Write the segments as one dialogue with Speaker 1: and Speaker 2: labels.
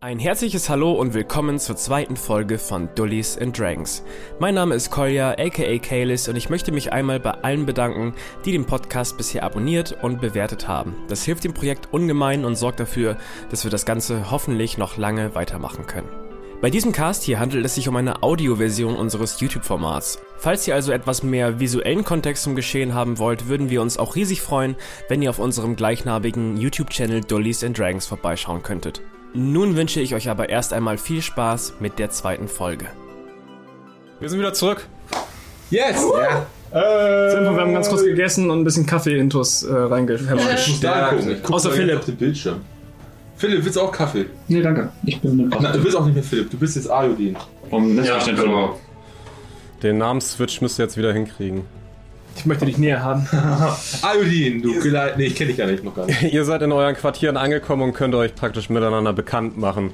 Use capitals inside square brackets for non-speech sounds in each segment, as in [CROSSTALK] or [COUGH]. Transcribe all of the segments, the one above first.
Speaker 1: Ein herzliches Hallo und willkommen zur zweiten Folge von Dullies and Dragons. Mein Name ist Kolja, aka Kalis, und ich möchte mich einmal bei allen bedanken, die den Podcast bisher abonniert und bewertet haben. Das hilft dem Projekt ungemein und sorgt dafür, dass wir das Ganze hoffentlich noch lange weitermachen können. Bei diesem Cast hier handelt es sich um eine Audioversion unseres YouTube-Formats. Falls ihr also etwas mehr visuellen Kontext zum Geschehen haben wollt, würden wir uns auch riesig freuen, wenn ihr auf unserem gleichnamigen YouTube-Channel Dullies and Dragons vorbeischauen könntet. Nun wünsche ich euch aber erst einmal viel Spaß mit der zweiten Folge.
Speaker 2: Wir sind wieder zurück.
Speaker 3: Yes! Ja.
Speaker 4: Simple, wir haben ganz kurz gegessen und ein bisschen Kaffee intus äh, reingehämmert.
Speaker 3: Da gucken. Ich guck
Speaker 2: Außer
Speaker 3: mal
Speaker 2: Philipp.
Speaker 3: Auf den Bildschirm. Philipp, willst du auch Kaffee?
Speaker 4: nee, danke. Ich bin mit
Speaker 3: Na, du bist auch nicht mehr Philipp, du bist jetzt Ayodin.
Speaker 5: Um nicht ja, genau.
Speaker 2: Den Namensswitch müsst ihr jetzt wieder hinkriegen. [LAUGHS]
Speaker 4: Ich möchte dich näher haben.
Speaker 3: Ayodin, du Geleit. Nee, ich kenne dich gar nicht, noch gar nicht.
Speaker 2: Ihr seid in euren Quartieren angekommen und könnt euch praktisch miteinander bekannt machen.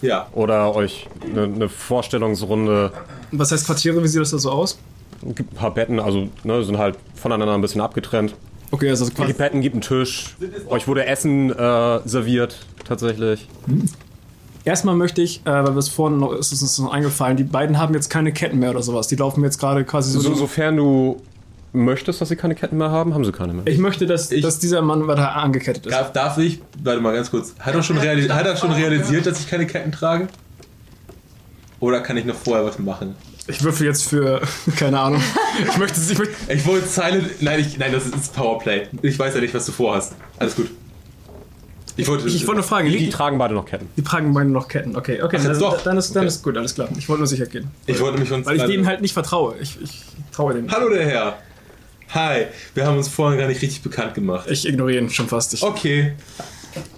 Speaker 3: Ja.
Speaker 2: Oder euch eine ne Vorstellungsrunde.
Speaker 4: [LAUGHS] Was heißt Quartiere? Wie sieht das da so aus?
Speaker 2: Gibt ein paar Betten, also ne, sind halt voneinander ein bisschen abgetrennt.
Speaker 4: Okay, also
Speaker 2: Die
Speaker 4: quasi.
Speaker 2: Betten gibt einen Tisch. Euch wurde Essen äh, serviert, tatsächlich.
Speaker 4: Erstmal möchte ich, äh, weil wir es vorhin noch, es ist uns noch eingefallen, die beiden haben jetzt keine Ketten mehr oder sowas. Die laufen jetzt gerade quasi so.
Speaker 2: So, sofern du möchtest, dass sie keine Ketten mehr haben, haben sie keine mehr.
Speaker 4: ich möchte, dass,
Speaker 3: Ich-
Speaker 4: dass dieser Mann weiter angekettet ist.
Speaker 3: Darf, darf ich, warte mal ganz kurz, hat er, schon reali- hat er schon realisiert, dass ich keine Ketten trage? Oder kann ich noch vorher was machen?
Speaker 4: Ich würfel jetzt für, [LAUGHS] keine
Speaker 3: [LAUGHS]
Speaker 4: Ahnung. Ich möchte, ich möchte
Speaker 3: Ich wollte Silent. Nein, ich, nein das ist, ist Powerplay. Ich weiß ja nicht, was du vorhast. Alles gut. Ich wollte.
Speaker 4: ich wollte nur fragen,
Speaker 2: Die, die
Speaker 4: liegt,
Speaker 2: tragen beide noch Ketten.
Speaker 4: die tragen beide noch Ketten. Okay, okay,
Speaker 3: Ach,
Speaker 4: dann,
Speaker 3: jetzt doch.
Speaker 4: dann, ist, dann
Speaker 3: Okay.
Speaker 4: ist gut, alles klar. Ich wollte nur sicher gehen.
Speaker 3: ich wollte mich von
Speaker 4: Weil ich
Speaker 3: Silent-
Speaker 4: dem halt nicht vertraue. Ich, ich traue dem.
Speaker 3: Hallo, der Herr. Hi. Wir haben uns vorhin gar nicht richtig bekannt gemacht.
Speaker 4: Ich ignoriere ihn schon fast. Ich,
Speaker 3: Okay.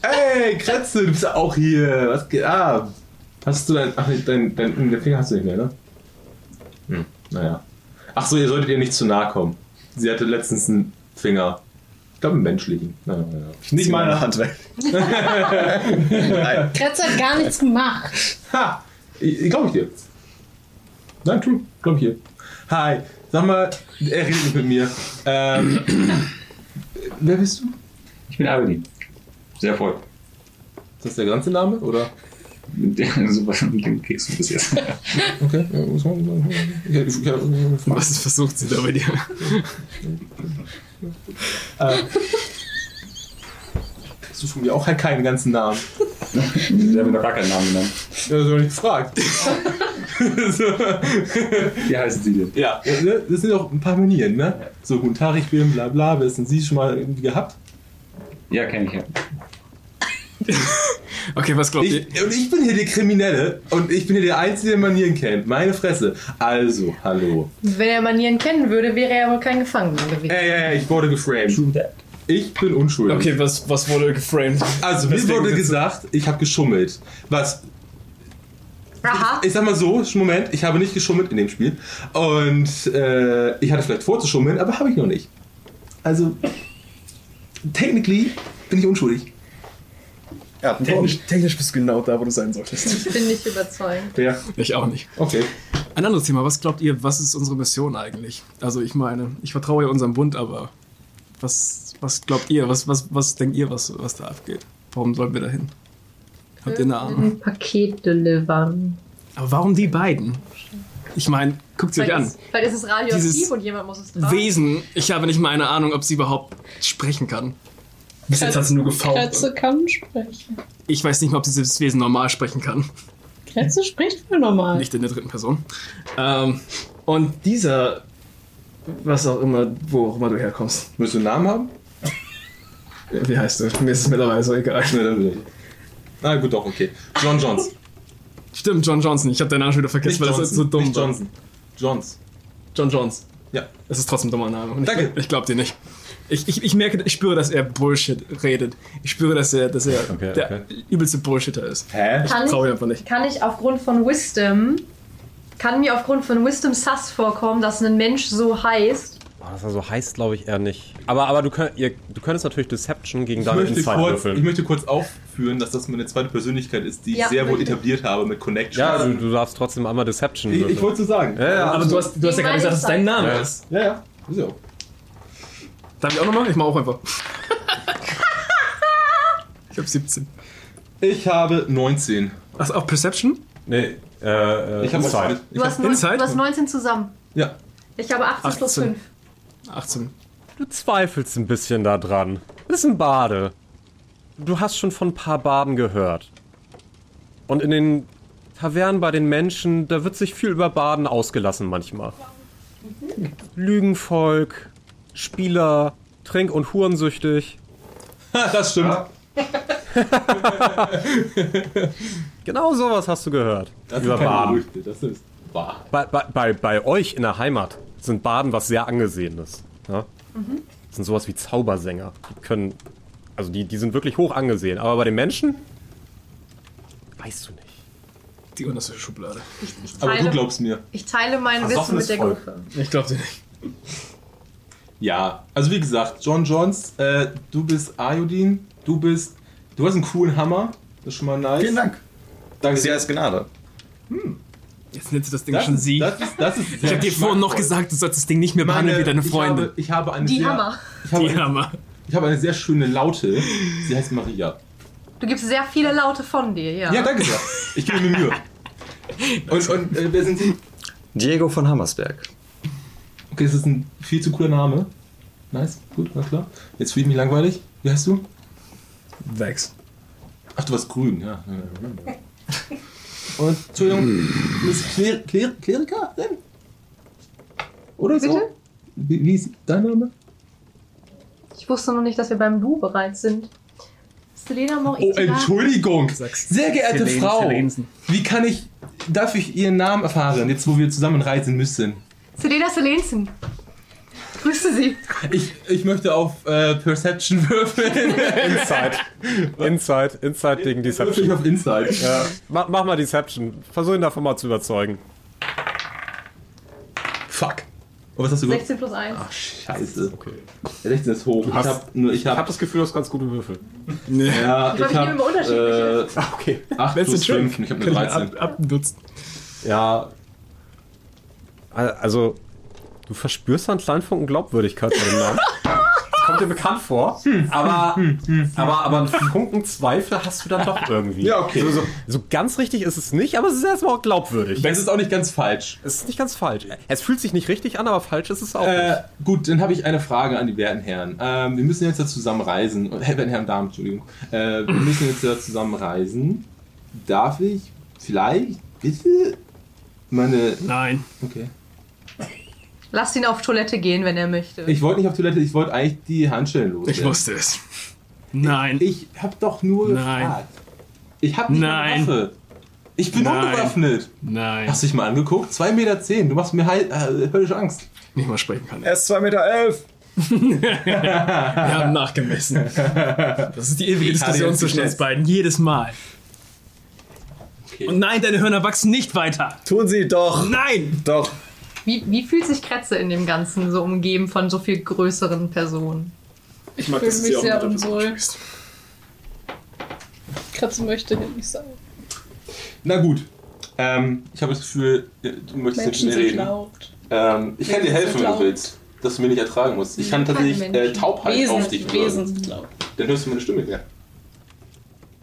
Speaker 3: Ey, Kretze, du bist ja auch hier. Was geht ab? Hast du dein. Ach, nee, dein, dein, den Finger hast du nicht mehr, ne? Hm, naja. Ach so, ihr solltet ihr nicht zu nahe kommen. Sie hatte letztens einen Finger. Ich glaube, einen menschlichen. Naja, naja.
Speaker 5: Nicht meine Hand weg.
Speaker 6: Kretz hat gar nichts gemacht.
Speaker 3: Ha! Ich, ich glaube ich dir. Nein, true. Glaub ich dir. Hi. Sag mal, er redet nicht mit mir. Ähm, wer bist du?
Speaker 5: Ich bin Aberdeen. Sehr voll.
Speaker 3: Ist das der ganze Name? Oder?
Speaker 5: Mit
Speaker 7: [LAUGHS]
Speaker 5: der- Super, mit dem Keks bis jetzt.
Speaker 3: Okay. ja, muss man- Ich, ich, ich, ich, ich,
Speaker 4: Was versucht sie da bei dir?
Speaker 3: Hast du von mir auch halt keinen ganzen Namen?
Speaker 5: Der hat mir noch gar keinen Namen genannt.
Speaker 3: Ja, das habe ich nicht gefragt. [LAUGHS] so,
Speaker 5: Wie heißen Sie denn?
Speaker 3: ja, ne, das sind auch ein paar Manieren, ne? So, guten Tag, ich bin, bla bla, wer ist denn Sie schon mal irgendwie gehabt?
Speaker 5: Ja, kenne ich ja.
Speaker 4: Okay, was glaubt ihr?
Speaker 3: Ich, und ich bin hier der Kriminelle und ich bin hier der Einzige, der Manieren kennt. Meine Fresse. Also, hallo.
Speaker 6: Wenn er Manieren kennen würde, wäre er wohl kein Gefangener gewesen.
Speaker 4: Äh.
Speaker 3: Ey, ey, ey, ich wurde geframed.
Speaker 5: True that.
Speaker 3: Ich bin unschuldig.
Speaker 4: Okay, was, was wurde geframed?
Speaker 3: Also, mir
Speaker 4: Deswegen
Speaker 3: wurde
Speaker 4: sitzt-
Speaker 3: gesagt, ich habe geschummelt. Was
Speaker 6: Aha.
Speaker 3: ich sag mal so, Moment, ich habe nicht geschummelt in dem Spiel. Und äh, ich hatte vielleicht vor zu schummeln, aber habe ich noch nicht. Also, technically bin ich unschuldig.
Speaker 5: Ja, technisch.
Speaker 4: bist du genau da, wo du sein solltest.
Speaker 6: Ich bin nicht überzeugt.
Speaker 3: Ja,
Speaker 4: Ich auch nicht.
Speaker 3: okay.
Speaker 4: Ein anderes Thema, was glaubt ihr, was ist unsere Mission eigentlich? Also ich meine, ich vertraue ja unserem Bund, aber was, was glaubt ihr? Was, was, was denkt ihr, was, was da abgeht? Warum sollen wir da hin? Habt ihr eine Ahnung?
Speaker 8: Hm.
Speaker 6: Ein Paket delivern.
Speaker 4: Aber warum die beiden? Ich meine, guckt sie euch an.
Speaker 6: Vielleicht, ist- vielleicht ist es radioaktiv
Speaker 4: Dieses
Speaker 6: und jemand muss es tragen.
Speaker 4: Wesen, ich habe nicht mal eine Ahnung, ob sie überhaupt sprechen kann. Bis jetzt hat sie nur gefaucht.
Speaker 9: Kretze kann sprechen.
Speaker 4: Ich weiß nicht mal, ob dieses Wesen normal sprechen kann.
Speaker 9: Kretze spricht wohl normal.
Speaker 4: Nicht in der dritten Person. Ähm, und dieser, was auch immer, wo auch immer du herkommst,
Speaker 3: Müsst du einen Namen haben?
Speaker 4: wie heißt du? Mir ist es mittlerweile so egal.
Speaker 3: Ne, dann will ich. Na gut, doch, okay. John
Speaker 4: [LAUGHS]
Speaker 3: Johns.
Speaker 4: Stimmt, John Johnson. Ich habe deinen Namen schon wieder vergessen, weil das so dumm
Speaker 3: nicht
Speaker 4: war.
Speaker 3: Johnson. Johns.
Speaker 4: John Jones.
Speaker 3: Ja.
Speaker 4: Es ist trotzdem ein dummer Name. Und ich-
Speaker 3: Danke.
Speaker 4: Ich glaube dir nicht. Ich, ich, ich merke, ich spüre, dass er Bullshit redet. Ich spüre, dass er, dass er
Speaker 2: Okay,
Speaker 4: der
Speaker 2: okay.
Speaker 4: übelste Bullshitter ist.
Speaker 3: Hä?
Speaker 6: Kann
Speaker 4: Trau ich
Speaker 6: ich,
Speaker 4: einfach nicht.
Speaker 6: kann ich aufgrund von Wisdom, kann mir aufgrund von Wisdom sus vorkommen, dass ein Mensch so heißt.
Speaker 2: Oh, das also heißt, glaube ich, eher nicht. Aber, aber du, könnt, ihr, du könntest natürlich Deception gegen
Speaker 3: Ich
Speaker 2: deine
Speaker 3: möchte,
Speaker 2: Insight
Speaker 3: kurz, ich
Speaker 2: würfeln.
Speaker 3: möchte kurz aufführen, dass das meine zweite Persönlichkeit ist, die ich
Speaker 6: Ja,
Speaker 3: sehr wohl
Speaker 6: möchte.
Speaker 3: etabliert habe mit Connections.
Speaker 2: Ja,
Speaker 4: also
Speaker 2: du, du darfst trotzdem einmal Deception
Speaker 3: ich, ich
Speaker 2: würfeln.
Speaker 3: wollte so sagen.
Speaker 2: ja, ja.
Speaker 4: Aber du hast, du hast ja gar nicht gesagt, dass es dein Name
Speaker 2: Ja.
Speaker 4: ist.
Speaker 3: ja. ja. Ist ja auch.
Speaker 4: Darf ich auch noch machen? Ich mache auch einfach. ich habe 17.
Speaker 3: Ich habe 19.
Speaker 4: Was, auf Perception?
Speaker 2: Nee, äh, äh,
Speaker 3: Ich habe
Speaker 2: Insight.
Speaker 3: Zeit.
Speaker 6: Du hast, neun,
Speaker 4: Insight?
Speaker 6: du hast 19 zusammen.
Speaker 3: Ja.
Speaker 6: Ich habe 18, plus
Speaker 4: 18.
Speaker 6: 5.
Speaker 4: 18.
Speaker 2: Du zweifelst ein bisschen daran. Das ist ein Bade. Du hast schon von ein paar Baden gehört. Und in den Tavernen bei den Menschen, da wird sich viel über Baden ausgelassen manchmal. Lügenvolk, Spieler, Trink- und Hurensüchtig.
Speaker 3: Ah, Das stimmt.
Speaker 2: Genau sowas hast du gehört.
Speaker 3: Das
Speaker 2: über
Speaker 3: sind keine
Speaker 2: Baden.
Speaker 3: Gerüchte, das ist wahr.
Speaker 2: Bei, bei, bei, bei euch in der Heimat sind Baden was sehr Angesehenes. Ja? Das sind sowas wie Zaubersänger. Die können. Also die, die sind wirklich hoch angesehen. Aber bei den Menschen. Weißt du nicht.
Speaker 4: Die unterste Schublade.
Speaker 6: Ich
Speaker 3: Aber du
Speaker 6: teile,
Speaker 3: glaubst mir.
Speaker 6: ich teile mein Wissen
Speaker 2: Versoffenes
Speaker 6: mit der
Speaker 2: Volk.
Speaker 6: Gruppe.
Speaker 4: Ich glaube dir nicht.
Speaker 3: Ja, also wie gesagt, John Jones, äh, du bist Ayodin, du bist. Du hast einen coolen Hammer. Das ist schon mal nice.
Speaker 5: Vielen Dank.
Speaker 3: Danke
Speaker 5: Sehr ist Gnade.
Speaker 4: Jetzt nennst du das Ding
Speaker 3: Das
Speaker 4: schon
Speaker 3: ist,
Speaker 4: Sie.
Speaker 3: das ist, das ist
Speaker 4: ich habe dir vorhin noch gesagt, du sollst das Ding nicht mehr behandeln wie deine
Speaker 3: Ich
Speaker 4: Freunde.
Speaker 3: habe, ich habe eine
Speaker 6: Die
Speaker 3: sehr,
Speaker 6: Hammer.
Speaker 3: Ich habe,
Speaker 4: Die Hammer.
Speaker 3: ich habe eine sehr schöne Laute. Sie heißt Maria.
Speaker 6: Du gibst sehr viele Laute von dir, ja.
Speaker 3: Ja, danke sehr. Ich gebe mir Mühe. Und, und äh, wer sind Sie?
Speaker 5: Diego von Hammersberg.
Speaker 3: Okay, das ist ein viel zu cooler Name. Nice, gut, war klar. Jetzt fühle ich mich langweilig. Wie heißt du?
Speaker 4: Vex.
Speaker 3: Ach, du warst grün, ja. Und, Entschuldigung, du bist Kler Kler Klerikerin? Oder so?
Speaker 6: Bitte?
Speaker 3: Wie, wie ist dein Name?
Speaker 6: Ich wusste noch nicht, dass wir beim Du bereits sind. Selena
Speaker 3: Oh,
Speaker 6: Moritiva.
Speaker 3: Entschuldigung.
Speaker 4: Sag's.
Speaker 3: Sehr geehrte
Speaker 4: Selene-
Speaker 3: Frau,
Speaker 4: Selensen.
Speaker 3: wie kann ich, darf ich Ihren Namen erfahren, jetzt wo wir zusammen reisen müssen?
Speaker 6: Selena Selensen. Grüße Sie.
Speaker 3: Ich, ich möchte auf äh, Perception würfeln.
Speaker 2: Inside. [LAUGHS] Inside. Inside gegen [LAUGHS]
Speaker 3: Würfel ich
Speaker 2: Deception.
Speaker 3: auf Insight.
Speaker 2: Ja. Mach, mach mal Deception. Versuch ihn davon mal zu überzeugen.
Speaker 3: Fuck. Und was hast du gemacht?
Speaker 6: 16 plus 1.
Speaker 3: Ach, scheiße. Okay. 16 ist hoch.
Speaker 2: hast-
Speaker 3: ich hab nur, ich hab,
Speaker 2: das Gefühl, du hast ganz gute Würfel.
Speaker 3: ja,
Speaker 6: glaub, ich nehme immer
Speaker 3: äh, [LAUGHS]
Speaker 6: unterschiedliche.
Speaker 2: Okay.
Speaker 3: 8 plus 5 und ich hab nur 13.
Speaker 4: Ab, ab ein Dutzend.
Speaker 2: Ja. Al- Also, du verspürst da einen kleinen Funken Glaubwürdigkeit bei dem Namen. Das kommt dir bekannt vor, aber, aber, aber einen Funken Zweifel hast du dann doch irgendwie.
Speaker 3: Ja, okay.
Speaker 2: So, so, so ganz richtig ist es nicht, aber es ist erstmal auch glaubwürdig.
Speaker 3: Das ist auch nicht ganz falsch.
Speaker 2: Es ist nicht ganz falsch. Es fühlt sich nicht richtig an, aber falsch ist es auch
Speaker 3: Äh,
Speaker 2: nicht.
Speaker 3: gut, dann habe ich eine Frage an die werten Herren. Ähm, wir müssen jetzt ja zusammen reisen. Äh, werten Herren, Damen, Entschuldigung. Äh, wir müssen jetzt ja zusammen reisen. Darf ich vielleicht bitte meine.
Speaker 4: Nein.
Speaker 3: Okay.
Speaker 6: Lasst ihn auf Toilette gehen, wenn er möchte.
Speaker 3: Ich wollte nicht auf Toilette, ich wollte eigentlich die Handschellen loswerden.
Speaker 4: Ich wusste es. Nein.
Speaker 3: Ich hab doch nur
Speaker 4: Nein.
Speaker 3: gefragt. Ich hab nicht
Speaker 4: Nein.
Speaker 3: eine Waffe. Ich bin
Speaker 4: Nein.
Speaker 3: unbewaffnet.
Speaker 4: Nein.
Speaker 3: Hast du dich mal angeguckt? 2,10 Meter. Zehn. Du machst mir halt, äh, höllische Angst.
Speaker 4: nicht mal sprechen kann.
Speaker 5: Er ist 2,11 Meter. Elf.
Speaker 4: Wir haben nachgemessen. Das ist die ewige Diskussion
Speaker 3: jetzt
Speaker 4: zwischen uns
Speaker 3: geschätzt.
Speaker 4: beiden. Jedes Mal. Und nein, deine Hörner wachsen nicht weiter.
Speaker 5: Tun Sie doch.
Speaker 4: Nein!
Speaker 5: Doch.
Speaker 6: Wie, wie fühlt sich Kretze in dem Ganzen so umgeben von so viel größeren Personen?
Speaker 4: Ich mag
Speaker 9: fühle mich sehr
Speaker 4: mit
Speaker 9: unwohl.
Speaker 4: der Person
Speaker 9: Kratze möchte ich nicht sagen.
Speaker 3: Na gut. Ähm, ich habe das Gefühl, äh, du möchtest jetzt
Speaker 9: Menschen
Speaker 3: mit mir
Speaker 9: sind
Speaker 3: reden.
Speaker 9: laut.
Speaker 3: Ähm, ich kann dir
Speaker 9: Menschen
Speaker 3: helfen,
Speaker 9: sind
Speaker 3: wenn du
Speaker 9: laut.
Speaker 3: willst. Dass du mir nicht ertragen musst. Ich kann tatsächlich
Speaker 6: Keine
Speaker 3: äh,
Speaker 6: Menschen.
Speaker 3: Taubheit auf dich
Speaker 9: Wesen, Wesen
Speaker 3: wirken.
Speaker 9: sind laut.
Speaker 3: Dann hörst du meine Stimme mehr.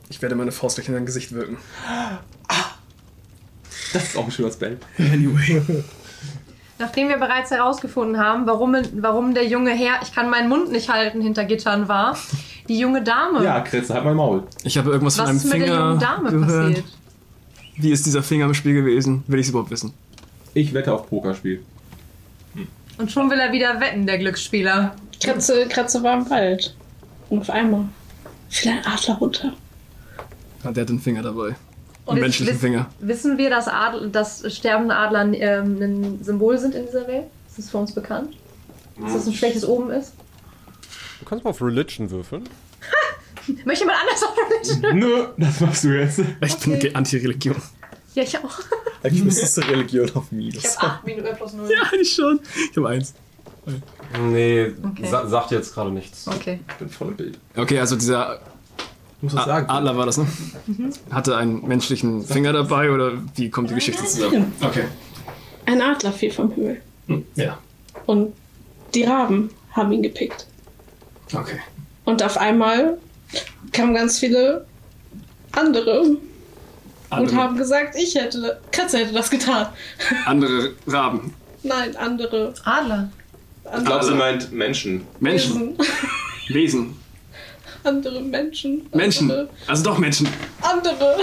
Speaker 4: Ich werde meine Faust gleich in dein Gesicht wirken.
Speaker 3: Das ist auch ein schöner Spell.
Speaker 4: Anyway.
Speaker 6: Nachdem wir bereits herausgefunden haben, warum, warum der junge Herr, ich kann meinen Mund nicht halten, hinter Gittern war, die junge Dame.
Speaker 3: Ja, Kretze, halt mein Maul.
Speaker 4: Ich habe irgendwas
Speaker 6: was
Speaker 4: von einem
Speaker 6: ist mit der
Speaker 4: Finger
Speaker 6: jungen Dame
Speaker 4: gehört.
Speaker 6: passiert?
Speaker 4: Wie ist dieser Finger im Spiel gewesen? Will ich es überhaupt wissen?
Speaker 3: Ich wette auf Pokerspiel.
Speaker 6: Und schon will er wieder wetten, der Glücksspieler.
Speaker 9: Kratze, Kratze war im Wald. Und auf einmal fiel ein Adler runter.
Speaker 4: Ah, der hat den Finger dabei.
Speaker 6: Und
Speaker 4: Einen menschlichen Finger.
Speaker 6: Wissen wir, dass, Adl, dass sterbende Adler ähm, ein Symbol sind in dieser Welt? Ist das für uns bekannt? Dass das ein schlechtes Omen ist?
Speaker 2: Du kannst mal auf Religion würfeln.
Speaker 6: Möchte jemand anders auf Religion?
Speaker 3: Nö, das machst du jetzt.
Speaker 4: Ich bin ge- Anti-Religion.
Speaker 6: Ja, ich auch.
Speaker 5: Eigentlich müsste es zur Religion auf
Speaker 6: Ich
Speaker 5: Minus.
Speaker 6: habe 8 Minuten plus
Speaker 4: [LAUGHS]
Speaker 6: 0.
Speaker 4: Ja, ich schon. Ich habe eins.
Speaker 2: Nee,
Speaker 6: Okay. sa-
Speaker 2: sagt jetzt gerade nichts.
Speaker 6: Okay.
Speaker 3: Ich bin voll im Bild.
Speaker 4: Okay, also dieser
Speaker 3: Ich muss was
Speaker 4: A
Speaker 3: sagen.
Speaker 4: Adler war das, ne? Hatte einen menschlichen Finger dabei oder wie kommt die Geschichte zusammen? Okay.
Speaker 9: Ein Adler fiel vom Himmel.
Speaker 4: Ja.
Speaker 9: Und die Raben haben ihn gepickt.
Speaker 4: Okay.
Speaker 9: Und auf einmal kamen ganz viele andere. Und
Speaker 4: Andere,
Speaker 9: haben gesagt, ich hätte, Katze hätte das getan.
Speaker 4: andere Raben.
Speaker 9: Nein, andere.
Speaker 6: Adler.
Speaker 3: Ich
Speaker 9: andere
Speaker 3: glaube, sie meint Menschen.
Speaker 4: Menschen. [LAUGHS] Wesen.
Speaker 9: Andere Menschen.
Speaker 4: Menschen.
Speaker 9: Andere.
Speaker 4: Also doch Menschen.
Speaker 9: andere.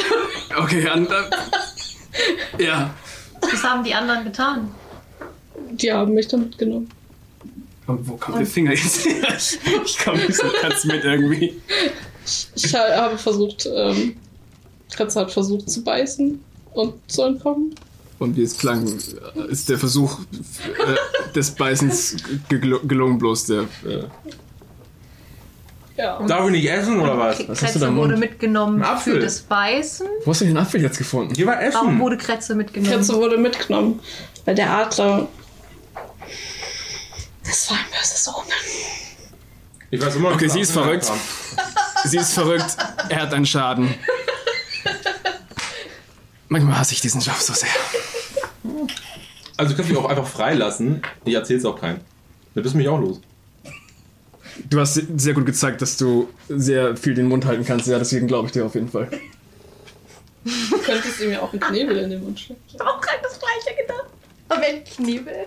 Speaker 4: Okay, an, äh, ja.
Speaker 6: Was haben die anderen getan?
Speaker 9: Die haben mich da mitgenommen.
Speaker 4: Und wo kommt der Finger jetzt her? Ich komme nicht so ganz mit irgendwie.
Speaker 9: Ich ha- habe versucht, ähm, Katze hat versucht zu beißen und zu entkommen.
Speaker 4: Und wie es klang, äh, ist der Versuch äh, des Beißens ge- gel- gelungen, bloß der. Äh,
Speaker 9: Ja.
Speaker 3: Darf ich nicht essen oder was?
Speaker 6: Kretze
Speaker 4: hast du da im
Speaker 6: wurde
Speaker 4: Mund?
Speaker 6: mitgenommen
Speaker 3: Ein Apfel. Hm.
Speaker 6: für das Beißen.
Speaker 4: wo hast du den Apfel jetzt gefunden?
Speaker 3: Geh mal
Speaker 6: Warum
Speaker 3: essen.
Speaker 6: wurde Kretze mitgenommen?
Speaker 9: Katze wurde mitgenommen, weil der Adler. Das war ein böses Omen.
Speaker 3: Ich weiß immer noch
Speaker 4: Okay,
Speaker 3: nicht,
Speaker 4: sie ist
Speaker 3: wo wir
Speaker 4: verrückt.
Speaker 3: herkamen.
Speaker 4: Sie ist verrückt, er hat einen Schaden. Manchmal hasse ich diesen Job so sehr.
Speaker 3: Also, du kannst mich auch einfach freilassen. Ich erzähl's auch keinem. Dann bist du mich auch los.
Speaker 4: Du hast se- sehr gut gezeigt, dass du sehr viel den Mund halten kannst. Ja, deswegen glaube ich dir auf jeden Fall.
Speaker 9: Du könntest ihm ja auch einen Knebel in den Mund stecken.
Speaker 6: Ich habe auch gerade das gleiche gedacht. Aber wenn Knebel.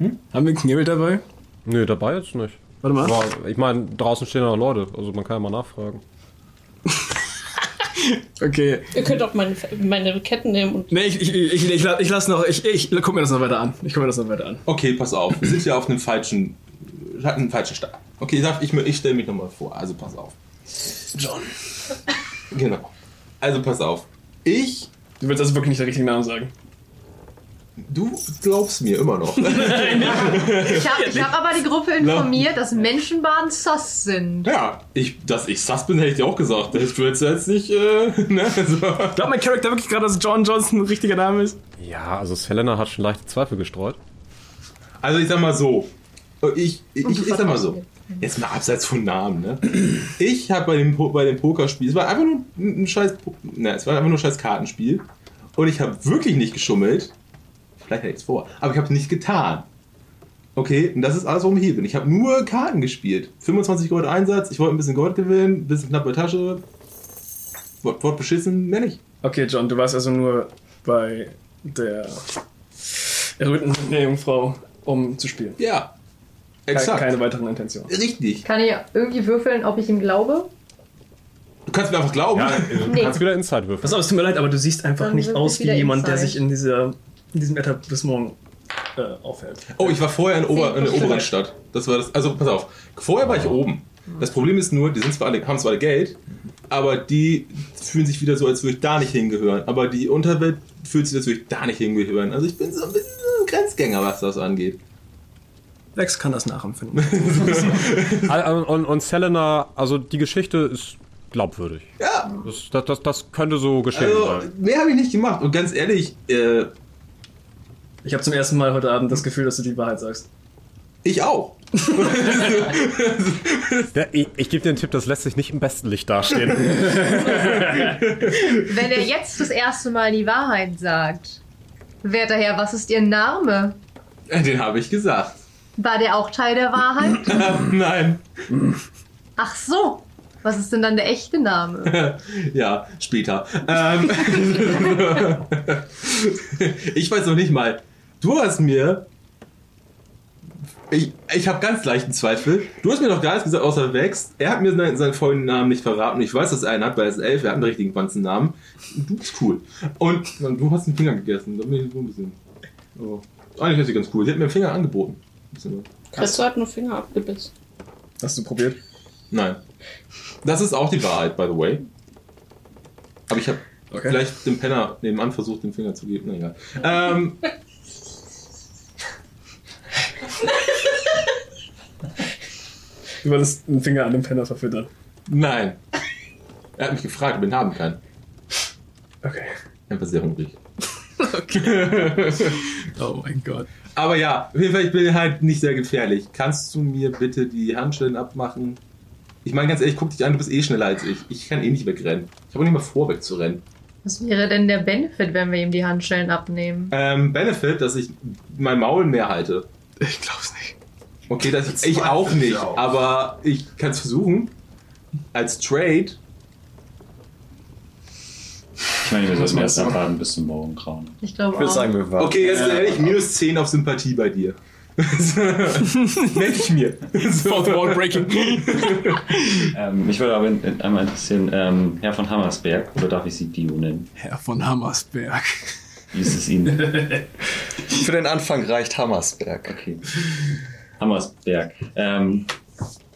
Speaker 4: Haben wir einen Knebel dabei?
Speaker 2: Nö, dabei jetzt nicht.
Speaker 4: Warte mal.
Speaker 2: Aber ich meine, draußen stehen ja noch Leute, also man kann ja mal nachfragen.
Speaker 4: Okay.
Speaker 9: Ihr könnt auch meine, meine Ketten nehmen und.
Speaker 4: Nee, ich, ich, ich, ich, la- ich lass noch. Ich, ich guck mir das noch weiter an. Ich guck mir das noch weiter an.
Speaker 3: Okay, pass auf. Wir sind ja auf einem falschen. hatten einen falschen Start. Okay, darf ich, mir- ich stelle mich nochmal vor. Also, pass auf.
Speaker 4: John.
Speaker 3: Genau. Also, pass auf. Ich.
Speaker 4: Du willst also wirklich nicht den richtigen Namen sagen.
Speaker 3: Du glaubst mir immer
Speaker 4: [LAUGHS]
Speaker 3: noch.
Speaker 6: Ich habe ich hab aber die Gruppe informiert, dass Menschenbahnen sus sind.
Speaker 3: ja, ich, dass ich sass bin, hätte ich dir auch gesagt. Das du jetzt jetzt nicht. Äh, [LAUGHS] ne? also.
Speaker 4: Glaubt mein Charakter wirklich gerade, dass John Johnson ein richtiger Name ist?
Speaker 2: Ja, also Selena hat schon leichte Zweifel gestreut.
Speaker 3: Also ich sag mal so. Ich, ich,
Speaker 6: Und du
Speaker 3: ich, sag mal
Speaker 6: vertraust
Speaker 3: so.
Speaker 6: mir.
Speaker 3: Jetzt mal abseits von Namen, ne? Ich habe bei dem, Po- bei dem Pokerspiel, es war einfach nur ein ein scheiß, Po- ne, es war einfach nur ein scheiß Kartenspiel. Und ich habe wirklich nicht geschummelt. Vielleicht hätte ich es vor, aber ich habe es nicht getan. Okay, und das ist alles, warum ich hier bin. Ich habe nur Karten gespielt. 25 Gold Einsatz, ich wollte ein bisschen Gold gewinnen, ein bisschen knapp bei Tasche. Wort, Wort beschissen, mehr nicht.
Speaker 4: Okay, John, du warst also nur bei der errötenden Jungfrau, um zu spielen.
Speaker 3: Ja,
Speaker 4: Ke-
Speaker 3: exakt.
Speaker 4: Keine weiteren Intentionen.
Speaker 3: Richtig.
Speaker 6: Kann ich irgendwie würfeln, ob ich ihm glaube?
Speaker 3: Du kannst mir einfach glauben.
Speaker 6: Nee.
Speaker 2: Kannst wieder Inside würfeln.
Speaker 4: Pass auf, es tut mir leid, aber du siehst einfach
Speaker 6: Dann
Speaker 4: nicht
Speaker 6: würfel
Speaker 4: aus
Speaker 6: ich
Speaker 4: wie
Speaker 6: wieder
Speaker 4: jemand, der
Speaker 6: Insight.
Speaker 4: sich in, dieser, in diesem Etablissement äh, aufhält.
Speaker 3: Oh, ich war vorher in, Ober, in der
Speaker 6: Prozent.
Speaker 3: oberen Stadt. Das war das. Also, pass auf. Vorher war ich oben. Das Problem ist nur, die sind zwar alle, haben zwar alle Geld, aber die fühlen sich wieder so, als würde ich da nicht hingehören. Aber die Unterwelt fühlt sich, als würde ich da nicht hingehören. Also, ich bin so ein bisschen so ein Grenzgänger, was das angeht.
Speaker 4: Lex kann das nachempfinden.
Speaker 2: Ah, Und, und, und Selena, also die Geschichte ist glaubwürdig.
Speaker 3: Ja,
Speaker 2: Das, das, das, das könnte so geschehen
Speaker 3: also,
Speaker 2: sein.
Speaker 3: mehr habe ich nicht gemacht. Und ganz ehrlich, äh,
Speaker 4: [LAUGHS] Ich habe zum ersten Mal heute Abend das Gefühl, dass du die Wahrheit sagst.
Speaker 3: ich auch.
Speaker 2: Der, ich ich gebe dir einen Tipp, das lässt sich nicht im besten Licht dastehen.
Speaker 3: [LAUGHS]
Speaker 4: [LAUGHS]
Speaker 6: Wenn er jetzt das erste Mal die Wahrheit sagt, werter Herr, was ist Ihr Name?
Speaker 3: Äh, Den habe ich gesagt. [LAUGHS]
Speaker 6: War der auch Teil der Wahrheit?
Speaker 3: Nein.
Speaker 6: Ach so. Was ist denn dann der echte
Speaker 4: [LAUGHS]
Speaker 6: Name?
Speaker 3: Ja, später. Ähm, [LAUGHS] ich weiß noch nicht mal. Du hast mir. Ich, ich habe ganz leichten Zweifel. Du hast mir noch gar nichts gesagt, außer Vex. Er hat mir seinen, seinen vollen Namen nicht verraten. Ich weiß, dass er einen hat, weil er ist elf. Er hat einen richtigen ganzen Namen. Du bist cool. Und, und du hast einen Finger gegessen. Da bin ich so ein bisschen. Oh. Eigentlich ist sie ganz cool. Sie hat mir einen Finger angeboten. Ein bisschen was.
Speaker 9: Katze hat nur Finger abgebissen.
Speaker 4: Hast du probiert?
Speaker 3: Nein. Das ist auch die Wahrheit, by the way. Aber ich habe
Speaker 4: Okay.
Speaker 3: vielleicht dem Penner nebenan versucht, den Finger zu geben. Na egal. Ähm,
Speaker 4: Du wolltest einen Finger an dem Penner verfüttern.
Speaker 3: nein. Er hat mich gefragt, ob ich ihn haben kann.
Speaker 4: Okay.
Speaker 3: Er war sehr hungrig.
Speaker 4: Oh mein Gott.
Speaker 3: Aber ja, auf jeden Fall, ich bin halt nicht sehr gefährlich. Kannst du mir bitte die Handschellen abmachen? Ich meine, ganz ehrlich, guck dich an, du bist eh schneller als ich. Ich kann eh nicht wegrennen. Ich habe auch nicht mal vor, wegzurennen.
Speaker 6: Was wäre denn der Benefit, wenn wir ihm die Handschellen abnehmen?
Speaker 3: Ähm, Benefit, dass ich mein Maul mehr halte.
Speaker 4: Ich glaub's nicht.
Speaker 3: Okay, das ich auch nicht, aber ich kann es versuchen. Als Trade.
Speaker 7: Ich meine, wir sollten erst abwarten bis zum Morgengrauen.
Speaker 6: Ich glaube
Speaker 5: Ich würde
Speaker 6: auch.
Speaker 5: sagen, wir warten.
Speaker 3: Okay, ganz ehrlich, minus 10 auf Sympathie bei dir. [LAUGHS] Nenn ich mir.
Speaker 4: [LAUGHS] Fourth Wall Breaking.
Speaker 7: Ähm, mich würde aber in, in, einmal interessieren, ähm, Herr von Hammersberg, oder darf ich Sie Dio nennen?
Speaker 4: Herr von Hammersberg.
Speaker 7: Wie ist es Ihnen?
Speaker 5: Für den Anfang reicht Hammersberg.
Speaker 7: Okay. Hammersberg. Ähm,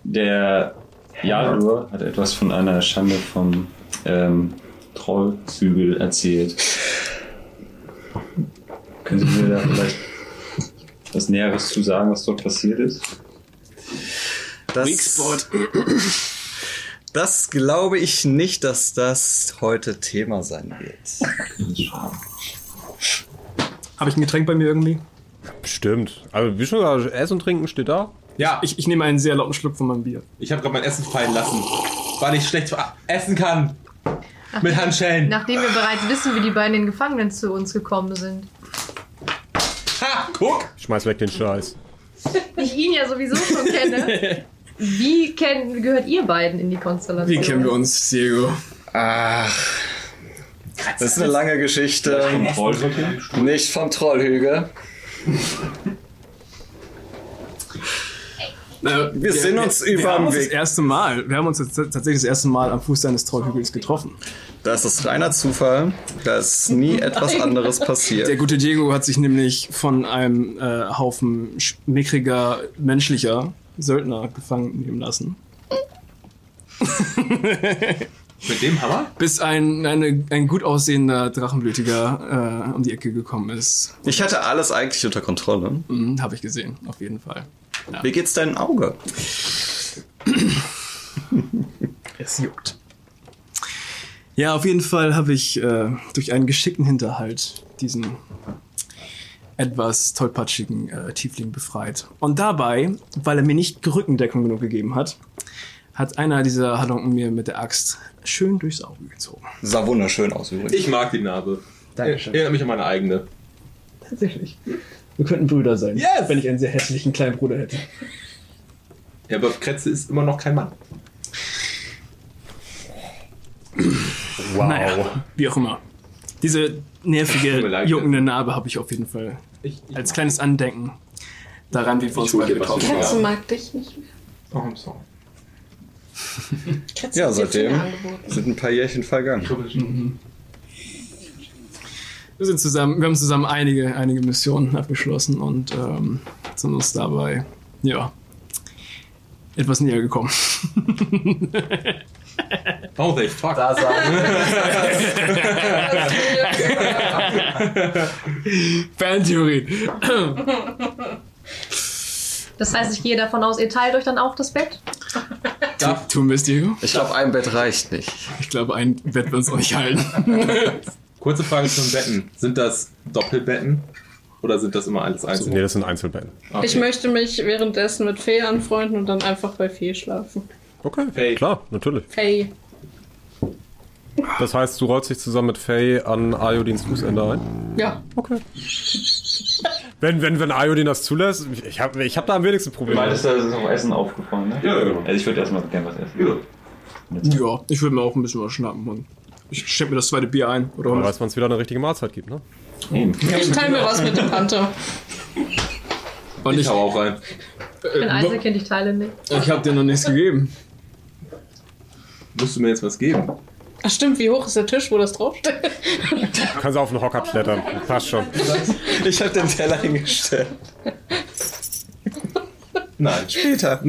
Speaker 7: der Jalur hat etwas von einer Schande vom ähm, Trollzügel erzählt. Können Sie mir da vielleicht was Näheres zu sagen, was dort passiert ist?
Speaker 5: Das, das glaube ich nicht, dass das heute Thema sein wird.
Speaker 4: Habe ich ein Getränk bei mir irgendwie?
Speaker 2: Stimmt. Aber wie schon gesagt, Essen und Trinken steht da.
Speaker 4: Ja, ich, ich nehme einen sehr lauten Schluck von meinem Bier.
Speaker 3: Ich habe gerade mein Essen fallen lassen, weil ich schlecht ver- essen kann. Mit Handschellen.
Speaker 6: Nachdem wir bereits wissen, wie die beiden Gefangenen zu uns gekommen sind.
Speaker 3: Ha, guck!
Speaker 2: Schmeiß weg den Scheiß.
Speaker 6: Ich ihn ja sowieso schon
Speaker 4: ne?
Speaker 6: kenne. Wie kenn, gehört ihr beiden in die Konstellation?
Speaker 4: Wie kennen wir uns, Diego?
Speaker 5: Ach. Das ist eine lange Geschichte.
Speaker 7: Trollzügel?
Speaker 5: Nicht vom Trollhügel.
Speaker 4: Na,
Speaker 5: Wir sind uns
Speaker 4: Äh, wir haben
Speaker 5: überm
Speaker 4: uns das
Speaker 5: Weg.
Speaker 4: erste Mal, wir haben uns jetzt tatsächlich das erste Mal am Fuß seines Trollhügels getroffen.
Speaker 5: Das ist reiner Zufall. Da ist nie etwas anderes
Speaker 4: Der
Speaker 5: passiert.
Speaker 4: gute Diego hat sich nämlich von einem äh, Haufen sch- mickriger, menschlicher Söldner gefangen nehmen lassen.
Speaker 3: Mit dem Hammer?
Speaker 4: Bis ein, eine, ein gut aussehender Drachenblütiger äh, um die Ecke gekommen ist.
Speaker 5: Ich hatte alles eigentlich unter Kontrolle.
Speaker 4: Mhm, Habe ich gesehen, auf jeden Fall.
Speaker 5: Wie geht's deinem Auge?
Speaker 4: Es juckt. Ja, auf jeden Fall habe ich äh, durch einen geschickten Hinterhalt diesen etwas tollpatschigen äh, Tiefling befreit. Und dabei, weil er mir nicht Rückendeckung genug gegeben hat, hat einer dieser Halunken mir mit der Axt schön durchs Auge gezogen.
Speaker 5: Sah wunderschön aus übrigens.
Speaker 3: Ich mag die Narbe.
Speaker 4: Dankeschön.
Speaker 3: Erinnert mich an meine eigene.
Speaker 4: Tatsächlich. Wir könnten Brüder sein,
Speaker 3: Yes!
Speaker 4: wenn ich einen sehr hässlichen kleinen Bruder hätte.
Speaker 3: Ja, aber Kretze ist immer noch kein Mann.
Speaker 2: Wow.
Speaker 4: Naja, wie auch immer. Diese nervige,
Speaker 3: mir leid.
Speaker 4: juckende Narbe habe ich auf jeden Fall
Speaker 3: Ich, ich,
Speaker 4: als kleines Andenken daran, wie wir uns
Speaker 3: hol
Speaker 4: beide
Speaker 3: dir was
Speaker 4: getroffen
Speaker 3: zu
Speaker 4: haben.
Speaker 9: Katze mag dich nicht mehr.
Speaker 3: oh, I'm sorry.
Speaker 9: [LAUGHS] Katze
Speaker 5: Ja,
Speaker 9: hat dir
Speaker 5: seitdem.
Speaker 9: Finger angeboten.
Speaker 5: Sind ein paar Jährchen vergangen.
Speaker 4: Wir sind zusammen, wir haben zusammen einige, einige Missionen abgeschlossen und ähm, sind uns dabei, ja, etwas näher gekommen. [LAUGHS]
Speaker 3: Oh, they fuck.
Speaker 4: [CLEARS THROAT] Fantheorie.
Speaker 6: Das heißt, ich gehe davon aus, ihr teilt euch dann auch das Bett?
Speaker 4: Tu- Tun wir es, Diego?
Speaker 5: Ich glaube, ein Bett reicht nicht.
Speaker 4: Ich glaube, ein Bett wird uns auch nicht halten.
Speaker 3: [LAUGHS] Kurze Frage zum Betten. Sind das Doppelbetten? Oder sind das immer alles
Speaker 2: Nee,
Speaker 3: einzeln?
Speaker 2: das sind Einzelbetten.
Speaker 9: Ich möchte mich währenddessen mit Fee anfreunden und dann einfach bei Fee schlafen.
Speaker 2: Okay,
Speaker 3: Faye.
Speaker 2: klar, natürlich.
Speaker 9: Fee.
Speaker 2: Das heißt, du rollst dich zusammen mit Faye an Ayodins Fußende ein?
Speaker 9: Ja.
Speaker 2: Okay. Wenn, wenn, wenn Ayodin das zulässt, ich habe ich hab da am wenigsten
Speaker 7: Du
Speaker 2: Probleme.
Speaker 7: meintest, da ist noch Essen aufgefallen, ne?
Speaker 3: Ja, genau.
Speaker 7: Also ich würde erstmal gerne was essen.
Speaker 3: Ja.
Speaker 4: ja, ich würde mir auch ein bisschen was schnappen und ich schenke mir das zweite Bier ein. Oder
Speaker 2: Weil
Speaker 4: was?
Speaker 2: es uns wieder eine richtige Mahlzeit gibt, ne?
Speaker 7: Eben.
Speaker 9: Ich teile mir was mit dem Panther.
Speaker 4: Und
Speaker 3: Ich
Speaker 4: ich, äh,
Speaker 3: hau auch rein.
Speaker 6: Ich bin Einzelkind, ich teile nicht.
Speaker 4: ich habe dir noch nichts gegeben.
Speaker 3: Musst du mir jetzt was geben?
Speaker 9: Ach stimmt, wie hoch ist der Tisch, wo das draufsteht?
Speaker 2: Du kannst auf den Hocker klettern. Passt schon.
Speaker 5: Ich habe den Teller hingestellt.
Speaker 3: Nein. Ne?
Speaker 5: Peter.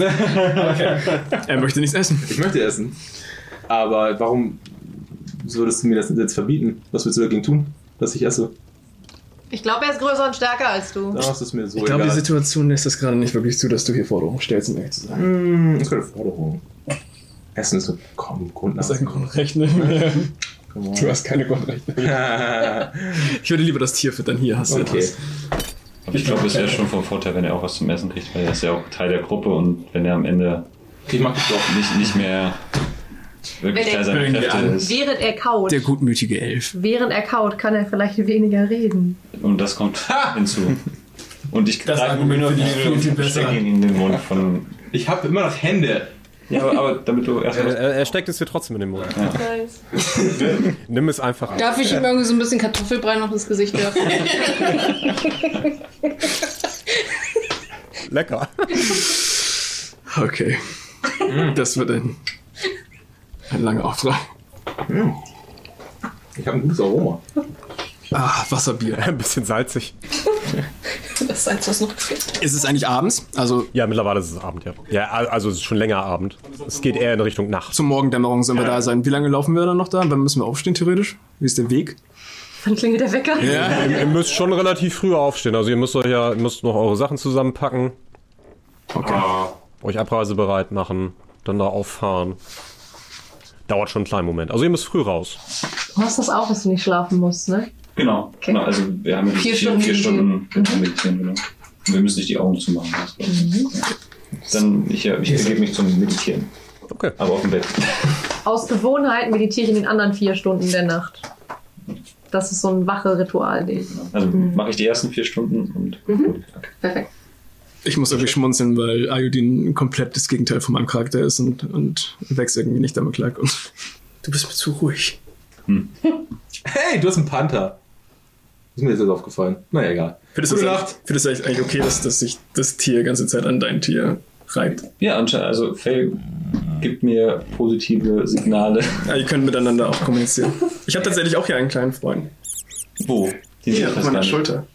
Speaker 4: Er möchte nichts essen.
Speaker 3: Ich möchte essen. Aber warum würdest du mir das jetzt verbieten? Was willst du dagegen tun? Dass ich esse?
Speaker 6: Ich glaube, er ist größer und stärker als du.
Speaker 3: Dann ist es mir so
Speaker 4: Ich glaube, die
Speaker 3: egal.
Speaker 4: Situation lässt das gerade nicht wirklich zu, dass du hier Forderungen stellst, um ehrlich zu sein.
Speaker 3: Hm, das ist keine Forderung. Essen ist eine komm, Grundlage. [LAUGHS]
Speaker 4: [LAUGHS] Grundrechte.
Speaker 3: Come on.
Speaker 4: Du hast keine Grundrechte. Ich würde lieber das Tier füttern. Hier hast du
Speaker 3: okay.
Speaker 4: etwas.
Speaker 7: Aber ich glaube, es wäre schon vom Vorteil, wenn er auch was zum Essen kriegt, weil er ist ja auch Teil der Gruppe und wenn er am Ende
Speaker 3: Ich mach dich doch.
Speaker 7: nicht, nicht mehr wirklich
Speaker 6: Wenn er-
Speaker 7: Teil seiner
Speaker 4: Wenn er-
Speaker 7: Kräfte ist.
Speaker 6: Während er kaut,
Speaker 4: Der gutmütige Elf.
Speaker 6: während er kaut, kann er vielleicht weniger reden.
Speaker 7: Und das kommt hinzu. Und ich
Speaker 4: Das
Speaker 7: greife
Speaker 4: Argument
Speaker 7: nur
Speaker 4: finde ich
Speaker 7: die-
Speaker 4: viel, viel
Speaker 7: und
Speaker 4: besser.
Speaker 7: stecke ihn in den Mund von.
Speaker 3: Ich habe immer noch Hände.
Speaker 7: Ja, aber, aber damit du
Speaker 2: Er,
Speaker 4: Äh,
Speaker 7: erstmal.
Speaker 2: er, er steckt es dir trotzdem in den Mund.
Speaker 6: Nice.
Speaker 2: Nimm es einfach an.
Speaker 9: Darf ich ihm irgendwie so ein bisschen Kartoffelbrei noch ins Gesicht [LAUGHS] werfen?
Speaker 2: Lecker.
Speaker 4: Okay.
Speaker 7: Mhm.
Speaker 4: Das wird ein, ein langer Auftrag.
Speaker 3: Ich habe ein gutes Aroma.
Speaker 4: Ah, Wasserbier.
Speaker 2: Ein bisschen salzig.
Speaker 9: das ist eins, was noch gefällt.
Speaker 4: Ist es eigentlich abends? Also
Speaker 2: Ja, mittlerweile ist es Abend, ja. Ja, al- also es ist schon länger Abend. Es geht eher in Richtung Nacht.
Speaker 4: zur Morgendämmerung sollen wir da sein. Wie lange laufen wir dann noch da? Wann müssen wir aufstehen, theoretisch? Wie ist der Weg?
Speaker 6: Wann klingelt der Wecker?
Speaker 4: Ja.
Speaker 2: Ihr müsst schon relativ früh aufstehen. Also ihr müsst euch ja, ihr müsst noch eure Sachen zusammenpacken,
Speaker 4: Okay.
Speaker 2: euch abreisebereit machen, dann da auffahren. Dauert schon einen kleinen Moment. Also ihr müsst früh raus.
Speaker 6: Du hast das auch, dass du nicht schlafen musst, ne?
Speaker 7: Genau, genau. Also wir haben ja
Speaker 9: Vier
Speaker 7: vier,
Speaker 9: Stunden
Speaker 7: vier Stunden
Speaker 9: meditieren.
Speaker 7: genau, meditieren, genau. Und Wir müssen nicht die Augen zumachen. Das mhm. Dann, ich, ich begebe mich zum Meditieren.
Speaker 2: Okay.
Speaker 7: Aber auf dem Bett.
Speaker 6: Aus Gewohnheit meditiere ich in den anderen vier Stunden der Nacht. Das ist so ein wache Ritual, den ich.
Speaker 7: Also mache ich die ersten vier Stunden und. Okay.
Speaker 6: Perfekt.
Speaker 4: Ich muss irgendwie schmunzeln, weil Ayudin komplett das Gegenteil von meinem Charakter ist und, und wächst irgendwie nicht damit klar. Du bist mir zu ruhig.
Speaker 3: Hey, du hast einen Panther. Ist mir jetzt aufgefallen. Naja, egal.
Speaker 4: Findest du
Speaker 3: Gute
Speaker 4: das
Speaker 3: Nacht.
Speaker 4: findest du eigentlich eigentlich okay, dass, dass sich das Tier die ganze Zeit an dein Tier reibt?
Speaker 7: Ja, anscheinend, also Faye gibt mir positive Signale.
Speaker 4: Ja, ihr könnt miteinander auch kommunizieren. Ich habe tatsächlich auch hier einen kleinen Freund.
Speaker 7: Wo? Die
Speaker 4: Hier
Speaker 7: ich
Speaker 4: auf
Speaker 7: fast gar
Speaker 4: meiner
Speaker 7: nicht.
Speaker 4: Schulter.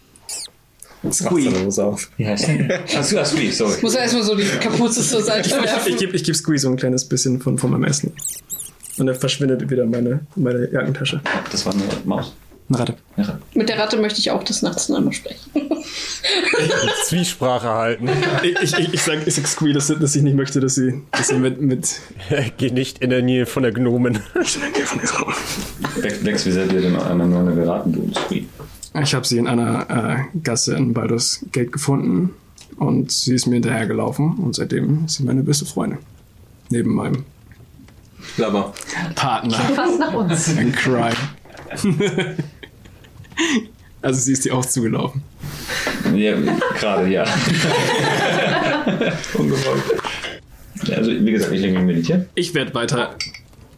Speaker 5: Squee. auf.
Speaker 7: Wie heißt der? Ah, Squee, ah, Squee,
Speaker 9: Ich
Speaker 7: sorry.
Speaker 9: muss ja erstmal so die Kapuze zur Seite
Speaker 4: Ich
Speaker 9: werfen.
Speaker 4: gebe ich geb Squeeze so ein kleines bisschen von, von meinem Essen. Und dann verschwindet wieder meine, meine Jackentasche.
Speaker 7: Das war eine Maus.
Speaker 4: Eine Ratte.
Speaker 7: Ja.
Speaker 9: Mit der Ratte möchte ich auch des Nachts noch einmal sprechen.
Speaker 2: Zwiesprache halten. [LAUGHS]
Speaker 4: Ich, ich, ich, ich sage ich sag Squeeze, dass, dass ich nicht möchte, dass sie, dass sie mit, mit.
Speaker 2: Geh nicht in der Nähe von der Gnomen.
Speaker 7: Lex, Lex, wie seid ihr denn aneinander geraten, du und Squee?
Speaker 4: Ich habe sie in einer äh, Gasse in Baldur's Gate gefunden. Und sie ist mir hinterhergelaufen. Und seitdem ist sie meine beste Freundin. Neben meinem
Speaker 3: Blabber.
Speaker 4: Partner.
Speaker 6: Fast nach uns.
Speaker 4: Ein Cry. [LAUGHS] also sie ist dir auch zugelaufen.
Speaker 7: Ja, gerade, ja.
Speaker 4: Ungewollt.
Speaker 7: Also, wie gesagt, ich denke, meditieren.
Speaker 4: Ich werde weiter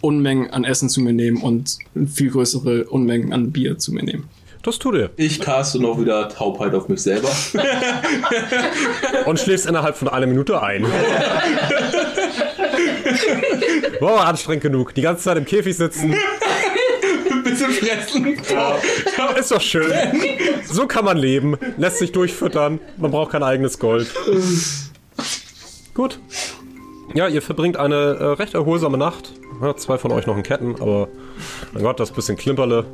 Speaker 4: Unmengen an Essen zu mir nehmen und viel größere Unmengen an Bier zu mir nehmen.
Speaker 2: Das tut ihr.
Speaker 3: Ich caste noch wieder Taubheit auf mich [LAUGHS] selber.
Speaker 2: Und schläfst innerhalb von einer Minute ein. Boah, anstrengend genug. Die ganze Zeit im Käfig sitzen.
Speaker 3: Ein bisschen fressen.
Speaker 2: Ist doch schön. So kann man leben. Lässt sich durchfüttern. Man braucht kein eigenes Gold. Gut. Ja, ihr verbringt eine äh, recht erholsame Nacht. Ja, zwei von euch noch in Ketten, aber mein Gott, das bisschen Klimperle.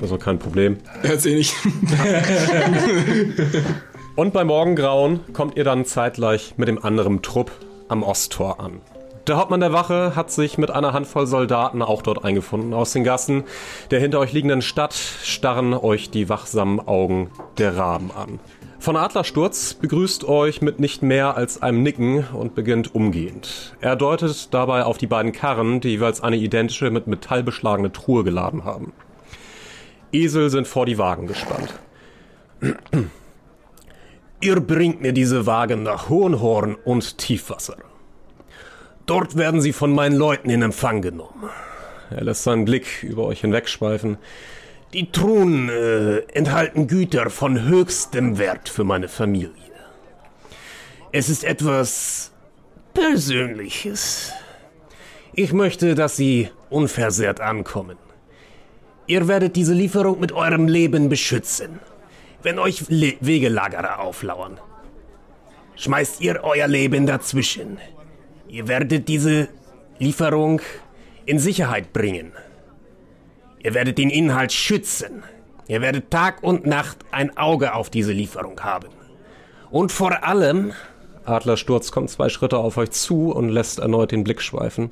Speaker 2: Also kein Problem.
Speaker 4: Hört's eh nicht. [LAUGHS]
Speaker 2: Und bei Morgengrauen kommt ihr dann zeitgleich mit dem anderen Trupp am Osttor an. Der Hauptmann der Wache hat sich mit einer Handvoll Soldaten auch dort eingefunden. Aus den Gassen der hinter euch liegenden Stadt starren euch die wachsamen Augen der Raben an. Von Adlersturz begrüßt euch mit nicht mehr als einem Nicken und beginnt umgehend. Er deutet dabei auf die beiden Karren, die jeweils eine identische mit Metall beschlagene Truhe geladen haben. Esel sind vor die Wagen gespannt. Ihr bringt mir diese Wagen nach Hohenhorn und Tiefwasser. Dort werden sie von meinen Leuten in Empfang genommen. Er lässt seinen Blick über euch hinwegschweifen. Die Truhen äh, enthalten Güter von höchstem Wert für meine Familie. Es ist etwas Persönliches. Ich möchte, dass sie unversehrt ankommen. Ihr werdet diese Lieferung mit eurem Leben beschützen wenn euch Le Wegelagerer auflauern. Schmeißt ihr euer Leben dazwischen. Ihr werdet diese Lieferung in Sicherheit bringen. Ihr werdet den Inhalt schützen. Ihr werdet Tag und Nacht ein Auge auf diese Lieferung haben. Und vor allem. Adlersturz kommt zwei Schritte auf euch zu und lässt erneut den Blick schweifen.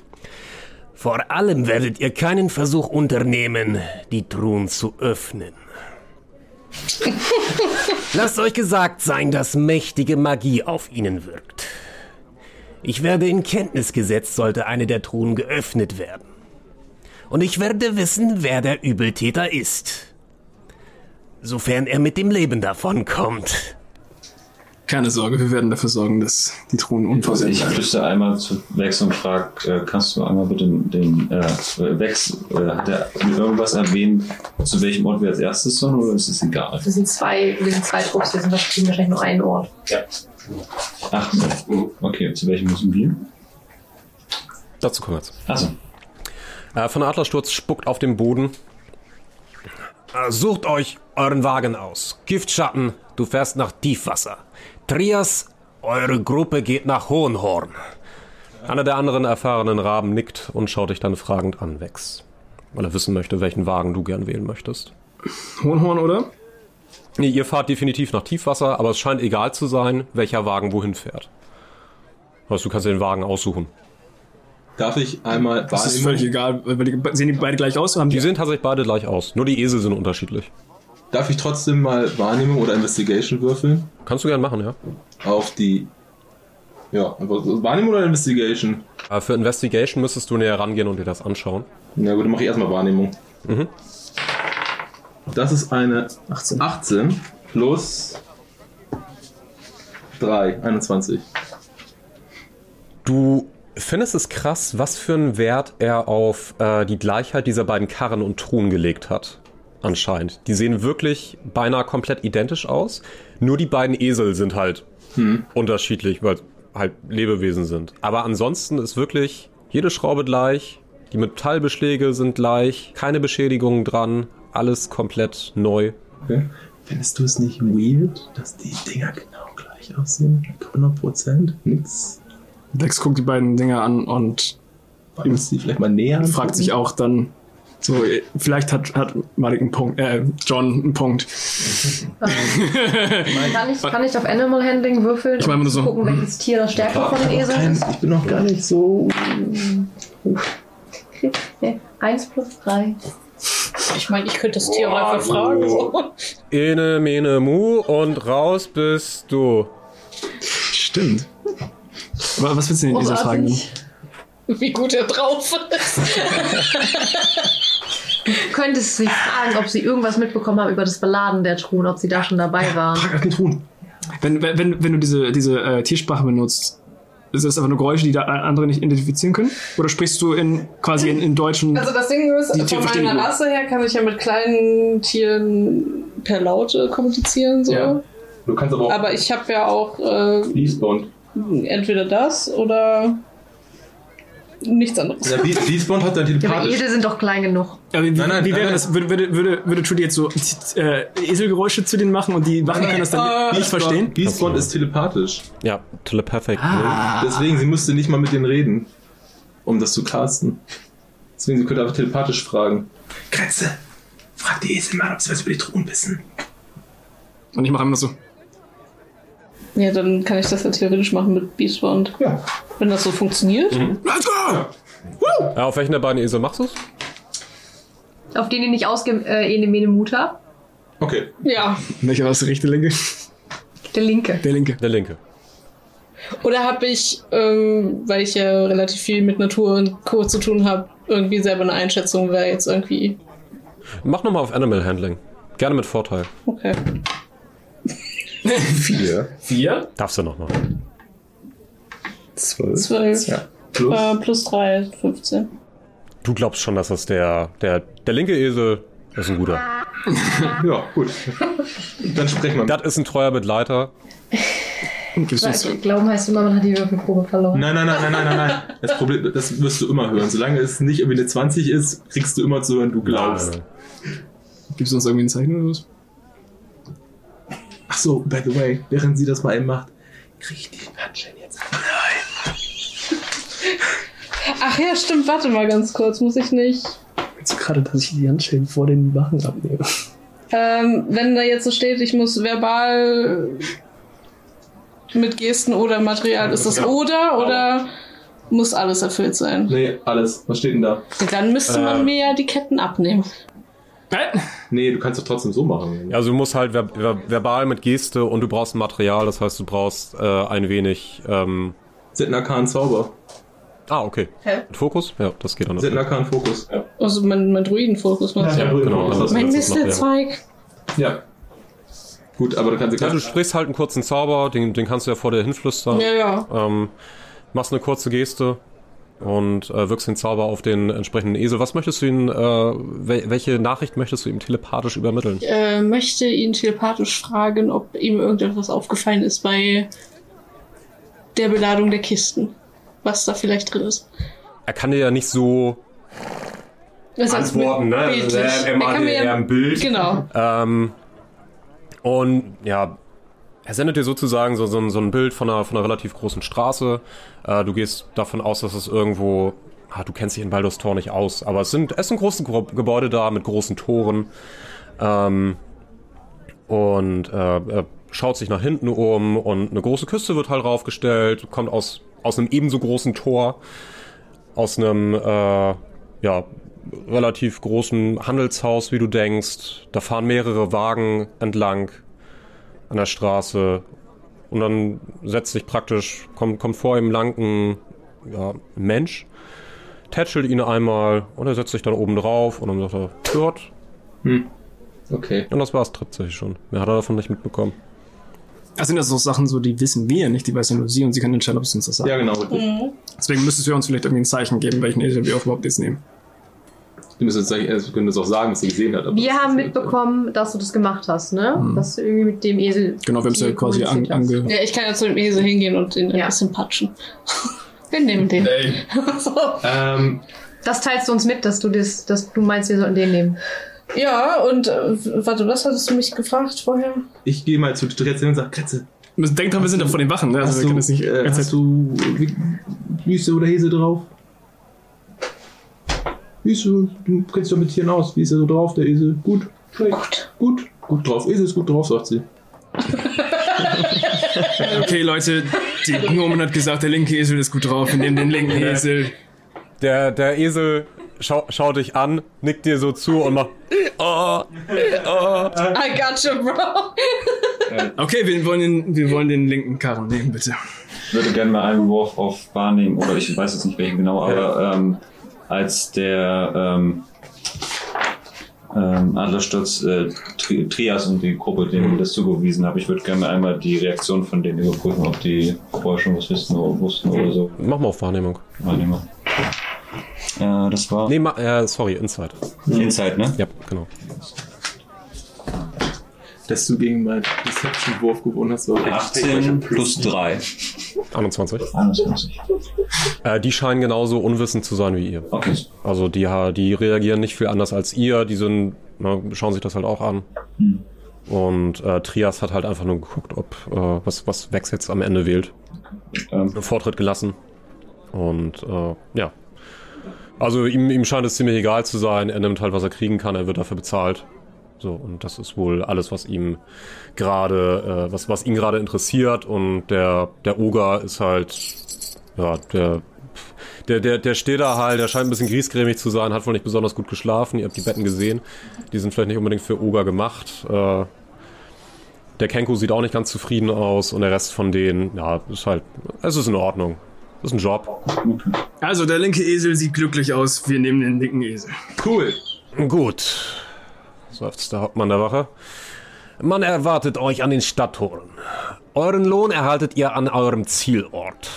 Speaker 2: Vor allem werdet ihr keinen Versuch unternehmen, die Truhen zu öffnen. Lasst euch gesagt sein, dass mächtige Magie auf ihnen wirkt. Ich werde in Kenntnis gesetzt, sollte eine der Truhen geöffnet werden. Und ich werde wissen, wer der Übeltäter ist. Sofern er mit dem Leben davonkommt.
Speaker 4: Keine Sorge, wir werden dafür sorgen, dass die Truhen unversehrt
Speaker 7: Ich
Speaker 4: bleiben.
Speaker 7: flüstere einmal zu Wex und frage, äh, kannst du einmal bitte den äh, Wex, äh, hat er mit irgendwas erwähnt, zu welchem Ort wir als erstes sollen oder ist es egal?
Speaker 8: Wir sind zwei, wir sind zwei Trupps, wir sind wahrscheinlich nur ein Ort.
Speaker 7: Ach, okay, zu welchem müssen wir?
Speaker 2: Dazu kommen wir jetzt.
Speaker 7: Achso,
Speaker 2: Äh, von Adlersturz spuckt auf den Boden. Äh, Sucht euch euren Wagen aus. Giftschatten, du fährst nach Tiefwasser. Trias, eure Gruppe geht nach Hohenhorn. Einer der anderen erfahrenen Raben nickt und schaut dich dann fragend an, Wex. Weil er wissen möchte, welchen Wagen du gern wählen möchtest.
Speaker 4: Hohenhorn, oder?
Speaker 2: Nee, ihr fahrt definitiv nach Tiefwasser, aber es scheint egal zu sein, welcher Wagen wohin fährt. Also du kannst dir den Wagen aussuchen.
Speaker 3: Darf ich einmal
Speaker 4: Das ist völlig egal, weil die, sehen die beide gleich aus? Oder haben
Speaker 2: Die
Speaker 4: die,
Speaker 2: sehen tatsächlich beide gleich aus, nur die Esel sind unterschiedlich.
Speaker 3: Darf ich trotzdem mal Wahrnehmung oder Investigation würfeln?
Speaker 2: Kannst du gern machen, ja.
Speaker 3: Auf die. Ja, aber Wahrnehmung oder Investigation?
Speaker 2: Äh, Für Investigation müsstest du näher rangehen und dir das anschauen.
Speaker 3: Na gut, dann mache ich erstmal Wahrnehmung.
Speaker 2: Mhm.
Speaker 3: Das ist eine
Speaker 8: 18.
Speaker 3: 18 plus 3, 21.
Speaker 2: Du findest es krass, was für einen Wert er auf äh, die Gleichheit dieser beiden Karren und Truhen gelegt hat. Anscheinend. Die sehen wirklich beinahe komplett identisch aus. Nur die beiden Esel sind halt unterschiedlich, weil halt Lebewesen sind. Aber ansonsten ist wirklich jede Schraube gleich. Die Metallbeschläge sind gleich. Keine Beschädigungen dran. Alles komplett neu.
Speaker 3: Okay. Findest du es nicht weird, dass die Dinger genau gleich aussehen? 100%? Nix.
Speaker 4: Lex guckt die beiden Dinger an und
Speaker 3: Wollen wir uns die vielleicht mal näher angucken?
Speaker 4: fragt sich auch dann, so, äh, vielleicht hat, hat Malik einen Punkt, äh, John einen Punkt.
Speaker 6: Kann ich, kann ich auf Animal Handling würfeln? um
Speaker 4: Ich meine nur so,
Speaker 6: Gucken, welches Tier das stärker von den Eseln ist?
Speaker 3: Ich bin noch gar nicht so.
Speaker 6: Nee, 1 plus 3.
Speaker 9: Ich meine, ich könnte das Tier auch einfach
Speaker 4: Oh.
Speaker 9: fragen. So.
Speaker 2: Ene, mene, mu und raus bist du.
Speaker 4: Stimmt. Aber was willst du denn Esel fragen?
Speaker 6: Großartig.
Speaker 9: Wie gut er drauf
Speaker 8: [LAUGHS]
Speaker 9: ist.
Speaker 6: Du könntest sie fragen, ob sie irgendwas mitbekommen haben über das Beladen der Truhen, ob sie da schon dabei waren.
Speaker 3: Frag nach den Truhen.
Speaker 4: Wenn, wenn, wenn wenn du diese, diese äh, Tiersprache benutzt, ist das einfach nur Geräusche, die da andere nicht identifizieren können? Oder sprichst du in quasi in, in deutschen.
Speaker 9: Also das Ding ist,
Speaker 4: Die Tiere
Speaker 9: von
Speaker 4: verstehen
Speaker 9: meiner
Speaker 4: gut.
Speaker 9: Rasse her kann ich ja mit kleinen Tieren per Laute kommunizieren. So.
Speaker 3: Ja. Du kannst aber auch.
Speaker 9: Aber ich habe ja auch äh,
Speaker 3: Beastbond.
Speaker 9: entweder das oder nichts anderes.
Speaker 3: Ja, Be- Beastbond hat dann
Speaker 6: Ja, aber
Speaker 3: telepathisch.
Speaker 6: Esel sind doch klein genug.
Speaker 4: Aber wie,
Speaker 3: Nein, nein,
Speaker 4: wie wäre
Speaker 3: nein,
Speaker 4: das? Würde, würde, würde, würde Trudy jetzt so äh, Eselgeräusche zu denen machen und die machen können Ah, das dann nicht
Speaker 3: Beastbond-
Speaker 4: verstehen?
Speaker 3: Beastbond ist telepathisch.
Speaker 2: Ja, telepathic.
Speaker 4: Ah.
Speaker 3: Deswegen, sie müsste nicht mal mit denen reden, um das zu casten. Deswegen, sie könnte einfach telepathisch fragen. Kretze, frag die Esel mal, ob sie was über die Truhen wissen.
Speaker 4: Und ich mache immer so.
Speaker 9: Ja, dann kann ich das ja theoretisch machen mit Beastbound.
Speaker 3: Ja. Mhm.
Speaker 9: Wenn das so funktioniert.
Speaker 2: Ja, auf welchen der beiden Esel machst du's?
Speaker 6: Auf denen die nicht ausge... Äh, Ene, Mene, Muta.
Speaker 3: Okay.
Speaker 9: Ja.
Speaker 4: Welcher war das rechte linke?
Speaker 6: Der linke.
Speaker 4: Der linke.
Speaker 2: Der linke.
Speaker 9: Oder habe ich, ähm, weil ich ja relativ viel mit Natur und Co. zu tun habe, irgendwie selber eine Einschätzung, wer jetzt irgendwie.
Speaker 2: Mach nochmal auf Animal Handling. Gerne mit Vorteil.
Speaker 9: Okay.
Speaker 5: Vier.
Speaker 4: Vier?
Speaker 2: Darfst du nochmal.
Speaker 5: Zwölf.
Speaker 9: Zwölf.
Speaker 5: Ja.
Speaker 3: Plus.
Speaker 9: Äh, plus drei, 15.
Speaker 2: Du glaubst schon, dass das der, der, der linke Esel ist ein guter.
Speaker 3: Ja, gut. Dann sprechen wir.
Speaker 2: Das ist ein treuer Begleiter.
Speaker 4: Gibst du uns
Speaker 6: Ich Glauben heißt immer, man hat die Würfelprobe verloren.
Speaker 3: Nein, nein, nein, nein, nein, nein, nein. Das Problem, das wirst du immer hören. Solange es nicht irgendwie eine 20 ist, kriegst du immer zu hören, du glaubst.
Speaker 2: Äh,
Speaker 4: gibst du uns irgendwie ein Zeichen oder was?
Speaker 3: Ach so, by the way, während sie das mal eben macht, krieg ich die Handschellen jetzt.
Speaker 9: Ach ja, stimmt. Warte mal ganz kurz. Muss ich nicht.
Speaker 10: Jetzt gerade, dass ich die Handschellen vor den Wachen abnehme.
Speaker 9: Ähm, wenn da jetzt so steht, ich muss verbal mit Gesten oder Material, ist das oder oder muss alles erfüllt sein?
Speaker 3: Nee, alles. Was steht denn da?
Speaker 9: Dann müsste man
Speaker 2: Äh.
Speaker 9: mir ja die Ketten abnehmen.
Speaker 3: Nee, du kannst doch trotzdem so machen.
Speaker 2: Ja, also du musst halt ver ver verbal mit Geste und du brauchst ein Material, das heißt, du brauchst äh, ein wenig. Ähm,
Speaker 3: Setna Khan Zauber.
Speaker 2: ah, okay.
Speaker 8: Hä?
Speaker 2: Mit Fokus? Ja, das geht dann.
Speaker 3: Setna Khan Fokus. Ja,
Speaker 9: Also mein, mein Druidenfokus. Ja,
Speaker 2: genau.
Speaker 3: Genau, also Das
Speaker 9: mein
Speaker 2: das macht er.
Speaker 9: Mistelzweig.
Speaker 3: Ja. Gut, aber du kannst
Speaker 2: Ja, du sprichst halt einen kurzen Zauber, den, den kannst du ja vor dir hinflüstern.
Speaker 9: Ja, ja.
Speaker 2: Ähm, machst eine kurze Geste und äh, wirkst den Zauber auf den entsprechenden Esel. Was möchtest du ihm, äh, wel welche Nachricht möchtest du ihm telepathisch übermitteln?
Speaker 9: Ich äh, möchte ihn telepathisch fragen, ob ihm irgendetwas aufgefallen ist bei der Beladung der Kisten. Was da vielleicht drin ist.
Speaker 2: Er kann dir ja nicht so
Speaker 9: Also
Speaker 2: antworten, ne?
Speaker 9: bildlich.
Speaker 2: Also, Er, er malt
Speaker 9: kann
Speaker 2: dir
Speaker 9: mir-
Speaker 2: eher ein Bild.
Speaker 9: Genau.
Speaker 2: Ähm, und ja, er sendet dir sozusagen so, so, ein- so ein Bild von einer, von einer relativ großen Straße. Äh, du gehst davon aus, dass es irgendwo. Ah, du kennst dich in Baldur's Tor nicht aus, aber es sind, es sind große Gro- Gebäude da mit großen Toren. Ähm, und äh, er schaut sich nach hinten um und eine große Küste wird halt raufgestellt, kommt aus, aus einem ebenso großen Tor, aus einem äh, ja, relativ großen Handelshaus, wie du denkst. Da fahren mehrere Wagen entlang an der Straße und dann setzt sich praktisch, kommt, kommt vor ihm lang ein ja, Mensch, tätschelt ihn einmal und er setzt sich dann oben drauf und dann sagt er, Gott.
Speaker 3: Hm. Okay.
Speaker 2: Und das war's tatsächlich schon. Mehr hat er davon nicht mitbekommen.
Speaker 4: Das sind ja so Sachen, so, die wissen wir nicht, die weiß ja nur sie und sie kann entscheiden, ob sie uns das sagt.
Speaker 3: Ja, genau. richtig.
Speaker 2: Mhm.
Speaker 4: Deswegen müsstest du uns vielleicht irgendwie ein Zeichen geben, welchen Esel wir auch überhaupt jetzt nehmen.
Speaker 3: Wir müssen jetzt, eigentlich- also wir können das auch sagen, was sie gesehen hat. aber-
Speaker 6: Wir haben mitbekommen, dass du das gemacht hast, ne?
Speaker 4: Mhm.
Speaker 6: Dass du irgendwie mit dem Esel.
Speaker 4: Genau, wir haben es ja quasi an, ange.
Speaker 9: Ja, ich kann ja zu dem Esel hingehen und ihn ein bisschen patschen. Wir nehmen den. so.
Speaker 3: Ähm,
Speaker 6: Das teilst du uns mit, dass du das, dass du meinst, wir sollten den nehmen.
Speaker 9: Ja, und äh, warte, was hattest du mich gefragt vorher?
Speaker 3: ich gehe mal zu Tretzel und sage, Kretze,
Speaker 4: Denk dran, wir sind doch von den Wachen, ne? Also
Speaker 3: hast
Speaker 4: wir
Speaker 3: du,
Speaker 4: können das nicht.
Speaker 3: äh,
Speaker 10: halt
Speaker 3: hast du wie- Wüste oder Hese drauf? Wüste, du kennst dich doch mit Tieren aus. Wie ist er so drauf, der Esel? Gut, schlecht. Gut. Gut, gut drauf. Esel ist gut drauf, sagt sie.
Speaker 4: okay, Leute, die Gnomen hat gesagt, der linke Esel ist gut drauf, wir nehmen den linken Esel.
Speaker 2: Der, der Esel schau, schaut dich an, nickt dir so zu und macht. Oh, oh.
Speaker 9: I gotcha, bro.
Speaker 4: Okay, wir wollen, den, wir wollen den linken Karren nehmen, bitte.
Speaker 7: Ich würde gerne mal einen Wurf auf wahrnehmen, oder ich weiß jetzt nicht welchen genau, aber ähm, als der ähm, ähm, Adlersturz äh, Tri Trias und die Gruppe, denen wir das zugewiesen habe, ich würde gerne einmal die Reaktion von denen überprüfen, ob die vorher schon was wissen oder wussten oder so.
Speaker 2: Mach mal auf Wahrnehmung.
Speaker 7: Wahrnehmer. Äh, das war.
Speaker 2: Nee, ma, äh, sorry, Inside.
Speaker 7: Inside, ne?
Speaker 2: Ja, genau.
Speaker 3: Dass du gegen meinen Deception-Wurf gewonnen hast, war
Speaker 7: 18 plus 3.
Speaker 2: 21.
Speaker 7: 21.
Speaker 2: Äh, die scheinen genauso unwissend zu sein wie ihr.
Speaker 7: Okay.
Speaker 2: Also die, ha- die reagieren nicht viel anders als ihr. Die sind, ne, schauen sich das halt auch an.
Speaker 7: Hm.
Speaker 2: Und äh, Trias hat halt einfach nur geguckt, ob äh, was, was Vex jetzt am Ende wählt.
Speaker 7: Ähm,
Speaker 2: Vortritt gelassen. Und äh, ja. Also ihm, ihm scheint es ziemlich egal zu sein. Er nimmt halt, was er kriegen kann. Er wird dafür bezahlt. So, und das ist wohl alles, was ihm gerade, äh, was, was ihn gerade interessiert. Und der, der Oger ist halt, ja, der, der, der, der steht da halt, der scheint ein bisschen griesgrämig zu sein, hat wohl nicht besonders gut geschlafen. Ihr habt die Betten gesehen. Die sind vielleicht nicht unbedingt für Oger gemacht. Äh, der Kenko sieht auch nicht ganz zufrieden aus und der Rest von denen, ja, ist halt, es ist in Ordnung. Ist ein Job.
Speaker 4: Also, der linke Esel sieht glücklich aus, wir nehmen den linken Esel.
Speaker 3: Cool.
Speaker 2: Gut. Seufzt der Hauptmann der Wache. Man erwartet euch an den Stadttoren. Euren Lohn erhaltet ihr an eurem Zielort.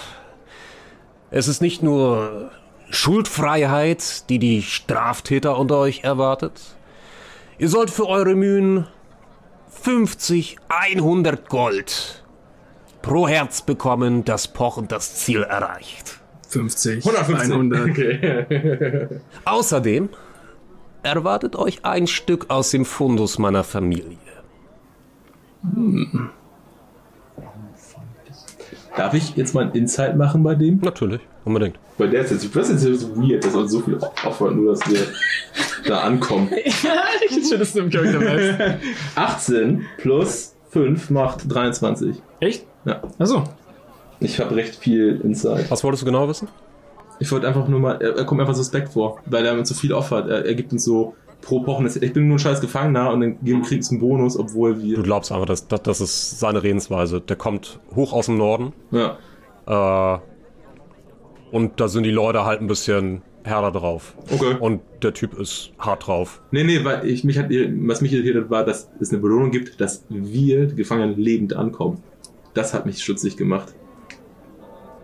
Speaker 2: Es ist nicht nur Schuldfreiheit, die die Straftäter unter euch erwartet. Ihr sollt für eure Mühen 50, 100 Gold pro Herz bekommen, das pochend das Ziel erreicht.
Speaker 4: 50,
Speaker 3: [LAUGHS]
Speaker 4: 100.
Speaker 10: [LAUGHS]
Speaker 2: Außerdem erwartet euch ein Stück aus dem Fundus meiner Familie.
Speaker 3: Darf ich jetzt mal ein Insight machen bei dem?
Speaker 2: Natürlich, unbedingt.
Speaker 3: Weil der ist jetzt, das ist jetzt so weird, dass uns so viel aufhört, nur dass wir da ankommen.
Speaker 4: Schön, dass du im Charakter bleibst.
Speaker 3: 18 plus 5 macht 23.
Speaker 4: Echt?
Speaker 3: Ja.
Speaker 4: Achso.
Speaker 3: Ich habe recht viel Insight.
Speaker 2: Was wolltest du genau wissen?
Speaker 3: Ich wollte einfach nur mal, er, er kommt mir einfach suspekt vor, weil er uns so viel opfert. Er, er gibt uns so pro Pochen, ich bin nur ein scheiß Gefangener und dann geben- kriegen wir einen Bonus, obwohl
Speaker 2: Du
Speaker 3: wir.
Speaker 2: glaubst einfach, dass, dass, das ist seine Redensweise. Der kommt hoch aus dem Norden
Speaker 3: Ja.
Speaker 2: äh, und da sind die Leute halt ein bisschen Herr da drauf.
Speaker 3: Okay.
Speaker 2: Und der Typ ist hart drauf.
Speaker 3: Nee, nee, weil ich, mich hat, was mich irritiert hat, war, dass es eine Belohnung gibt, dass wir, die Gefangenen, lebend ankommen. Das hat mich stutzig gemacht.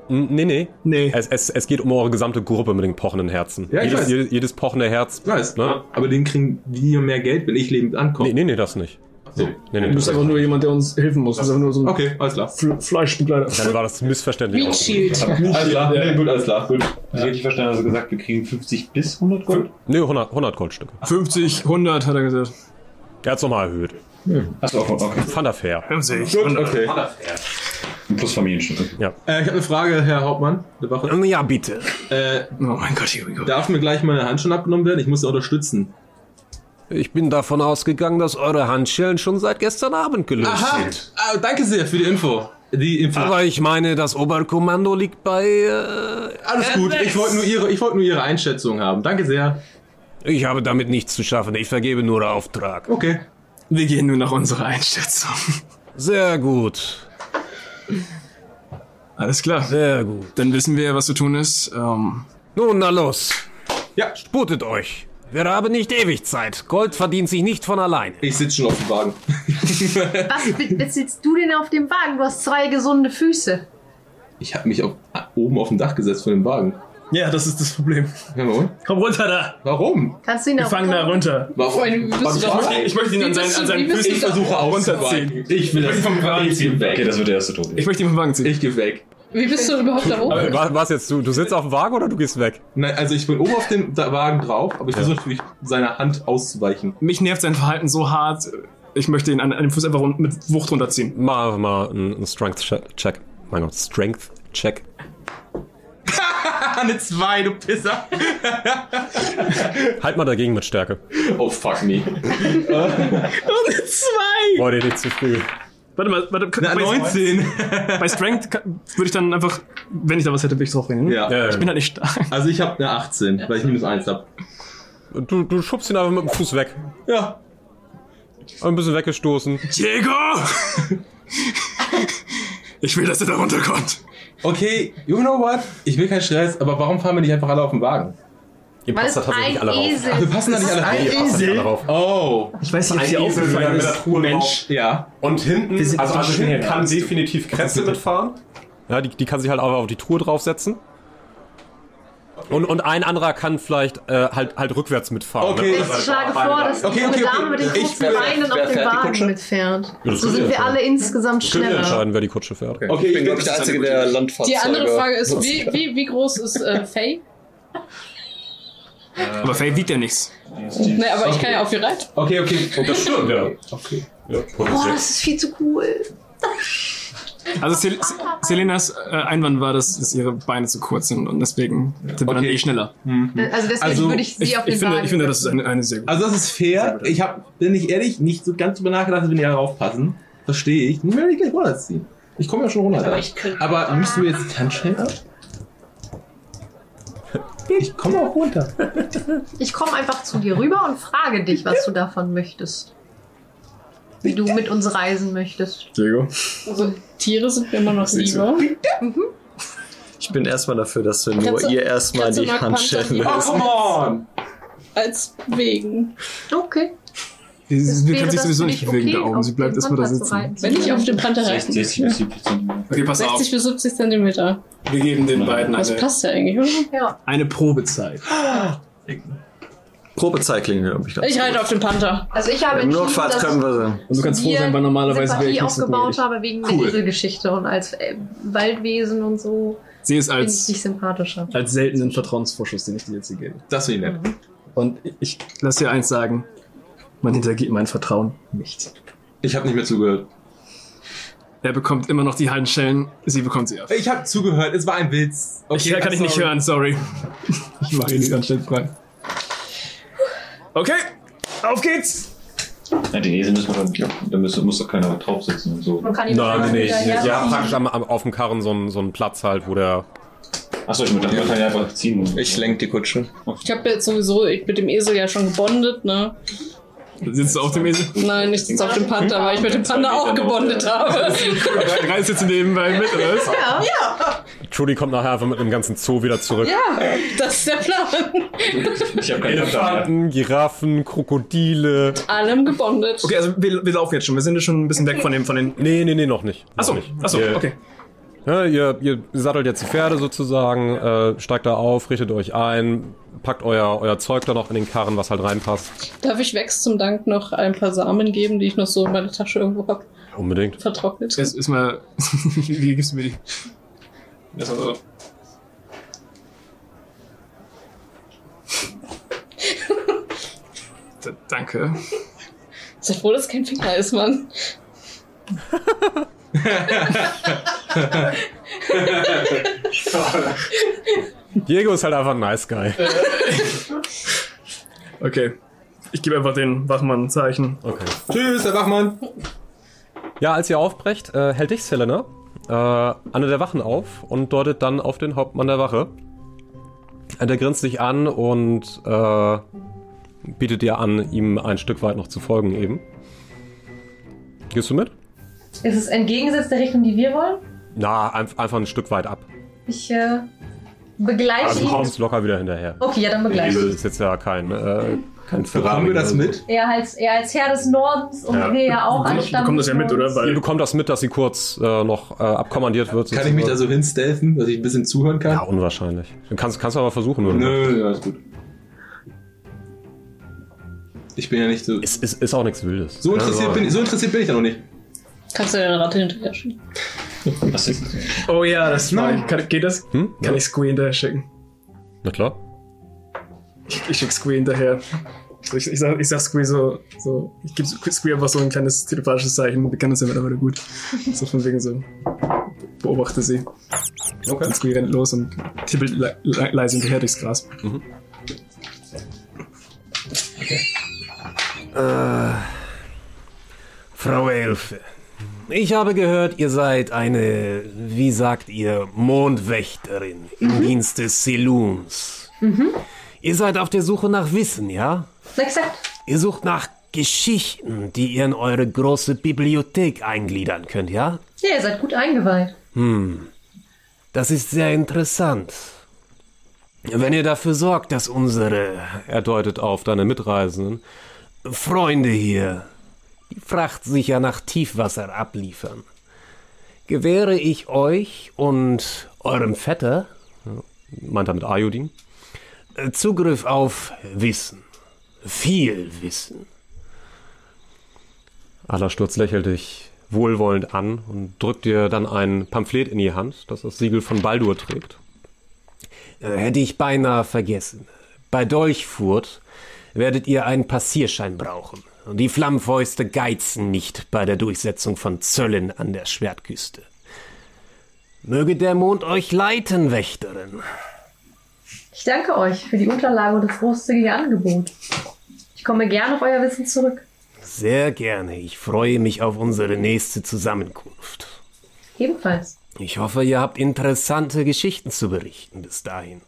Speaker 2: N- Nee, nee.
Speaker 4: Nee.
Speaker 2: Es, es, es geht um eure gesamte Gruppe mit den pochenden Herzen.
Speaker 3: Ja, ich
Speaker 2: jedes,
Speaker 3: weiß.
Speaker 2: jedes, jedes pochende Herz.
Speaker 3: Ich weiß,
Speaker 2: Ne?
Speaker 3: aber denen kriegen wir mehr Geld, wenn ich lebend ankomme.
Speaker 2: Nee, nee, nee, das nicht.
Speaker 3: So.
Speaker 2: Nee,
Speaker 10: Du
Speaker 2: nee,
Speaker 10: bist
Speaker 2: das
Speaker 10: einfach nur jemand, der uns helfen muss. Das ist einfach nur so ein
Speaker 3: Okay, alles klar.
Speaker 10: Fle- Fleischbegleiter.
Speaker 2: Dann war das missverständlich.
Speaker 9: Meat Shield.
Speaker 3: Alles klar, nee, gut, alles klar, gut.
Speaker 7: Ich richtig verstanden, also gesagt, wir kriegen 50 bis 100 Gold.
Speaker 2: Nee, 100, 100 Goldstücke.
Speaker 4: 50, 100 hat er gesagt.
Speaker 2: Er hat's nochmal erhöht.
Speaker 7: Achso, okay.
Speaker 2: Fand er fair.
Speaker 4: 50.
Speaker 3: Gut, okay.
Speaker 7: Plus Familienstücke.
Speaker 3: Äh, ich habe eine Frage, Herr Hauptmann. der Wache.
Speaker 2: Ja, bitte.
Speaker 3: Äh,
Speaker 4: Oh mein Gott, here we go.
Speaker 3: darf mir gleich meine Hand schon abgenommen werden? Ich muss sie unterstützen.
Speaker 2: Ich bin davon ausgegangen, dass eure Handschellen schon seit gestern Abend gelöst
Speaker 3: Aha, ah, danke sehr für die Info. Die Info.
Speaker 2: Aber ich meine, das Oberkommando liegt bei. Äh,
Speaker 3: Alles gut, ich wollte nur, ihre- ich wollte nur Ihre Einschätzung haben. Danke sehr.
Speaker 2: ich habe damit nichts zu schaffen. Ich vergebe nur Auftrag.
Speaker 3: Okay.
Speaker 4: Wir gehen nur nach unserer Einschätzung.
Speaker 2: Sehr gut.
Speaker 4: Alles klar.
Speaker 2: Sehr gut.
Speaker 4: Dann wissen wir, was zu tun ist. Ähm,
Speaker 2: Nun, na los.
Speaker 3: Ja.
Speaker 2: Sputet euch. Wir haben nicht ewig Zeit. Gold verdient sich nicht von alleine.
Speaker 3: Ich sitze schon auf dem Wagen.
Speaker 4: [LAUGHS]
Speaker 6: Was be- besitzt du denn auf dem Wagen? Du hast zwei gesunde Füße.
Speaker 3: Ich habe mich auf, oben auf dem Dach gesetzt von dem Wagen.
Speaker 10: Ja, das ist das Problem.
Speaker 3: Hör mal, und?
Speaker 10: Komm runter da!
Speaker 3: Warum?
Speaker 6: Kannst du ihn auch
Speaker 10: Gefangener runter!
Speaker 9: Vor allem,
Speaker 3: Warum?
Speaker 9: wie bist du da
Speaker 3: Warum?
Speaker 9: rein?
Speaker 4: ich möchte ihn an
Speaker 9: Wie
Speaker 4: seinen,
Speaker 9: bist
Speaker 4: an
Speaker 9: du-
Speaker 4: seinen
Speaker 9: wie bist
Speaker 4: Füßen
Speaker 9: du da-
Speaker 4: versuche
Speaker 3: runterziehen.
Speaker 4: auszuziehen.
Speaker 3: Ich will das vom Wagen ziehen
Speaker 7: Okay, das wird der erste Tod.
Speaker 4: Ich möchte ihn vom Wagen ziehen.
Speaker 3: Ich gehe weg.
Speaker 9: Wie bist du überhaupt da oben?
Speaker 2: Äh, Was, was jetzt? Du, du sitzt auf dem Wagen oder du gehst weg?
Speaker 3: Nein, also ich bin oben auf dem Da- Wagen drauf, aber ich versuche natürlich seiner Hand auszuweichen.
Speaker 4: Mich nervt sein Verhalten so hart. Ich möchte ihn an einem Fuß einfach run- mit Wucht runterziehen.
Speaker 2: Mal, mal einen einen Strength-Check. Mein Gott, Strength-Check.
Speaker 3: Eine zwei, du Pisser.
Speaker 2: Halt mal dagegen mit Stärke.
Speaker 3: Oh fuck me.
Speaker 10: Und zwei!
Speaker 2: Wollte nicht zu früh.
Speaker 4: Warte mal, warte.
Speaker 3: Na,
Speaker 4: bei,
Speaker 3: 19.
Speaker 4: bei Strength kann- würde ich dann einfach, wenn ich da was hätte, würde ich drauf reden.
Speaker 3: Ja.
Speaker 2: Ja,
Speaker 4: Ich bin halt nicht stark.
Speaker 3: Also ich habe eine 18, weil ich minus 1 habe.
Speaker 2: Du, du schubst ihn einfach mit dem Fuß weg.
Speaker 3: Ja.
Speaker 2: Ein bisschen weggestoßen.
Speaker 4: Diego!
Speaker 2: [LAUGHS]
Speaker 4: Ich will, dass er da runterkommt.
Speaker 3: Okay, you know what? Ich will keinen Stress, aber warum fahren wir nicht einfach alle auf den Wagen?
Speaker 2: Ihr
Speaker 6: Weil es ein Esel
Speaker 3: Wir passen da nicht alle
Speaker 2: Ihr passt nicht alle rauf.
Speaker 3: Oh.
Speaker 10: Ich weiß nicht, ob hier aufgefallen ist. Mensch.
Speaker 3: Ja.
Speaker 2: Und hinten,
Speaker 10: Wir sind
Speaker 2: also,
Speaker 10: so
Speaker 2: also
Speaker 10: schnell,
Speaker 2: hinten kann
Speaker 10: weißt du.
Speaker 2: definitiv Kretze mitfahren. Ja, die, die kann sich halt auch auf die Tour draufsetzen. Und, und ein anderer kann vielleicht äh, halt, halt rückwärts mitfahren.
Speaker 3: Okay.
Speaker 2: Ne?
Speaker 6: Ich schlage vor, dass die
Speaker 3: Okay,
Speaker 6: junge
Speaker 3: okay, okay.
Speaker 6: Dame mit den
Speaker 3: Ich
Speaker 6: kurzen
Speaker 3: fähr-
Speaker 6: Beinen
Speaker 3: wer
Speaker 6: auf dem
Speaker 3: fährt die Kutsche?
Speaker 6: Wagen mitfährt.
Speaker 2: das
Speaker 6: so
Speaker 2: könnt
Speaker 6: sind
Speaker 2: ihr
Speaker 6: wir
Speaker 2: entscheiden.
Speaker 6: alle insgesamt
Speaker 2: Könnt ihr
Speaker 6: schneller.
Speaker 2: entscheiden, wer die Kutsche fährt.
Speaker 3: Okay,
Speaker 5: Ich bin, glaube ich, der Einzige, der
Speaker 9: Die
Speaker 5: Landfahrzeuge...
Speaker 9: andere Frage ist, wie, wie, wie groß ist äh, Faye?
Speaker 4: Aber Faye wiegt ja nichts.
Speaker 9: Nee, aber ich kann ja auf ihr reiten.
Speaker 3: Okay, okay. Und das stimmt,
Speaker 2: ja.
Speaker 3: Okay.
Speaker 6: Boah, das ist viel zu cool.
Speaker 4: Also Sel Se- Selenas äh, Einwand war, dass, dass ihre Beine zu kurz sind und deswegen sind wir dann
Speaker 3: Okay.
Speaker 4: eh schneller.
Speaker 6: Also deswegen
Speaker 3: Also,
Speaker 6: würde ich sie
Speaker 4: Ich,
Speaker 6: auf den
Speaker 4: ich, finde,
Speaker 6: Wagen.
Speaker 4: ich finde, das ist eine, eine sehr gute.
Speaker 3: Also das ist fair. Ich habe, bin ich ehrlich, nicht so ganz drüber nachgedacht, wenn die alle raufpassen. Verstehe ich. Dann werde ich gleich runterziehen. Ich komme ja schon runter. Da. Aber müssen wir jetzt ganz schnell ab? Ich komme auch runter.
Speaker 6: ich komme einfach zu dir rüber und frage dich, was du davon möchtest. Wie du mit uns reisen möchtest.
Speaker 4: Diego.
Speaker 9: Also Tiere sind mir immer noch lieber.
Speaker 5: Ich bin erstmal dafür, dass wir nur
Speaker 9: Kannst du-
Speaker 5: ihr erstmal
Speaker 9: kannst du
Speaker 5: die
Speaker 9: mal
Speaker 5: Handschellen
Speaker 9: Panzer-
Speaker 5: lösen.
Speaker 3: Oh, Come on!
Speaker 9: Als wegen.
Speaker 6: Okay.
Speaker 4: Sie,
Speaker 6: Das
Speaker 4: sie
Speaker 6: wäre
Speaker 4: kann sich
Speaker 6: das
Speaker 4: sowieso
Speaker 6: für
Speaker 4: nicht
Speaker 6: dich
Speaker 4: bewegen da
Speaker 6: okay,
Speaker 4: oben.
Speaker 6: auf
Speaker 4: Sie bleibt
Speaker 6: den
Speaker 4: erstmal da
Speaker 6: Panther zu
Speaker 4: sitzen.
Speaker 6: reiten?
Speaker 9: Wenn ich auf den Panther reite.
Speaker 7: 60 bis 70
Speaker 4: Okay, pass
Speaker 9: 60 bis 70 Zentimeter.
Speaker 4: auf. Wir geben den beiden
Speaker 9: Das
Speaker 4: eine,
Speaker 9: passt ja eigentlich, oder?
Speaker 6: Ja.
Speaker 4: eine Probezeit.
Speaker 5: Probezeit klingen wir irgendwie ganz
Speaker 9: Ich reite auf den Panther.
Speaker 6: Also ich habe
Speaker 5: Im
Speaker 6: entschieden,
Speaker 5: Notfall
Speaker 6: dass
Speaker 5: können wir
Speaker 4: Und du kannst froh
Speaker 6: wir
Speaker 4: sein, weil normalerweise wäre
Speaker 6: Sympathie
Speaker 4: ich nicht so
Speaker 6: aufgebaut
Speaker 4: gnädig.
Speaker 6: habe wegen
Speaker 3: Cool.
Speaker 6: der Eselgeschichte und als äh, Waldwesen und so
Speaker 4: Sie ist
Speaker 6: finde ich
Speaker 4: als,
Speaker 6: dich sympathischer.
Speaker 4: als seltenen Vertrauensvorschuss, den ich dir jetzt hier gebe.
Speaker 3: Das finde ich nett.
Speaker 4: Mhm. Und ich lass dir eins sagen. Man hintergeht mein Vertrauen nicht.
Speaker 3: Ich habe nicht mehr zugehört.
Speaker 4: Er bekommt immer noch die Handschellen, sie bekommt sie ab.
Speaker 3: Ich habe zugehört. Es war ein Witz. also,
Speaker 4: Okay, kann ich nicht
Speaker 3: sorry.
Speaker 4: hören, sorry. Ich mache die Handschellen frei. Okay, auf geht's!
Speaker 7: Ja, den Esel müssen wir dann, ja, da müssen, muss doch keiner drauf sitzen und so.
Speaker 6: Man kann ihn
Speaker 2: Nein, nee, nee.
Speaker 6: Ja,
Speaker 2: Ihr habt praktisch am, am, auf dem Karren so einen, so einen Platz halt, wo der.
Speaker 7: Achso, ich dachte, man kann ja einfach ziehen.
Speaker 5: Ich lenk die Kutsche.
Speaker 9: Ich habe jetzt sowieso ich mit dem Esel ja schon gebondet, ne?
Speaker 4: Sitzt du auf dem Esel?
Speaker 9: Nein, ich sitze auf dem Panda, weil ich mit dem Panda auch gebondet habe.
Speaker 4: Reist jetzt nebenbei mit, oder was?
Speaker 9: Ja, ja,
Speaker 2: Trudy kommt nachher einfach mit einem ganzen Zoo wieder zurück.
Speaker 9: ja, das ist der Plan.
Speaker 7: Ich habe keine Ahnung.
Speaker 2: Elefanten, Giraffen, Krokodile.
Speaker 9: Allem gebondet.
Speaker 4: Okay, also wir, wir laufen jetzt schon. Wir sind ja schon ein bisschen weg von, dem, von den.
Speaker 2: Nee, nee, nee, noch nicht. Noch
Speaker 4: Achso,
Speaker 2: nicht.
Speaker 4: achso,
Speaker 2: Ihr-
Speaker 4: okay.
Speaker 2: Ja, ihr, ihr sattelt jetzt die Pferde sozusagen, äh, steigt da auf, richtet euch ein, packt euer, euer Zeug da noch in den Karren, was halt reinpasst.
Speaker 9: Darf ich Wex zum Dank noch ein paar Samen geben, die ich noch so in meiner Tasche irgendwo habe?
Speaker 2: Unbedingt.
Speaker 9: Vertrocknet.
Speaker 4: Jetzt ist mal. [LAUGHS] Wie gibst du mir die? Das war so. D- Danke.
Speaker 9: Sei froh, dass es kein Finger ist, Mann.
Speaker 2: Diego ist halt einfach ein nice guy.
Speaker 4: Okay. Ich gebe einfach den Wachmann ein Zeichen.
Speaker 2: Okay. Tschüss, Herr Wachmann. Ja, als ihr aufbrecht, äh, hält dich Selena, äh, eine der Wachen auf und deutet dann auf den Hauptmann der Wache. Äh, Der grinst dich an und äh, bietet dir an, ihm ein Stück weit noch zu folgen eben. Gehst du mit?
Speaker 8: Ist es entgegengesetzt der Richtung, die wir wollen?
Speaker 2: Na, ein, einfach ein Stück weit ab.
Speaker 8: Ich äh, begleite
Speaker 2: Also du
Speaker 8: ihn.
Speaker 2: kommst locker wieder hinterher.
Speaker 8: Okay, ja, dann begleite
Speaker 2: Das
Speaker 8: ich.
Speaker 2: ist jetzt ja kein, äh, kein Ferrari.
Speaker 3: Bekommen wir das
Speaker 2: oder so.
Speaker 3: mit?
Speaker 8: Er als, er als Herr des Nordens und
Speaker 2: Ja.
Speaker 8: wir ja auch
Speaker 4: Du
Speaker 8: anstammen.
Speaker 4: bekommst das ja mit, oder?
Speaker 2: Ihr
Speaker 4: Weil
Speaker 2: bekommt das mit, dass sie kurz äh, noch äh, abkommandiert wird.
Speaker 3: Kann ich mich da
Speaker 2: sozusagen.
Speaker 3: so hinstelfen, dass ich ein bisschen zuhören kann?
Speaker 2: Ja, unwahrscheinlich. Dann Kannst, kannst du aber versuchen, wenn du
Speaker 3: Nö, alles gut. Ich bin ja nicht so.
Speaker 2: Es ist, ist auch nichts Wildes.
Speaker 3: So interessiert, bin, ich- so interessiert bin ich da noch nicht.
Speaker 9: Kannst du deine Ratte hinterher schieben?
Speaker 7: Was ist
Speaker 4: Oh ja, das ist mein. Kann, geht das?
Speaker 2: Hm?
Speaker 4: Kann ich Squee hinterher schicken?
Speaker 2: Na klar.
Speaker 4: Ich, ich schicke Squee hinterher. So, ich, ich, sag, ich sag Squee so, so. Ich gebe Squee einfach so ein kleines telepathisches Zeichen. Wir kennen uns ja mittlerweile gut. So von wegen so. Beobachte sie.
Speaker 2: Okay.
Speaker 4: Und Squee rennt los und tippelt le le leise hinterher durchs Gras.
Speaker 11: Frau Elfe, ich habe gehört, ihr seid eine, wie sagt ihr, Mondwächterin im Dienst des Seluns. Ihr seid auf der Suche nach Wissen, ja?
Speaker 8: Exakt.
Speaker 11: Ihr sucht nach Geschichten, die ihr in eure große Bibliothek eingliedern könnt, ja?
Speaker 8: Ja, ihr seid gut eingeweiht.
Speaker 11: Hm. Das ist sehr interessant. Wenn ihr dafür sorgt, dass unsere
Speaker 2: Er deutet auf deine Mitreisenden.
Speaker 11: Freunde hier, die Fracht sicher nach Tiefwasser abliefern. Gewähre ich euch und eurem Vetter
Speaker 2: Meint er mit Ayodin?
Speaker 11: äh, Zugriff auf Wissen. Viel Wissen.
Speaker 2: Allersturz lächelt dich wohlwollend an und drückt dir dann ein Pamphlet in die Hand, das das Siegel von Baldur trägt.
Speaker 11: Äh, Hätte ich beinahe vergessen. Bei Dolchfurt werdet ihr einen Passierschein brauchen. Und die Flammenfäuste geizen nicht bei der Durchsetzung von Zöllen an der Schwertküste. Möge der Mond euch leiten, Wächterin.
Speaker 8: Ich danke euch für die Unterlage und das großzügige Angebot. Ich komme gerne auf euer Wissen zurück.
Speaker 11: Sehr gerne. Ich freue mich auf unsere nächste Zusammenkunft.
Speaker 8: Ebenfalls.
Speaker 11: Ich hoffe, ihr habt interessante Geschichten zu berichten bis dahin.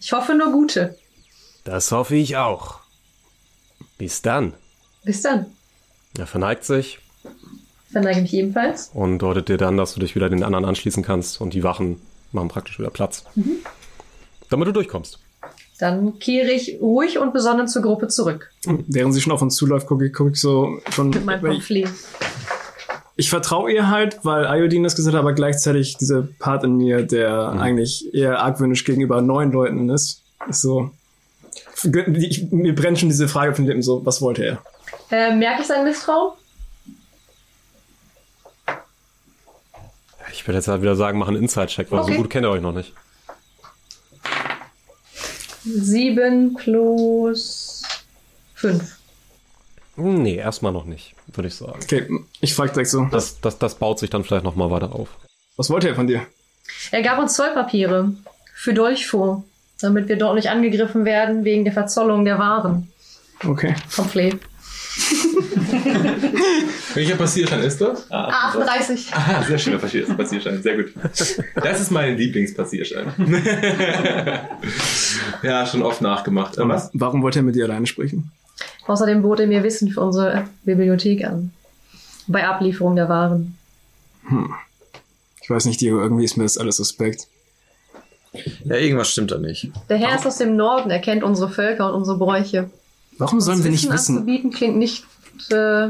Speaker 8: Ich hoffe nur gute.
Speaker 11: Das hoffe ich auch.
Speaker 2: Bis dann.
Speaker 8: Bis dann.
Speaker 2: Er verneigt sich
Speaker 8: Verneige mich ebenfalls.
Speaker 2: und deutet dir dann, dass du dich wieder den anderen anschließen kannst und die Wachen machen praktisch wieder Platz. Damit du durchkommst.
Speaker 8: Dann kehre ich ruhig und besonnen zur Gruppe zurück.
Speaker 4: Während sie schon auf uns zuläuft, gucke guck ich so schon.
Speaker 8: Mit meinem
Speaker 4: weil ich-
Speaker 8: Pamphlet.
Speaker 4: ich vertraue ihr halt, weil Iodine das gesagt hat, aber gleichzeitig dieser Part in mir, der eigentlich eher argwöhnisch gegenüber neuen Leuten ist, ist so. Ich, mir brennt schon diese Frage von dem so, was wollte er?
Speaker 8: Äh, merke ich sein Misstrauen?
Speaker 2: Ich würde jetzt halt wieder sagen, mach einen Inside-Check, weil
Speaker 8: Okay.
Speaker 2: so gut kennt ihr euch noch nicht.
Speaker 8: Sieben plus fünf.
Speaker 2: Hm, Nee, erstmal noch nicht, würde ich sagen.
Speaker 4: Okay, ich frage direkt so,
Speaker 2: Das, das, das baut sich dann vielleicht nochmal weiter auf.
Speaker 4: was wollte er von dir?
Speaker 8: Er gab uns Zollpapiere für Dolchfuhr, damit wir dort nicht angegriffen werden wegen der Verzollung der Waren.
Speaker 4: Okay.
Speaker 8: Pamphlet.
Speaker 3: Welcher Passierschein ist das?
Speaker 8: Ah, 38.
Speaker 3: Ah, sehr schöner Passier- Passierschein, sehr gut. Das ist mein Lieblingspassierschein. [LAUGHS] ja, schon oft nachgemacht. Ähm, was?
Speaker 4: Warum wollte er mit dir alleine sprechen?
Speaker 8: Außerdem bot er mir Wissen für unsere Bibliothek an. Bei Ablieferung der Waren.
Speaker 4: Hm. Ich weiß nicht, Diego, irgendwie ist mir das alles suspekt.
Speaker 5: Ja, irgendwas stimmt da nicht.
Speaker 8: Der Herr ist aus dem Norden, er kennt unsere Völker und unsere Bräuche.
Speaker 4: Warum sollen wir nicht wissen,
Speaker 8: anzubieten klingt nicht äh,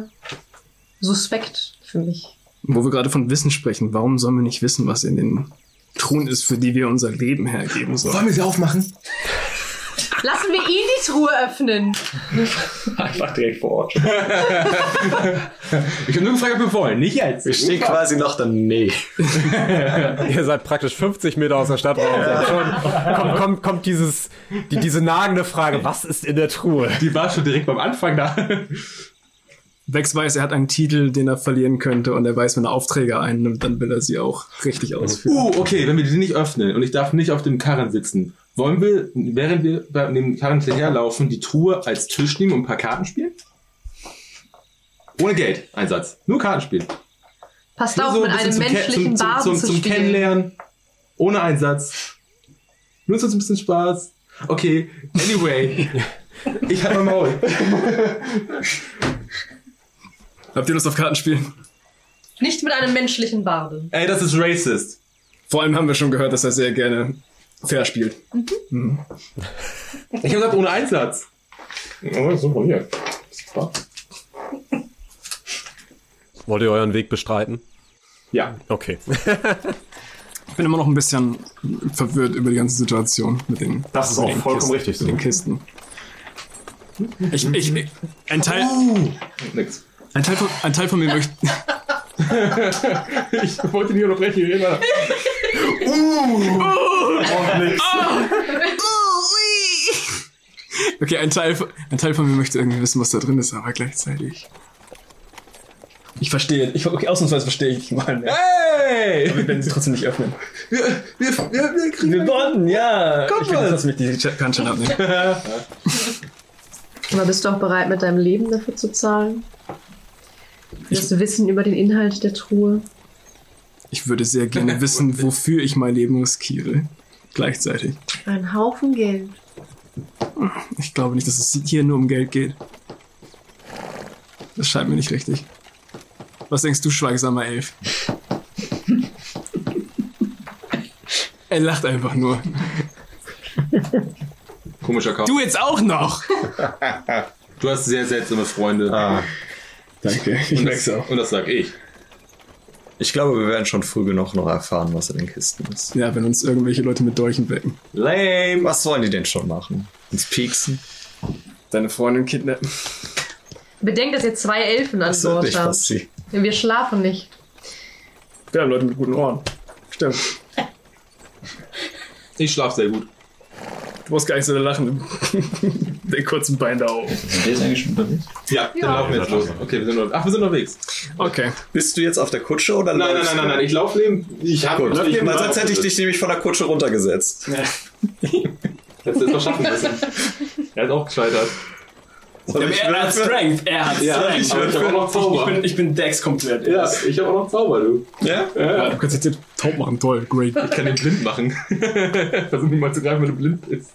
Speaker 8: suspekt für mich.
Speaker 4: wo wir gerade von Wissen sprechen, warum sollen wir nicht wissen, was in den Truhen ist, für die wir unser Leben hergeben sollen? Wollen wir sie aufmachen?
Speaker 6: Lassen wir ihn die Truhe öffnen.
Speaker 10: Einfach direkt vor Ort.
Speaker 2: Ich habe nur gefragt, ob wir wollen, nicht jetzt.
Speaker 5: Wir stehen quasi noch daneben.
Speaker 2: Ihr seid
Speaker 11: Praktisch 50 Meter aus der Stadt raus. Und Schon kommt, kommt, kommt dieses, die, diese nagende Frage, was ist in der Truhe?
Speaker 2: Die war schon direkt beim Anfang da.
Speaker 4: Wex weiß, er hat einen Titel, den er verlieren könnte, und er weiß, wenn er Aufträge einnimmt, dann will er sie auch richtig ausführen.
Speaker 3: Uh, okay, wenn wir die nicht öffnen und ich darf nicht auf dem Karren sitzen, wollen wir, während wir bei dem Karren hinterherlaufen, die Truhe als Tisch nehmen und ein paar Karten spielen? Ohne Geld, Einsatz. Nur Kartenspiel.
Speaker 6: Passt
Speaker 3: Nur
Speaker 6: auf,
Speaker 3: so
Speaker 6: mit
Speaker 3: ein bisschen
Speaker 6: einem
Speaker 3: zum Ke-
Speaker 6: menschlichen
Speaker 3: zum,
Speaker 6: Basen
Speaker 3: zum,
Speaker 6: zu
Speaker 3: zum, zum
Speaker 6: spielen.
Speaker 3: Kennenlernen. Ohne Einsatz. Nur so ein bisschen Spaß. Okay, anyway. ich hab mein Maul.
Speaker 4: Habt ihr Lust auf Kartenspielen?
Speaker 8: Nicht mit einem menschlichen Barde.
Speaker 4: Ey, das ist racist. Vor allem haben wir schon gehört, dass er sehr gerne fair spielt. Mhm.
Speaker 3: Ich habe gesagt, ohne Einsatz. Oh, super, hier. Super.
Speaker 11: Wollt ihr euren Weg bestreiten?
Speaker 3: Ja.
Speaker 11: Okay.
Speaker 4: Ich bin immer noch ein bisschen verwirrt über die ganze Situation mit den
Speaker 11: Das ist
Speaker 4: mit
Speaker 11: auch
Speaker 4: den
Speaker 11: vollkommen
Speaker 4: Kisten,
Speaker 11: richtig so.
Speaker 4: Mit den Kisten. Ich, ich, ich- ein Teil.
Speaker 3: Uh, nix.
Speaker 4: Ein Teil von, ein Teil von mir möchte. [LAUGHS]
Speaker 3: ich wollte nicht unterbrechen, Rena.
Speaker 10: Auch nix.
Speaker 4: Okay, ein Teil, von- ein Teil von mir möchte irgendwie wissen, was da drin ist, aber gleichzeitig. Ich verstehe. Ich, okay, ausnahmsweise verstehe ich mal. ne?
Speaker 10: Hey!
Speaker 4: Aber wir werden sie trotzdem nicht öffnen.
Speaker 10: Wir, wir, wir, wir kriegen. Wir bonden, ja.
Speaker 4: ich werde trotzdem nicht die Kantchen abnehmen.
Speaker 8: Aber bist du auch bereit, mit deinem Leben dafür zu zahlen? Für das Wissen über den Inhalt der Truhe?
Speaker 4: Ich würde sehr [LAUGHS] gerne wissen, wofür ich mein Leben riskiere. Gleichzeitig.
Speaker 8: Für einen Haufen Geld.
Speaker 4: Ich glaube nicht, dass es hier nur um Geld geht. Das scheint mir nicht richtig. Was denkst du, schweigsamer [LAUGHS] Elf? er lacht einfach nur.
Speaker 3: Komischer Kauf.
Speaker 4: Du jetzt auch noch!
Speaker 3: Du hast sehr seltsame Freunde.
Speaker 5: Ah,
Speaker 4: danke, ich
Speaker 3: und
Speaker 4: merk's
Speaker 3: das,
Speaker 4: auch.
Speaker 3: Und das sag ich.
Speaker 5: Ich glaube, wir werden schon früh genug noch erfahren, was in den Kisten ist.
Speaker 4: Ja, wenn uns irgendwelche Leute mit Dolchen wecken.
Speaker 5: Lame! Was sollen die denn schon machen? Uns pieksen?
Speaker 4: Deine Freundin kidnappen.
Speaker 8: Bedenkt, dass ihr zwei Elfen an
Speaker 5: Das wird
Speaker 8: Bord
Speaker 5: nicht
Speaker 8: habt.
Speaker 5: passieren.
Speaker 8: Wir schlafen nicht.
Speaker 4: Wir haben Leute mit guten Ohren. Stimmt.
Speaker 3: Ich schlaf sehr gut.
Speaker 4: Du musst gar nicht so lachen. [LAUGHS] Den kurzen Bein da oben.
Speaker 7: Der ist eigentlich schon unterwegs.
Speaker 3: Ja, dann
Speaker 4: Ja.
Speaker 3: laufen wir jetzt los. Okay, wir sind noch, ach, wir sind unterwegs.
Speaker 4: Okay.
Speaker 5: Bist du jetzt auf der Kutsche oder
Speaker 3: Nein, nein,
Speaker 5: läufst
Speaker 3: nein,
Speaker 5: du?
Speaker 3: nein, nein. Ich laufe neben. Ich habe.
Speaker 5: Gut,
Speaker 3: ich
Speaker 5: weil sonst hätte ich dich nämlich von der Kutsche runtergesetzt.
Speaker 3: Das ist doch schaffen müssen.
Speaker 5: [LAUGHS]
Speaker 3: Er hat auch gescheitert.
Speaker 10: Ja, aber er hat Strength, er hat
Speaker 3: Ja,
Speaker 10: Strength.
Speaker 3: ich bin auch noch Zauber.
Speaker 10: Ich bin, ich bin Dex komplett.
Speaker 3: Ja, ich habe auch noch Zauber, du.
Speaker 5: Ja?
Speaker 4: Ja, du kannst jetzt den taub machen. Toll, great.
Speaker 3: Ich kann den blind machen. [LAUGHS] Versuch mich mal zu greifen, wenn du blind bist.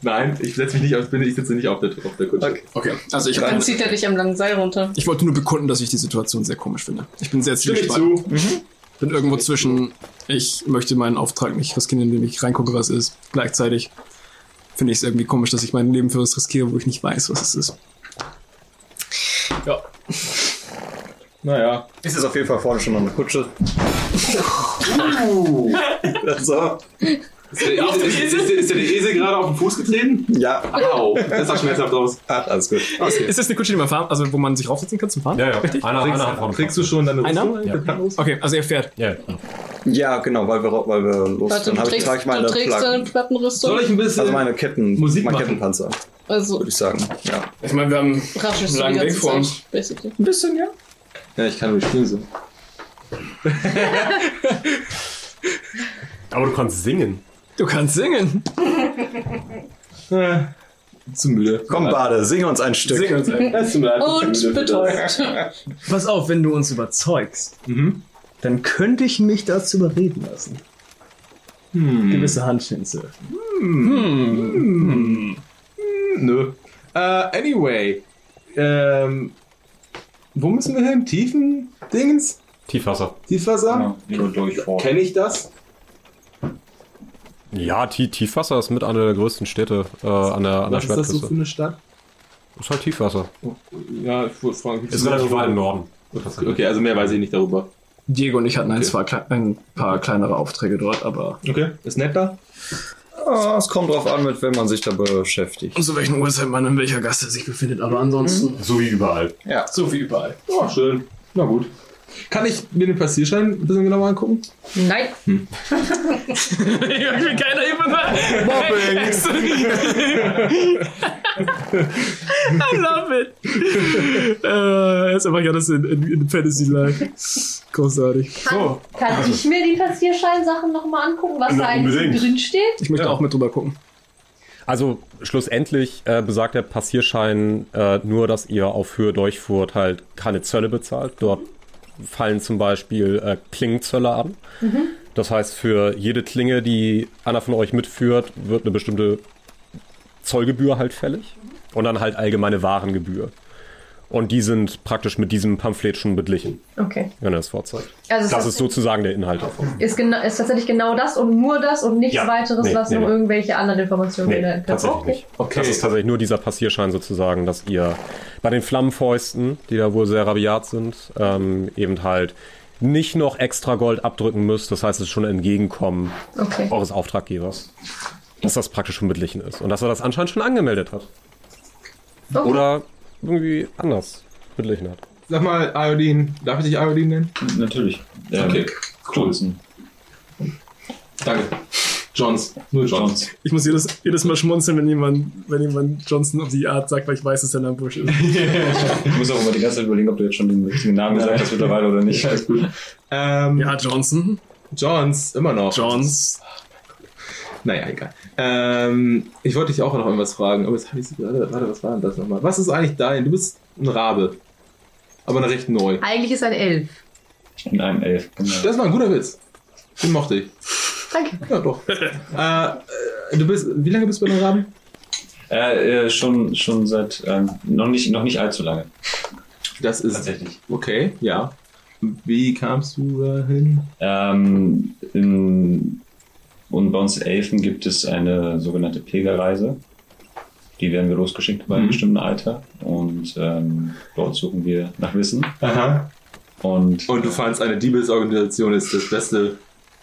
Speaker 3: Nein, ich setze mich nicht aufs Blinde, ich sitze nicht auf der, auf der Kutsche.
Speaker 4: Okay, also ich
Speaker 9: Dann zieht er dich am langen Seil runter.
Speaker 4: Ich wollte nur bekunden, dass ich die Situation sehr komisch finde. Ich bin sehr
Speaker 3: Stimme ich Mhm.
Speaker 4: zielgespalten. Bin irgendwo zwischen, ich möchte meinen Auftrag nicht riskieren, indem ich reingucke, was es ist. Gleichzeitig finde ich es irgendwie komisch, dass ich mein Leben für was riskiere, wo ich nicht weiß, was es ist. Ja.
Speaker 3: Naja.
Speaker 5: Ist es auf jeden Fall vorne schon noch eine
Speaker 3: [LAUGHS]
Speaker 5: Kutsche? so.
Speaker 3: Ist der, Esel, [LAUGHS] ist, ist, ist, ist der Esel gerade auf den Fuß getreten?
Speaker 5: Ja.
Speaker 3: Au, das sah schmerzhaft aus.
Speaker 5: Ach, alles gut.
Speaker 4: Ist das eine Kutsche, die man fahren, also wo man sich raufsetzen kann zum Fahren?
Speaker 11: Ja, ja.
Speaker 4: Richtig?
Speaker 11: Einer,
Speaker 3: Kriegst-
Speaker 11: einer hat vorne
Speaker 3: Kriegst du schon deine
Speaker 4: Einer?
Speaker 3: Rüstung? Ja.
Speaker 4: Okay, also er fährt.
Speaker 11: Ja,
Speaker 5: Ja, genau, weil wir, weil wir los
Speaker 9: Warte,
Speaker 5: Dann
Speaker 9: du
Speaker 5: hab ich,
Speaker 9: trägst,
Speaker 5: trage ich meine
Speaker 9: du trägst
Speaker 5: Flaggen.
Speaker 9: deine Plattenrüstung.
Speaker 3: Soll ich ein bisschen
Speaker 5: Also meine Ketten,
Speaker 3: Musik
Speaker 5: mein
Speaker 3: machen?
Speaker 5: Kettenpanzer,
Speaker 9: Also
Speaker 5: würde ich sagen. Ja.
Speaker 4: Ich meine, wir haben
Speaker 9: raschelst
Speaker 4: einen
Speaker 9: du die
Speaker 4: langen Weg
Speaker 9: ganze
Speaker 4: vor uns.
Speaker 9: Zeit, basically.
Speaker 5: Ein bisschen, ja.
Speaker 3: Ja, ich kann nur die Stimme so.
Speaker 11: Aber du kannst singen.
Speaker 4: Du kannst singen.
Speaker 3: Äh, zu müde.
Speaker 5: Komm, Bade, sing uns ein Stück.
Speaker 4: Sing uns ein.
Speaker 3: Es tut mir leid, ich bin
Speaker 9: Und
Speaker 3: müde.
Speaker 9: betäubt.
Speaker 10: Pass auf, wenn du uns überzeugst, dann könnte ich mich dazu überreden lassen. Gewisse Handschellen zu öffnen.
Speaker 3: Nö. Äh, anyway. Ähm, wo müssen wir hin? Tiefen Dingens?
Speaker 2: Tiefwasser.
Speaker 3: Tiefwasser?
Speaker 7: Genau, durchforschen.
Speaker 3: Kenne ich das?
Speaker 2: Ja, Tie- Tiefwasser ist mit einer der größten Städte äh, an der, an der
Speaker 3: Was ist das so
Speaker 2: Schwertküste.
Speaker 3: für eine Stadt?
Speaker 2: ist halt Tiefwasser.
Speaker 3: Ja, ich wollte fragen.
Speaker 2: Ist relativ weit im Norden.
Speaker 3: Okay, also mehr weiß ich nicht darüber.
Speaker 4: Diego und ich hatten ein, zwei, klei- ein paar kleinere Aufträge dort, aber.
Speaker 3: Okay, ist nett da?
Speaker 5: Ah, es kommt drauf an, mit wem man sich da beschäftigt.
Speaker 4: Zu welchen Uhrzeit man in welcher Gasse sich befindet, aber ansonsten.
Speaker 2: So wie überall.
Speaker 5: Ja.
Speaker 4: So wie überall.
Speaker 3: Ja, schön. Na gut. Kann ich mir den Passierschein ein bisschen genauer angucken?
Speaker 8: Nein.
Speaker 4: ich Hm. [LAUGHS] will keiner immer mehr. [LAUGHS] Mobbing. I love it. Äh, ist einfach ja das in, in, in Fantasy Life. Großartig. So.
Speaker 8: Kann ich mir die Passierscheinsachen nochmal angucken, was da
Speaker 2: Also. Na,
Speaker 8: eigentlich
Speaker 2: unbedingt.
Speaker 8: drin steht?
Speaker 4: Ich möchte auch mit drüber gucken.
Speaker 2: Also schlussendlich äh, besagt der Passierschein äh, nur, dass ihr auf Höhe Durchfurt halt keine Zölle bezahlt. Dort fallen zum Beispiel äh, Klingenzölle an.
Speaker 12: Mhm.
Speaker 2: Das heißt, für jede Klinge, die einer von euch mitführt, wird eine bestimmte Zollgebühr halt fällig. Und dann halt allgemeine Warengebühr. Und die sind praktisch mit diesem Pamphlet schon beglichen,
Speaker 8: Okay.
Speaker 2: wenn er das vorzeigt.
Speaker 8: Also es
Speaker 2: das
Speaker 8: hat-
Speaker 2: ist sozusagen der Inhalt davon.
Speaker 8: Ist, genau, ist tatsächlich genau das und nur das und nichts
Speaker 2: Ja.
Speaker 8: weiteres,
Speaker 2: Nee,
Speaker 8: was
Speaker 2: nee,
Speaker 8: nur
Speaker 2: nee.
Speaker 8: irgendwelche anderen Informationen
Speaker 2: Nee,
Speaker 8: beinhalten kann.
Speaker 2: tatsächlich
Speaker 8: Okay.
Speaker 2: nicht. Das ist tatsächlich nur dieser Passierschein sozusagen, dass ihr bei den Flammenfäusten, die da wohl sehr rabiat sind, ähm, eben halt nicht noch extra Gold abdrücken müsst. Das heißt, es ist schon ein Entgegenkommen
Speaker 8: Okay.
Speaker 2: eures Auftraggebers. Dass das praktisch schon beglichen ist. Und dass er das anscheinend schon angemeldet hat.
Speaker 8: Okay.
Speaker 2: Oder irgendwie anders beglichen hat.
Speaker 3: Sag mal, Iodin. Darf ich dich Iodin nennen?
Speaker 7: Natürlich.
Speaker 3: Okay, cool. Danke. Johns. Nur Johns.
Speaker 4: Ich muss jedes, jedes Mal schmunzeln, wenn jemand, wenn jemand Johnson auf die Art sagt, weil ich weiß, dass er in einem Busch ist.
Speaker 7: Ich muss auch immer die ganze Zeit überlegen, ob du jetzt schon den richtigen Namen gesagt hast mittlerweile oder nicht.
Speaker 3: Ähm,
Speaker 4: ja, Johnson.
Speaker 3: Johns, immer noch.
Speaker 4: Johns.
Speaker 3: Naja, egal. Ähm, ich wollte dich auch noch irgendwas fragen, aber jetzt habe ich sie gerade. Warte, was war denn das nochmal? Was ist eigentlich dein? Du bist ein Rabe. Aber eine recht neu.
Speaker 8: Eigentlich ist ein Elf.
Speaker 7: In einem Elf. Genau.
Speaker 3: Das war ein guter Witz. Den mochte ich.
Speaker 8: Danke.
Speaker 3: Ja, doch. [LAUGHS] äh, äh, du bist, wie lange bist du bei den Raben?
Speaker 7: Äh, äh, schon, schon seit ähm, noch, nicht, noch nicht allzu lange.
Speaker 3: Das ist.
Speaker 7: Tatsächlich.
Speaker 3: Okay, ja. Wie kamst du dahin?
Speaker 7: Ähm, in, und bei uns Elfen gibt es eine sogenannte Pilgerreise. Die werden wir losgeschickt bei einem
Speaker 3: Mhm.
Speaker 7: bestimmten Alter. Und ähm, dort suchen wir nach Wissen.
Speaker 3: Aha.
Speaker 7: Und,
Speaker 3: Und du fandst, eine Diebesorganisation ist das Beste,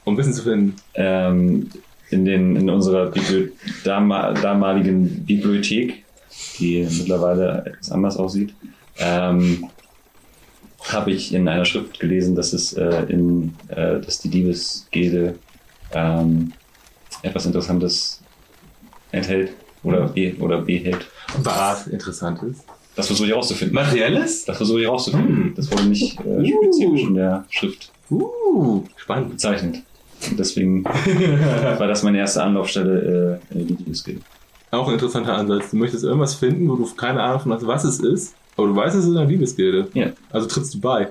Speaker 3: um Wissen zu finden?
Speaker 7: Ähm, in, den, in unserer Bibli dama damaligen Bibliothek, die mittlerweile etwas anders aussieht, ähm, habe ich in einer Schrift gelesen, dass es äh, in, äh, dass die Diebesgilde ähm, etwas Interessantes enthält oder, be oder behält.
Speaker 3: Was interessant ist?
Speaker 7: Das versuche ich rauszufinden.
Speaker 3: Materielles?
Speaker 7: Das versuche ich rauszufinden. Das wurde nicht äh, spezifisch in der Schrift
Speaker 3: Uh, spannend.
Speaker 7: bezeichnet. Und [LAUGHS] deswegen war das meine erste Anlaufstelle, äh, in die Diebesgilde.
Speaker 3: Auch ein interessanter Ansatz. Du möchtest irgendwas finden, wo du keine Ahnung von hast, was es ist, aber du weißt, es ist eine Liebesgilde.
Speaker 7: Ja.
Speaker 3: Also trittst du bei.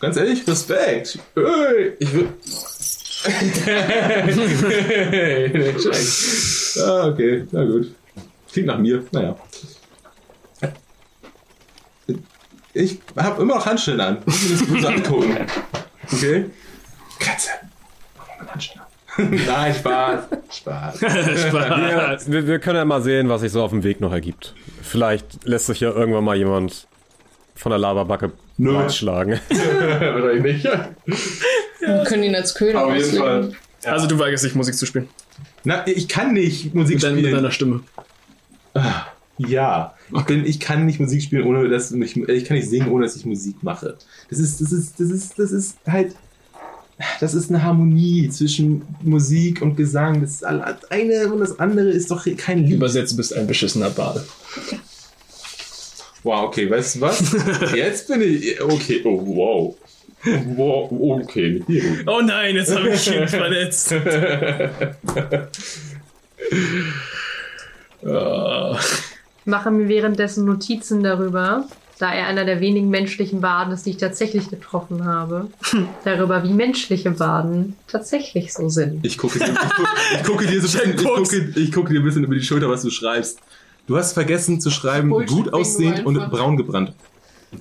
Speaker 3: Ganz ehrlich, Respekt. Ey, ich will. ah, okay, na gut. Klingt nach mir, naja. Ich habe immer noch Handschellen an. Muss mir das gut angucken. Okay? Katze. [LAUGHS] Nein, Spaß. Spaß.
Speaker 2: wir,
Speaker 3: Wir-
Speaker 2: wir, wir können ja mal sehen, was sich so auf dem Weg noch ergibt. Vielleicht lässt sich ja irgendwann mal jemand von der Laberbacke
Speaker 3: Nö.
Speaker 2: schlagen.
Speaker 3: Wahrscheinlich nicht.
Speaker 9: Wir können ihn als Köder auslegen.
Speaker 4: Also du weigerst dich, Musik zu spielen.
Speaker 3: Na, ich kann nicht Musik
Speaker 4: mit dein,
Speaker 3: spielen.
Speaker 4: Mit deiner Stimme.
Speaker 3: Ja, denn ich kann nicht Musik spielen, ohne dass ich, ich kann nicht singen, ohne dass ich Musik mache. Das ist, das ist, das ist, das ist halt, das ist eine Harmonie zwischen Musik und Gesang. Das ist alle- das eine und das andere ist doch kein Lied.
Speaker 4: Übersetzt, du bist ein beschissener Bade.
Speaker 3: Wow, okay, weißt du
Speaker 4: [LAUGHS]
Speaker 3: was? Jetzt bin ich, okay, oh wow. Wow, okay, mit dir.
Speaker 4: Oh nein, jetzt habe ich Kind verletzt.
Speaker 8: Mache mir währenddessen Notizen darüber, da er einer der wenigen menschlichen Baden ist, die ich tatsächlich getroffen habe,
Speaker 4: Hm.
Speaker 8: darüber, wie menschliche Baden tatsächlich so sind.
Speaker 3: Ich gucke, dir- ich gucke, ich gucke dir so ein bisschen, ich gucke, ich gucke dir ein bisschen über die Schulter, was du schreibst. Du hast vergessen zu schreiben,
Speaker 6: Bullshit,
Speaker 3: gut aussehend und braun gebrannt.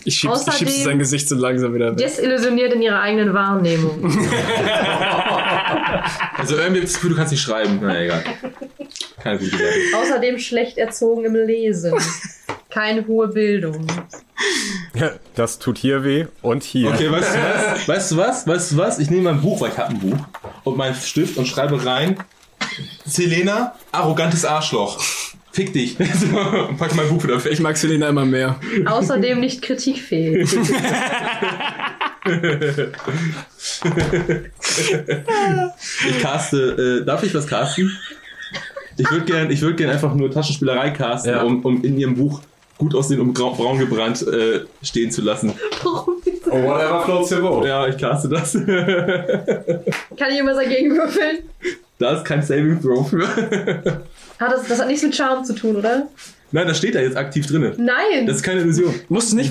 Speaker 4: Ich
Speaker 8: schieb's- ich schieb's Außerdem- sein
Speaker 4: Gesicht so langsam wieder
Speaker 8: Desillusioniert in ihrer eigenen Wahrnehmung.
Speaker 4: [LAUGHS]
Speaker 3: Also irgendwie das Gefühl, du kannst nicht schreiben. Na egal. Keine gute Idee.
Speaker 8: Außerdem schlecht erzogen im Lesen. Keine hohe Bildung.
Speaker 2: Das tut hier weh und hier.
Speaker 3: Okay, weißt du was? Weißt du was? Weißt du was? Ich nehme mein Buch, weil ich habe ein Buch und meinen Stift und schreibe rein. Selena, arrogantes Arschloch. Fick dich. [LAUGHS] und pack mein Buch wieder weg.
Speaker 4: Ich mag Selena immer mehr.
Speaker 8: Außerdem
Speaker 4: [LAUGHS]
Speaker 8: nicht kritikfähig.
Speaker 3: Ich caste, äh, darf ich was casten? Ich würde gern, ich würd gern einfach nur Taschenspielerei casten, um, um in ihrem Buch gut aussehen und grau, braun gebrannt äh, stehen zu lassen.
Speaker 8: Warum bitte?
Speaker 2: Oh, whatever floats your boat.
Speaker 3: Ja, ich caste das. [LAUGHS]
Speaker 8: Kann ich irgendwas dagegen würfeln?
Speaker 3: da ist kein Saving Throw für.
Speaker 8: Hat das, das hat nichts mit Charme zu tun, oder?
Speaker 3: Nein, das steht da jetzt aktiv drin.
Speaker 8: Nein!
Speaker 3: Das ist keine Illusion.
Speaker 4: Musst du nicht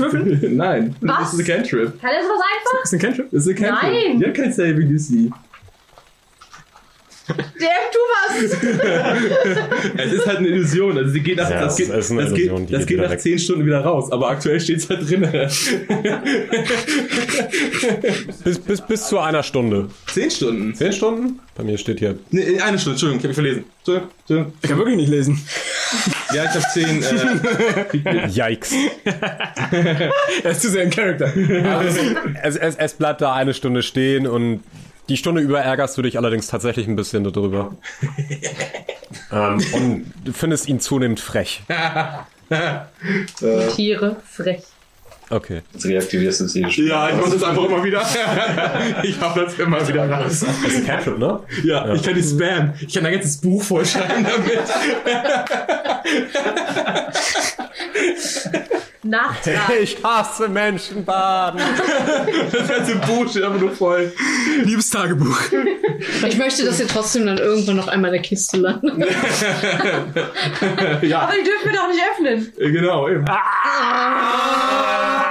Speaker 3: [LAUGHS]
Speaker 4: würfeln?
Speaker 3: Nein.
Speaker 8: Was?
Speaker 3: Das ist ein Cantrip.
Speaker 8: Kann das was einfach?
Speaker 4: Ist ein Cantrip?
Speaker 3: Das ist ein Cantrip.
Speaker 8: Nein.
Speaker 3: Ja, kein Saving DC.
Speaker 8: DM, du was!
Speaker 3: Es ist halt eine Illusion. Also sie geht nach,
Speaker 2: Ja,
Speaker 3: das,
Speaker 2: es
Speaker 3: geht,
Speaker 2: ist eine
Speaker 3: das,
Speaker 2: Illusion,
Speaker 3: geht,
Speaker 2: die
Speaker 3: das
Speaker 2: geht
Speaker 3: geht
Speaker 2: wieder
Speaker 3: nach
Speaker 2: weg.
Speaker 3: 10 Stunden wieder raus. Aber aktuell steht es halt drin. [LAUGHS]
Speaker 2: Bis, bis, bis zu einer Stunde.
Speaker 3: 10 Stunden.
Speaker 2: Zehn Stunden? Bei mir steht hier.
Speaker 3: Nee, äh, eine Stunde, Entschuldigung, ich habe mich verlesen. Entschuldigung, Entschuldigung.
Speaker 4: Ich kann wirklich nicht lesen.
Speaker 3: Ja, ich habe 10.
Speaker 2: [LAUGHS]
Speaker 3: Äh,
Speaker 2: Yikes.
Speaker 4: Er ist zu sehr ein Charakter.
Speaker 2: Also, Es, es, es bleibt da eine Stunde stehen und die Stunde über ärgerst du dich allerdings tatsächlich ein bisschen [LAUGHS] darüber. ähm, und du findest ihn zunehmend frech.
Speaker 8: Die Tiere, frech.
Speaker 2: Okay.
Speaker 7: Jetzt reaktivierst du es eh schon.
Speaker 3: [LAUGHS] ja, ich muss es einfach immer wieder. [LAUGHS] ich hab das immer wieder raus.
Speaker 2: Das ist ein Cantrip, ne?
Speaker 3: Ja, ich kann die spammen. Ich kann ein ganzes Buch vollschreiben [LAUGHS] damit.
Speaker 8: Nachtrag.
Speaker 2: [LAUGHS]
Speaker 3: [LAUGHS]
Speaker 2: Ich hasse Menschen baden.
Speaker 3: Das ganze Buch steht einfach nur voll.
Speaker 4: Liebes Tagebuch.
Speaker 9: Ich möchte, dass ihr trotzdem dann irgendwann noch einmal in der Kiste landet.
Speaker 3: Ja,
Speaker 6: Aber die dürfen wir doch nicht öffnen.
Speaker 3: genau, eben. Ah!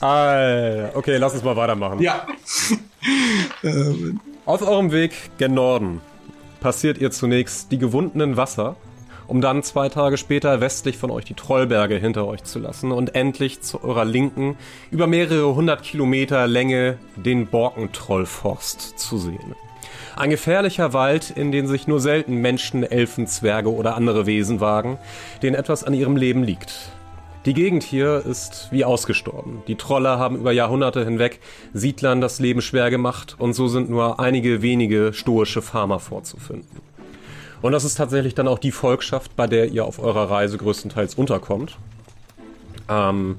Speaker 2: Alter. Äh, Okay, lass uns mal weitermachen.
Speaker 3: Ja. Ähm,
Speaker 2: Auf eurem Weg gen Norden passiert ihr zunächst die gewundenen Wasser, um dann zwei Tage später westlich von euch die Trollberge hinter euch zu lassen und endlich zu eurer Linken über mehrere hundert Kilometer Länge den Borkentrollforst zu sehen. Ein gefährlicher Wald, in den sich nur selten Menschen, Elfen, Zwerge oder andere Wesen wagen, denen etwas an ihrem Leben liegt. Die Gegend hier ist wie ausgestorben. Die Troller haben über Jahrhunderte hinweg Siedlern das Leben schwer gemacht und so sind nur einige wenige stoische Farmer vorzufinden. Und das ist tatsächlich dann auch die Volkschaft, bei der ihr auf eurer Reise größtenteils unterkommt. Ähm,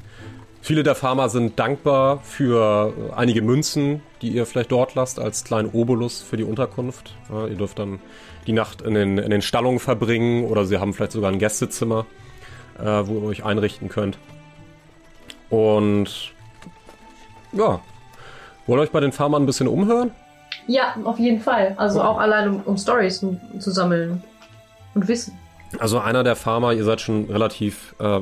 Speaker 2: viele der Farmer sind dankbar für äh, einige Münzen, die ihr vielleicht dort lasst, als kleinen Obolus für die Unterkunft. Ja, ihr dürft dann die Nacht in den, in den Stallungen verbringen oder sie haben vielleicht sogar ein Gästezimmer äh, wo ihr euch einrichten könnt. Und ja, wollt ihr euch bei den Farmern ein bisschen umhören?
Speaker 8: Ja, auf jeden Fall. Also auch allein, um, um Stories zu sammeln. Und Wissen.
Speaker 2: Also einer der Farmer, ihr seid schon relativ, äh,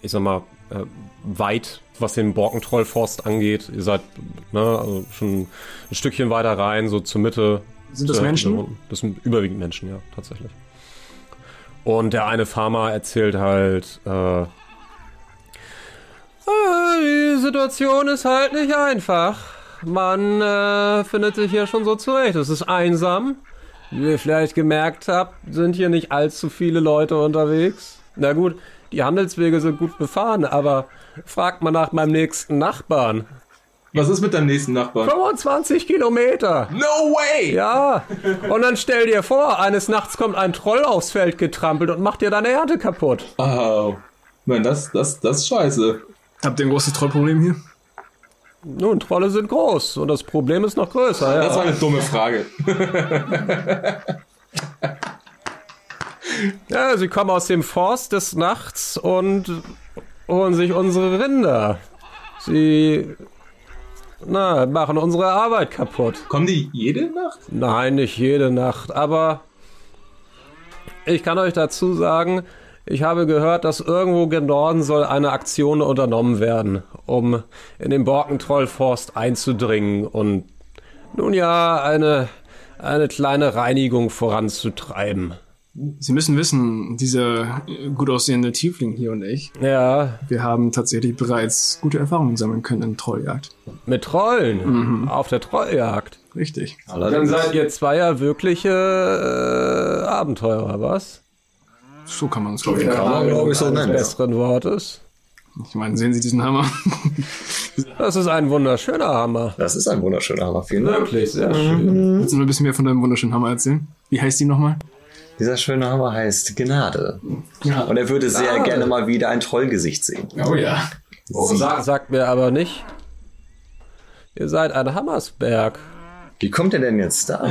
Speaker 2: ich sag mal, äh, weit, was den Borkentrollforst angeht. Ihr seid ne, also schon ein Stückchen weiter rein, so zur Mitte.
Speaker 4: Sind das
Speaker 2: Zur-
Speaker 4: Menschen?
Speaker 2: Das sind überwiegend Menschen, ja, tatsächlich. Und der eine Farmer erzählt halt, äh, Äh, Die Situation ist halt nicht einfach. Man äh, findet sich hier schon so zurecht. Es ist einsam. Wie ihr vielleicht gemerkt habt, sind hier nicht allzu viele Leute unterwegs. Na gut, die Handelswege sind gut befahren, aber fragt mal nach meinem nächsten Nachbarn.
Speaker 3: Was ist mit deinem nächsten Nachbarn?
Speaker 2: 25 Kilometer.
Speaker 3: No way!
Speaker 2: Ja. Und dann stell dir vor, eines Nachts kommt ein Troll aufs Feld getrampelt und macht dir deine Ernte kaputt.
Speaker 3: Oh. Mann, das, das, das ist scheiße.
Speaker 4: Habt ihr ein großes Trollproblem hier?
Speaker 2: Nun, Trolle sind groß und das Problem ist noch größer. Ja.
Speaker 3: Das war eine dumme Frage.
Speaker 2: Ja, sie kommen aus dem Forst des Nachts und holen sich unsere Rinder. Sie na, machen unsere Arbeit kaputt.
Speaker 3: Kommen die jede Nacht?
Speaker 2: Nein, nicht jede Nacht, aber ich kann euch dazu sagen, ich habe gehört, dass irgendwo gen Norden soll eine Aktion unternommen werden, um in den Borkentrollforst einzudringen und nun ja eine, eine kleine Reinigung voranzutreiben.
Speaker 4: Sie müssen wissen, dieser äh, gut aussehende Tiefling hier und ich. Ja. Wir haben tatsächlich bereits gute Erfahrungen sammeln können in Trolljagd.
Speaker 2: Mit Trollen? Auf der Trolljagd?
Speaker 4: Richtig.
Speaker 2: Dann Mhm. seid ihr zwei ja wirkliche äh, Abenteurer, was?
Speaker 4: So kann man es
Speaker 2: glaube ich, glaub ich so nennen. besseren Wortes.
Speaker 4: Ich meine, sehen Sie diesen
Speaker 2: [LAUGHS]
Speaker 4: Hammer?
Speaker 2: Das ist ein wunderschöner Hammer.
Speaker 13: Das ist ein wunderschöner Hammer. Vielen Dank.
Speaker 2: Wirklich, sehr
Speaker 4: schön. Willst du mir ein bisschen mehr von deinem wunderschönen Hammer erzählen? Wie heißt die nochmal?
Speaker 13: Dieser schöne Hammer heißt Gnade. Und er würde sehr
Speaker 2: Gnade.
Speaker 13: gerne mal wieder ein Trollgesicht sehen.
Speaker 2: Oh,
Speaker 13: Sie-
Speaker 2: sag, sagt mir aber nicht. Ihr seid ein Hammersberg.
Speaker 13: Wie kommt ihr denn jetzt
Speaker 2: [LAUGHS]
Speaker 13: darauf?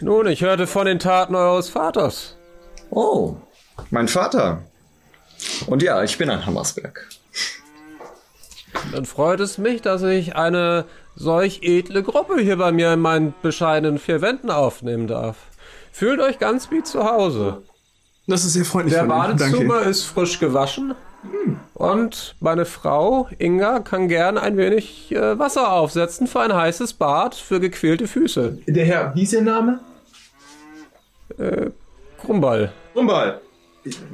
Speaker 2: Nun, ich hörte von den Taten eures Vaters.
Speaker 13: Oh, mein Vater. Und ja, ich bin ein Hammersberg.
Speaker 2: Dann freut es mich, dass ich eine solch edle Gruppe hier bei mir in meinen bescheidenen vier Wänden aufnehmen darf. Fühlt euch ganz wie zu Hause.
Speaker 4: Das ist sehr freundlich
Speaker 2: Der
Speaker 4: von Ihnen.
Speaker 2: Badezimmer
Speaker 4: Danke.
Speaker 2: ist frisch gewaschen. Und meine Frau Inga kann gern ein wenig äh, Wasser aufsetzen für ein heißes Bad für gequälte Füße.
Speaker 3: Der Herr, wie ist Ihr Name?
Speaker 2: Äh, Krumball.
Speaker 3: Rumbal,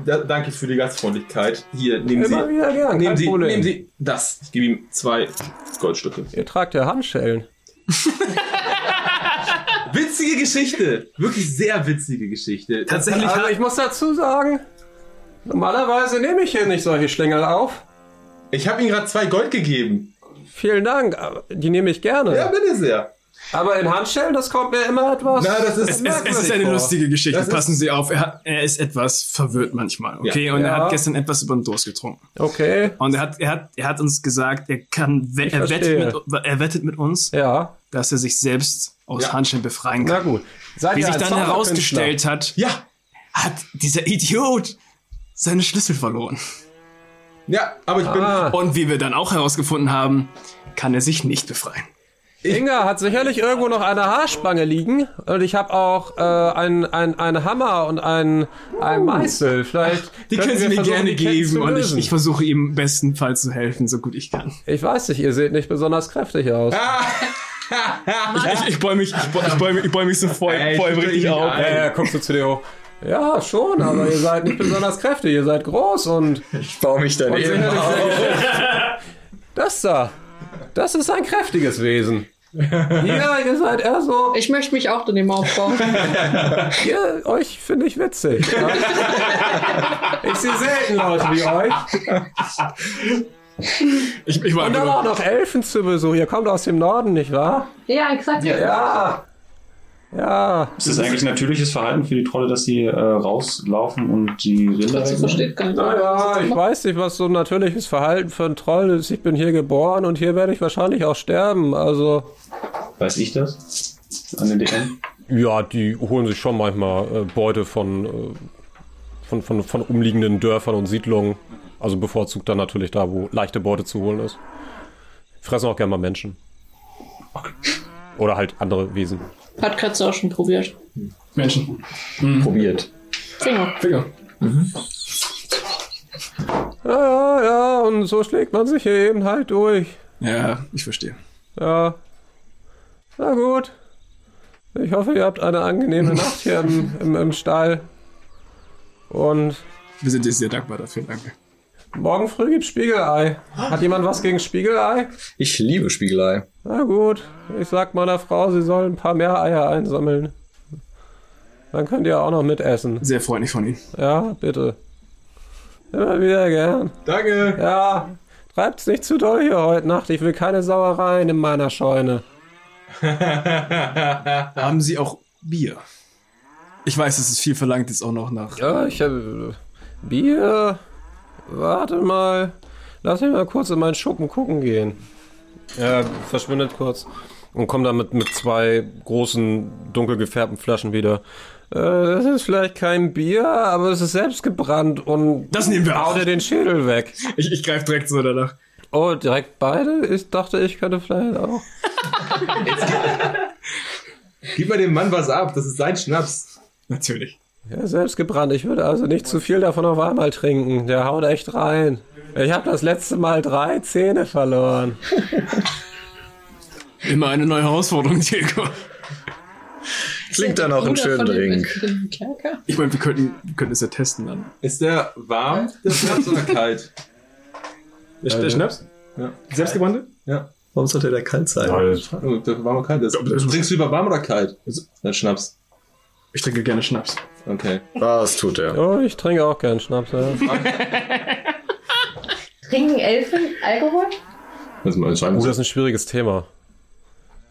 Speaker 3: da, danke für die Gastfreundlichkeit. Hier, nehmen
Speaker 2: Immer
Speaker 3: Sie.
Speaker 2: wieder gern,
Speaker 3: nehmen
Speaker 2: kein
Speaker 3: Sie,
Speaker 2: Problem.
Speaker 3: nehmen Sie das. Ich gebe ihm zwei Goldstücke.
Speaker 2: Ihr tragt ja Handschellen.
Speaker 3: Witzige Geschichte. Wirklich sehr witzige Geschichte.
Speaker 2: Also
Speaker 3: Aber
Speaker 2: ich muss dazu sagen, normalerweise nehme ich hier nicht solche Schlängel auf.
Speaker 3: Ich habe Ihnen gerade zwei Gold gegeben.
Speaker 2: Vielen Dank, aber die nehme ich gerne.
Speaker 3: Ja, bitte sehr.
Speaker 2: Aber in Handschellen, das kommt mir immer etwas.
Speaker 3: Na, das
Speaker 4: Es, es, es ist eine lustige Geschichte. Passen Sie auf. Er, hat, er ist etwas verwirrt manchmal, okay?
Speaker 2: Ja.
Speaker 4: Und er
Speaker 2: Ja.
Speaker 4: hat gestern etwas über den Durst getrunken.
Speaker 2: Okay.
Speaker 4: Und er hat, er hat, er hat uns gesagt, er kann, we
Speaker 2: Ich
Speaker 4: er, wettet
Speaker 2: verstehe.
Speaker 4: mit, er wettet mit uns,
Speaker 2: ja.
Speaker 4: dass er sich selbst aus
Speaker 2: Ja.
Speaker 4: Handschellen befreien kann.
Speaker 2: Na gut. Seid
Speaker 4: Wie
Speaker 2: ihr
Speaker 4: sich
Speaker 2: ein
Speaker 4: dann
Speaker 2: Zauberkünstler?
Speaker 4: herausgestellt hat,
Speaker 3: ja.
Speaker 4: hat dieser Idiot seine Schlüssel verloren.
Speaker 3: Ja, aber ich
Speaker 2: Ah.
Speaker 4: bin. Und wie wir dann auch herausgefunden haben, kann er sich nicht befreien.
Speaker 2: Inga hat sicherlich irgendwo noch eine Haarspange liegen und ich habe auch äh, einen ein Hammer und einen ein Meißel. Vielleicht
Speaker 4: Die können Sie
Speaker 2: wir
Speaker 4: mir
Speaker 2: versuchen,
Speaker 4: gerne
Speaker 2: die Kids
Speaker 4: geben
Speaker 2: zu
Speaker 4: und ich,
Speaker 2: lösen.
Speaker 4: ich versuche ihm bestenfalls zu helfen, so gut ich kann.
Speaker 2: Ich weiß nicht, ihr seht nicht besonders kräftig aus.
Speaker 4: Ich, ich bäume mich, ich bäume, ich bäume, ich bäume mich so voll, voll richtig auf.
Speaker 2: Ja, ja, guckst du zu dir hoch. Ja, schon, aber ihr seid nicht besonders kräftig, ihr seid groß und.
Speaker 13: Ich baue mich daneben
Speaker 2: Das da, das ist ein kräftiges Wesen. Ja, ihr seid eher so.
Speaker 9: Ich möchte mich auch daneben aufbauen.
Speaker 2: Ihr, euch finde ich witzig. Ich sehe selten Leute wie euch.
Speaker 4: Ich, ich war
Speaker 2: Und dann
Speaker 4: einfach
Speaker 2: auch noch Elfen zu Besuch. Ihr kommt aus dem Norden, nicht wahr?
Speaker 8: Ja, exakt.
Speaker 2: Ja. Ja.
Speaker 7: Ist das eigentlich natürliches Verhalten für die Trolle, dass sie äh, rauslaufen und die Rinder wegmachen?
Speaker 9: gar nicht.
Speaker 2: Naja, ich weiß nicht, was so ein natürliches Verhalten für einen Troll ist. Ich bin hier geboren und hier werde ich wahrscheinlich auch sterben. Also.
Speaker 7: Weiß ich das? An den [LAUGHS] DM?
Speaker 2: Ja, die holen sich schon manchmal äh, Beute von, äh, von, von, von umliegenden Dörfern und Siedlungen. Also bevorzugt dann natürlich da, wo leichte Beute zu holen ist. Fressen auch gerne mal Menschen. Oder halt andere Wesen.
Speaker 9: Hat Katze auch schon probiert.
Speaker 4: Menschen.
Speaker 13: probiert.
Speaker 9: Finger.
Speaker 4: Finger.
Speaker 2: Ja, ja, ja, und so schlägt man sich hier eben halt durch.
Speaker 4: Ja, ich verstehe.
Speaker 2: Ja. Na gut. Ich hoffe, ihr habt eine [LAUGHS] angenehme Nacht hier im, im, im Stall. Und
Speaker 4: Wir sind dir sehr dankbar dafür, danke.
Speaker 2: morgen früh gibt's Spiegelei. Hat jemand was gegen Spiegelei?
Speaker 13: Ich liebe Spiegelei.
Speaker 2: Na gut, ich sag meiner Frau, sie soll ein paar mehr Eier einsammeln. Dann könnt ihr auch noch mitessen.
Speaker 4: Sehr freundlich von Ihnen.
Speaker 2: Ja, bitte. Immer wieder gern.
Speaker 3: Danke.
Speaker 2: Ja, treibt's nicht zu doll hier heute Nacht. Ich will keine Sauereien in meiner Scheune.
Speaker 4: Haben Sie auch Bier? Ich weiß, es ist viel verlangt, jetzt auch noch nach.
Speaker 2: Ja, ich habe Bier. Warte mal. Lass mich mal kurz in meinen Schuppen gucken gehen. Er verschwindet kurz und kommt dann mit, mit zwei großen, dunkel gefärbten Flaschen wieder. Äh, das ist vielleicht kein Bier, aber es ist selbst gebrannt und
Speaker 4: Das nehmen wir
Speaker 2: haut
Speaker 4: auch.
Speaker 2: er den Schädel weg.
Speaker 4: Ich, ich greife direkt so danach.
Speaker 2: Oh, direkt beide? Ich dachte, ich könnte vielleicht auch.
Speaker 3: Gib mal dem Mann was ab. Das ist sein Schnaps.
Speaker 4: Natürlich.
Speaker 2: Ja, selbst gebrannt. Ich würde also nicht zu viel davon auf einmal trinken. Der haut echt rein. Ich habe das letzte Mal drei Zähne verloren.
Speaker 4: Immer eine neue Herausforderung, Diego.
Speaker 5: Klingt dann auch einen schönen Drink.
Speaker 4: Ich meine, wir könnten, wir könnten es ja testen dann.
Speaker 3: Ist der warm, der Schnaps oder
Speaker 4: [LAUGHS]
Speaker 3: kalt?
Speaker 4: Der, Äh, der Schnaps?
Speaker 3: Ja.
Speaker 4: Selbstgewandelt?
Speaker 3: Ja.
Speaker 5: Warum sollte der kalt sein?
Speaker 3: Oh, der Warm oder kalt ist. Trinkst du lieber warm oder kalt? Dein Schnaps.
Speaker 4: Ich trinke gerne Schnaps.
Speaker 3: Okay.
Speaker 5: Das tut er.
Speaker 2: Oh, ich trinke auch gern Schnaps. Ja. Also,
Speaker 8: Trinken Elfen Alkohol?
Speaker 3: Das ist mal
Speaker 2: Oh,
Speaker 3: entscheidend.
Speaker 2: das ist ein schwieriges Thema.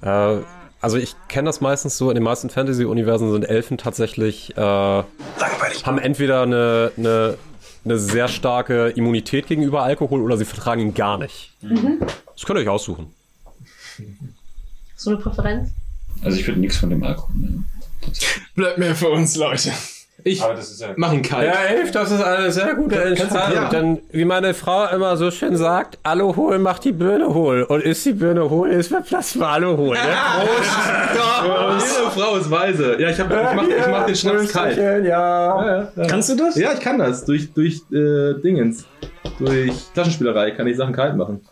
Speaker 2: Äh, also ich kenne das meistens so, in den meisten Fantasy-Universen sind Elfen tatsächlich äh, haben entweder eine, eine, eine sehr starke Immunität gegenüber Alkohol oder sie vertragen ihn gar nicht.
Speaker 8: Mhm.
Speaker 2: Das könnt ihr euch aussuchen.
Speaker 8: So eine Präferenz?
Speaker 7: Also ich würde nichts von dem Alkohol nehmen.
Speaker 4: Bleibt mehr für uns, Leute. Ich mach ihn kalt.
Speaker 2: Ja, Elf, das ist eine sehr gute Entscheidung. Denn wie meine Frau immer so schön sagt, Aluhol macht die Birne hohl. Und ist die Birne hohl, ist wir Plasma Aluhol. Ne? [LAUGHS]
Speaker 3: Jede Frau ist weise. Ja, ich, hab, ich, mach, ich mach den Schnaps kalt.
Speaker 2: halt. Ja.
Speaker 3: Kannst du das? Ja, ich kann das. Durch, durch äh, Dingens. Durch Taschenspielerei kann ich Sachen kalt machen.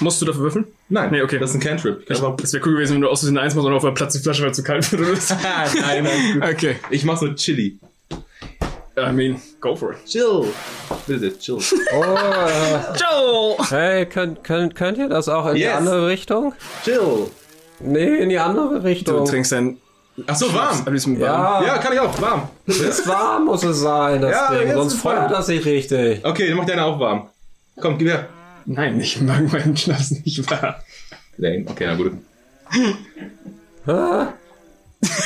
Speaker 4: Musst du dafür würfeln?
Speaker 3: Nein,
Speaker 4: Nee, okay.
Speaker 3: das ist ein Cantrip. Ich, kann
Speaker 4: Ich,
Speaker 3: einfach-
Speaker 4: das wäre cool gewesen, wenn du aus Versehen eins machst und auf einmal platzt die Flasche, weil es zu kalt wird. oder so.
Speaker 3: [LAUGHS] nein, nein, gut.
Speaker 4: [LAUGHS] okay.
Speaker 3: ich mach's nur Chili.
Speaker 4: I mean, go for it.
Speaker 3: Chill. Bitte, chill.
Speaker 4: Ciao!
Speaker 2: Hey, könnt, könnt, könnt ihr das auch in die
Speaker 3: Yes.
Speaker 2: andere Richtung?
Speaker 3: Chill.
Speaker 2: Nee, in die andere
Speaker 4: Du
Speaker 2: Richtung.
Speaker 4: trinkst ein.
Speaker 3: Ach so, warm.
Speaker 4: Am liebsten warm.
Speaker 2: Ja,
Speaker 3: Ja, kann ich auch. Warm.
Speaker 2: ist warm muss es sein, das
Speaker 3: Ja,
Speaker 2: Ding.
Speaker 3: jetzt
Speaker 2: Sonst
Speaker 3: ist warm.
Speaker 2: feuert das nicht richtig.
Speaker 3: Okay, dann mach deine auch warm. Komm, gib her.
Speaker 4: Nein, ich mag meinen Schnaps nicht wahr.
Speaker 3: Lame. Okay, na gut.
Speaker 2: Ah.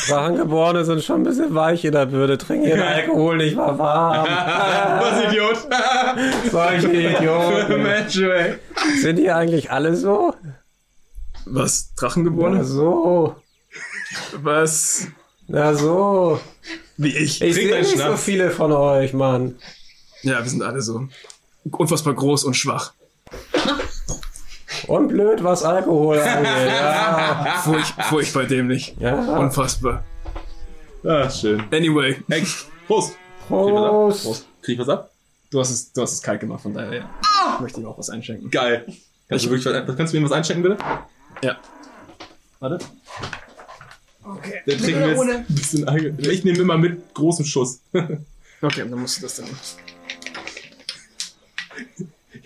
Speaker 2: Drachengeborene sind schon ein bisschen weich in der Bürde. Trinken ihren Alkohol nicht mal warm.
Speaker 3: Was Idiot.
Speaker 4: [LAUGHS]
Speaker 2: Solche Idioten.
Speaker 3: Mensch, ey.
Speaker 2: Sind die eigentlich alle so?
Speaker 4: Was?
Speaker 2: Na
Speaker 4: Drachengeborene?
Speaker 2: so.
Speaker 4: Was?
Speaker 2: Na so.
Speaker 4: Wie ich?
Speaker 2: Ich
Speaker 3: Trink
Speaker 2: sehe
Speaker 3: deinen
Speaker 2: nicht so
Speaker 3: Schnaps.
Speaker 2: viele von euch, Mann.
Speaker 4: Ja, wir sind alle so unfassbar groß und
Speaker 3: [LAUGHS]
Speaker 4: schwach.
Speaker 2: Und blöd, was Alkohol angeht.
Speaker 3: [LAUGHS]
Speaker 2: Ja.
Speaker 4: Furch furchtbar dämlich.
Speaker 2: ja.
Speaker 4: Unfassbar.
Speaker 3: Ah, schön.
Speaker 4: Anyway.
Speaker 3: Hey, Prost.
Speaker 2: Prost.
Speaker 3: Krieg ich was ab?
Speaker 4: Du hast es, du hast es kalt gemacht, von daher, ja. Möchte ihm auch was einschenken.
Speaker 3: Geil. Kannst du, wirklich, was- kannst du mir was einschenken, bitte?
Speaker 4: Ja.
Speaker 3: Warte. Okay. Dann trinken wir jetzt ein bisschen Alkohol. Ich nehme immer mit großem Schuss. [LAUGHS] ich
Speaker 4: Okay, dann musst du das dann.
Speaker 3: habe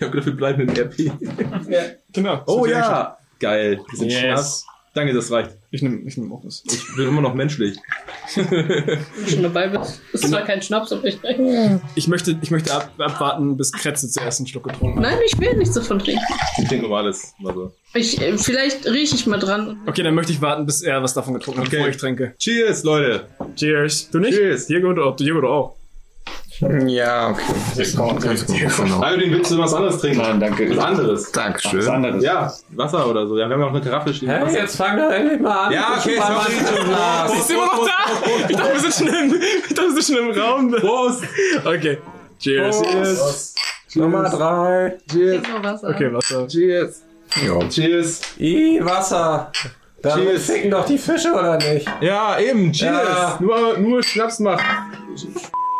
Speaker 3: gedacht, wir bleiben im RP.
Speaker 4: Genau.
Speaker 3: Oh ja. Geil. Bisschen
Speaker 4: Yes.
Speaker 3: Schnaps. Danke, das reicht.
Speaker 4: Ich nehme ich nehm auch was.
Speaker 3: Ich bin immer noch menschlich.
Speaker 9: Wenn du schon dabei bist. Ist
Speaker 5: Genau.
Speaker 9: zwar kein Schnaps, aber ich trinke.
Speaker 4: Ich möchte, ich möchte ab, abwarten, bis Kretze zuerst einen Schluck getrunken hat.
Speaker 9: Nein, ich will nichts davon trinken.
Speaker 3: Ich trinke nur alles. Also.
Speaker 9: Ich, äh, vielleicht rieche ich mal dran.
Speaker 4: Okay, dann möchte ich warten, bis er was davon getrunken hat,
Speaker 3: Okay.
Speaker 4: bevor ich trinke.
Speaker 3: Cheers, Leute.
Speaker 4: Cheers. Du nicht?
Speaker 3: Cheers.
Speaker 4: Diego, du auch. Diego, du auch.
Speaker 5: Ja, okay.
Speaker 3: Also den willst du was anderes trinken?
Speaker 7: Nein, danke.
Speaker 3: Was anderes.
Speaker 7: Was
Speaker 5: Dankeschön.
Speaker 7: anderes.
Speaker 3: Ja, Wasser oder so. Ja, wir haben ja auch eine Karaffe stehen.
Speaker 2: Hey,
Speaker 3: Wasser.
Speaker 2: jetzt fang doch endlich mal an.
Speaker 3: Ja, okay,
Speaker 2: Super,
Speaker 3: sorry.
Speaker 2: Mann, zu
Speaker 3: [LAUGHS]
Speaker 2: blasen.
Speaker 4: Ist immer noch da! Ich dachte, wir sind schon im, ich dachte, wir sind schon im Raum. Prost! Okay. Cheers.
Speaker 2: Nummer drei.
Speaker 3: Cheers.
Speaker 6: Trink nur Wasser.
Speaker 4: Okay, Wasser.
Speaker 3: Cheers.
Speaker 5: Ja.
Speaker 3: Cheers.
Speaker 2: I, Wasser. Da
Speaker 3: Cheers.
Speaker 2: ficken doch die Fische, oder nicht?
Speaker 3: Ja, eben. Cheers.
Speaker 2: Ja.
Speaker 3: Nur, nur Schnaps Oh. machen.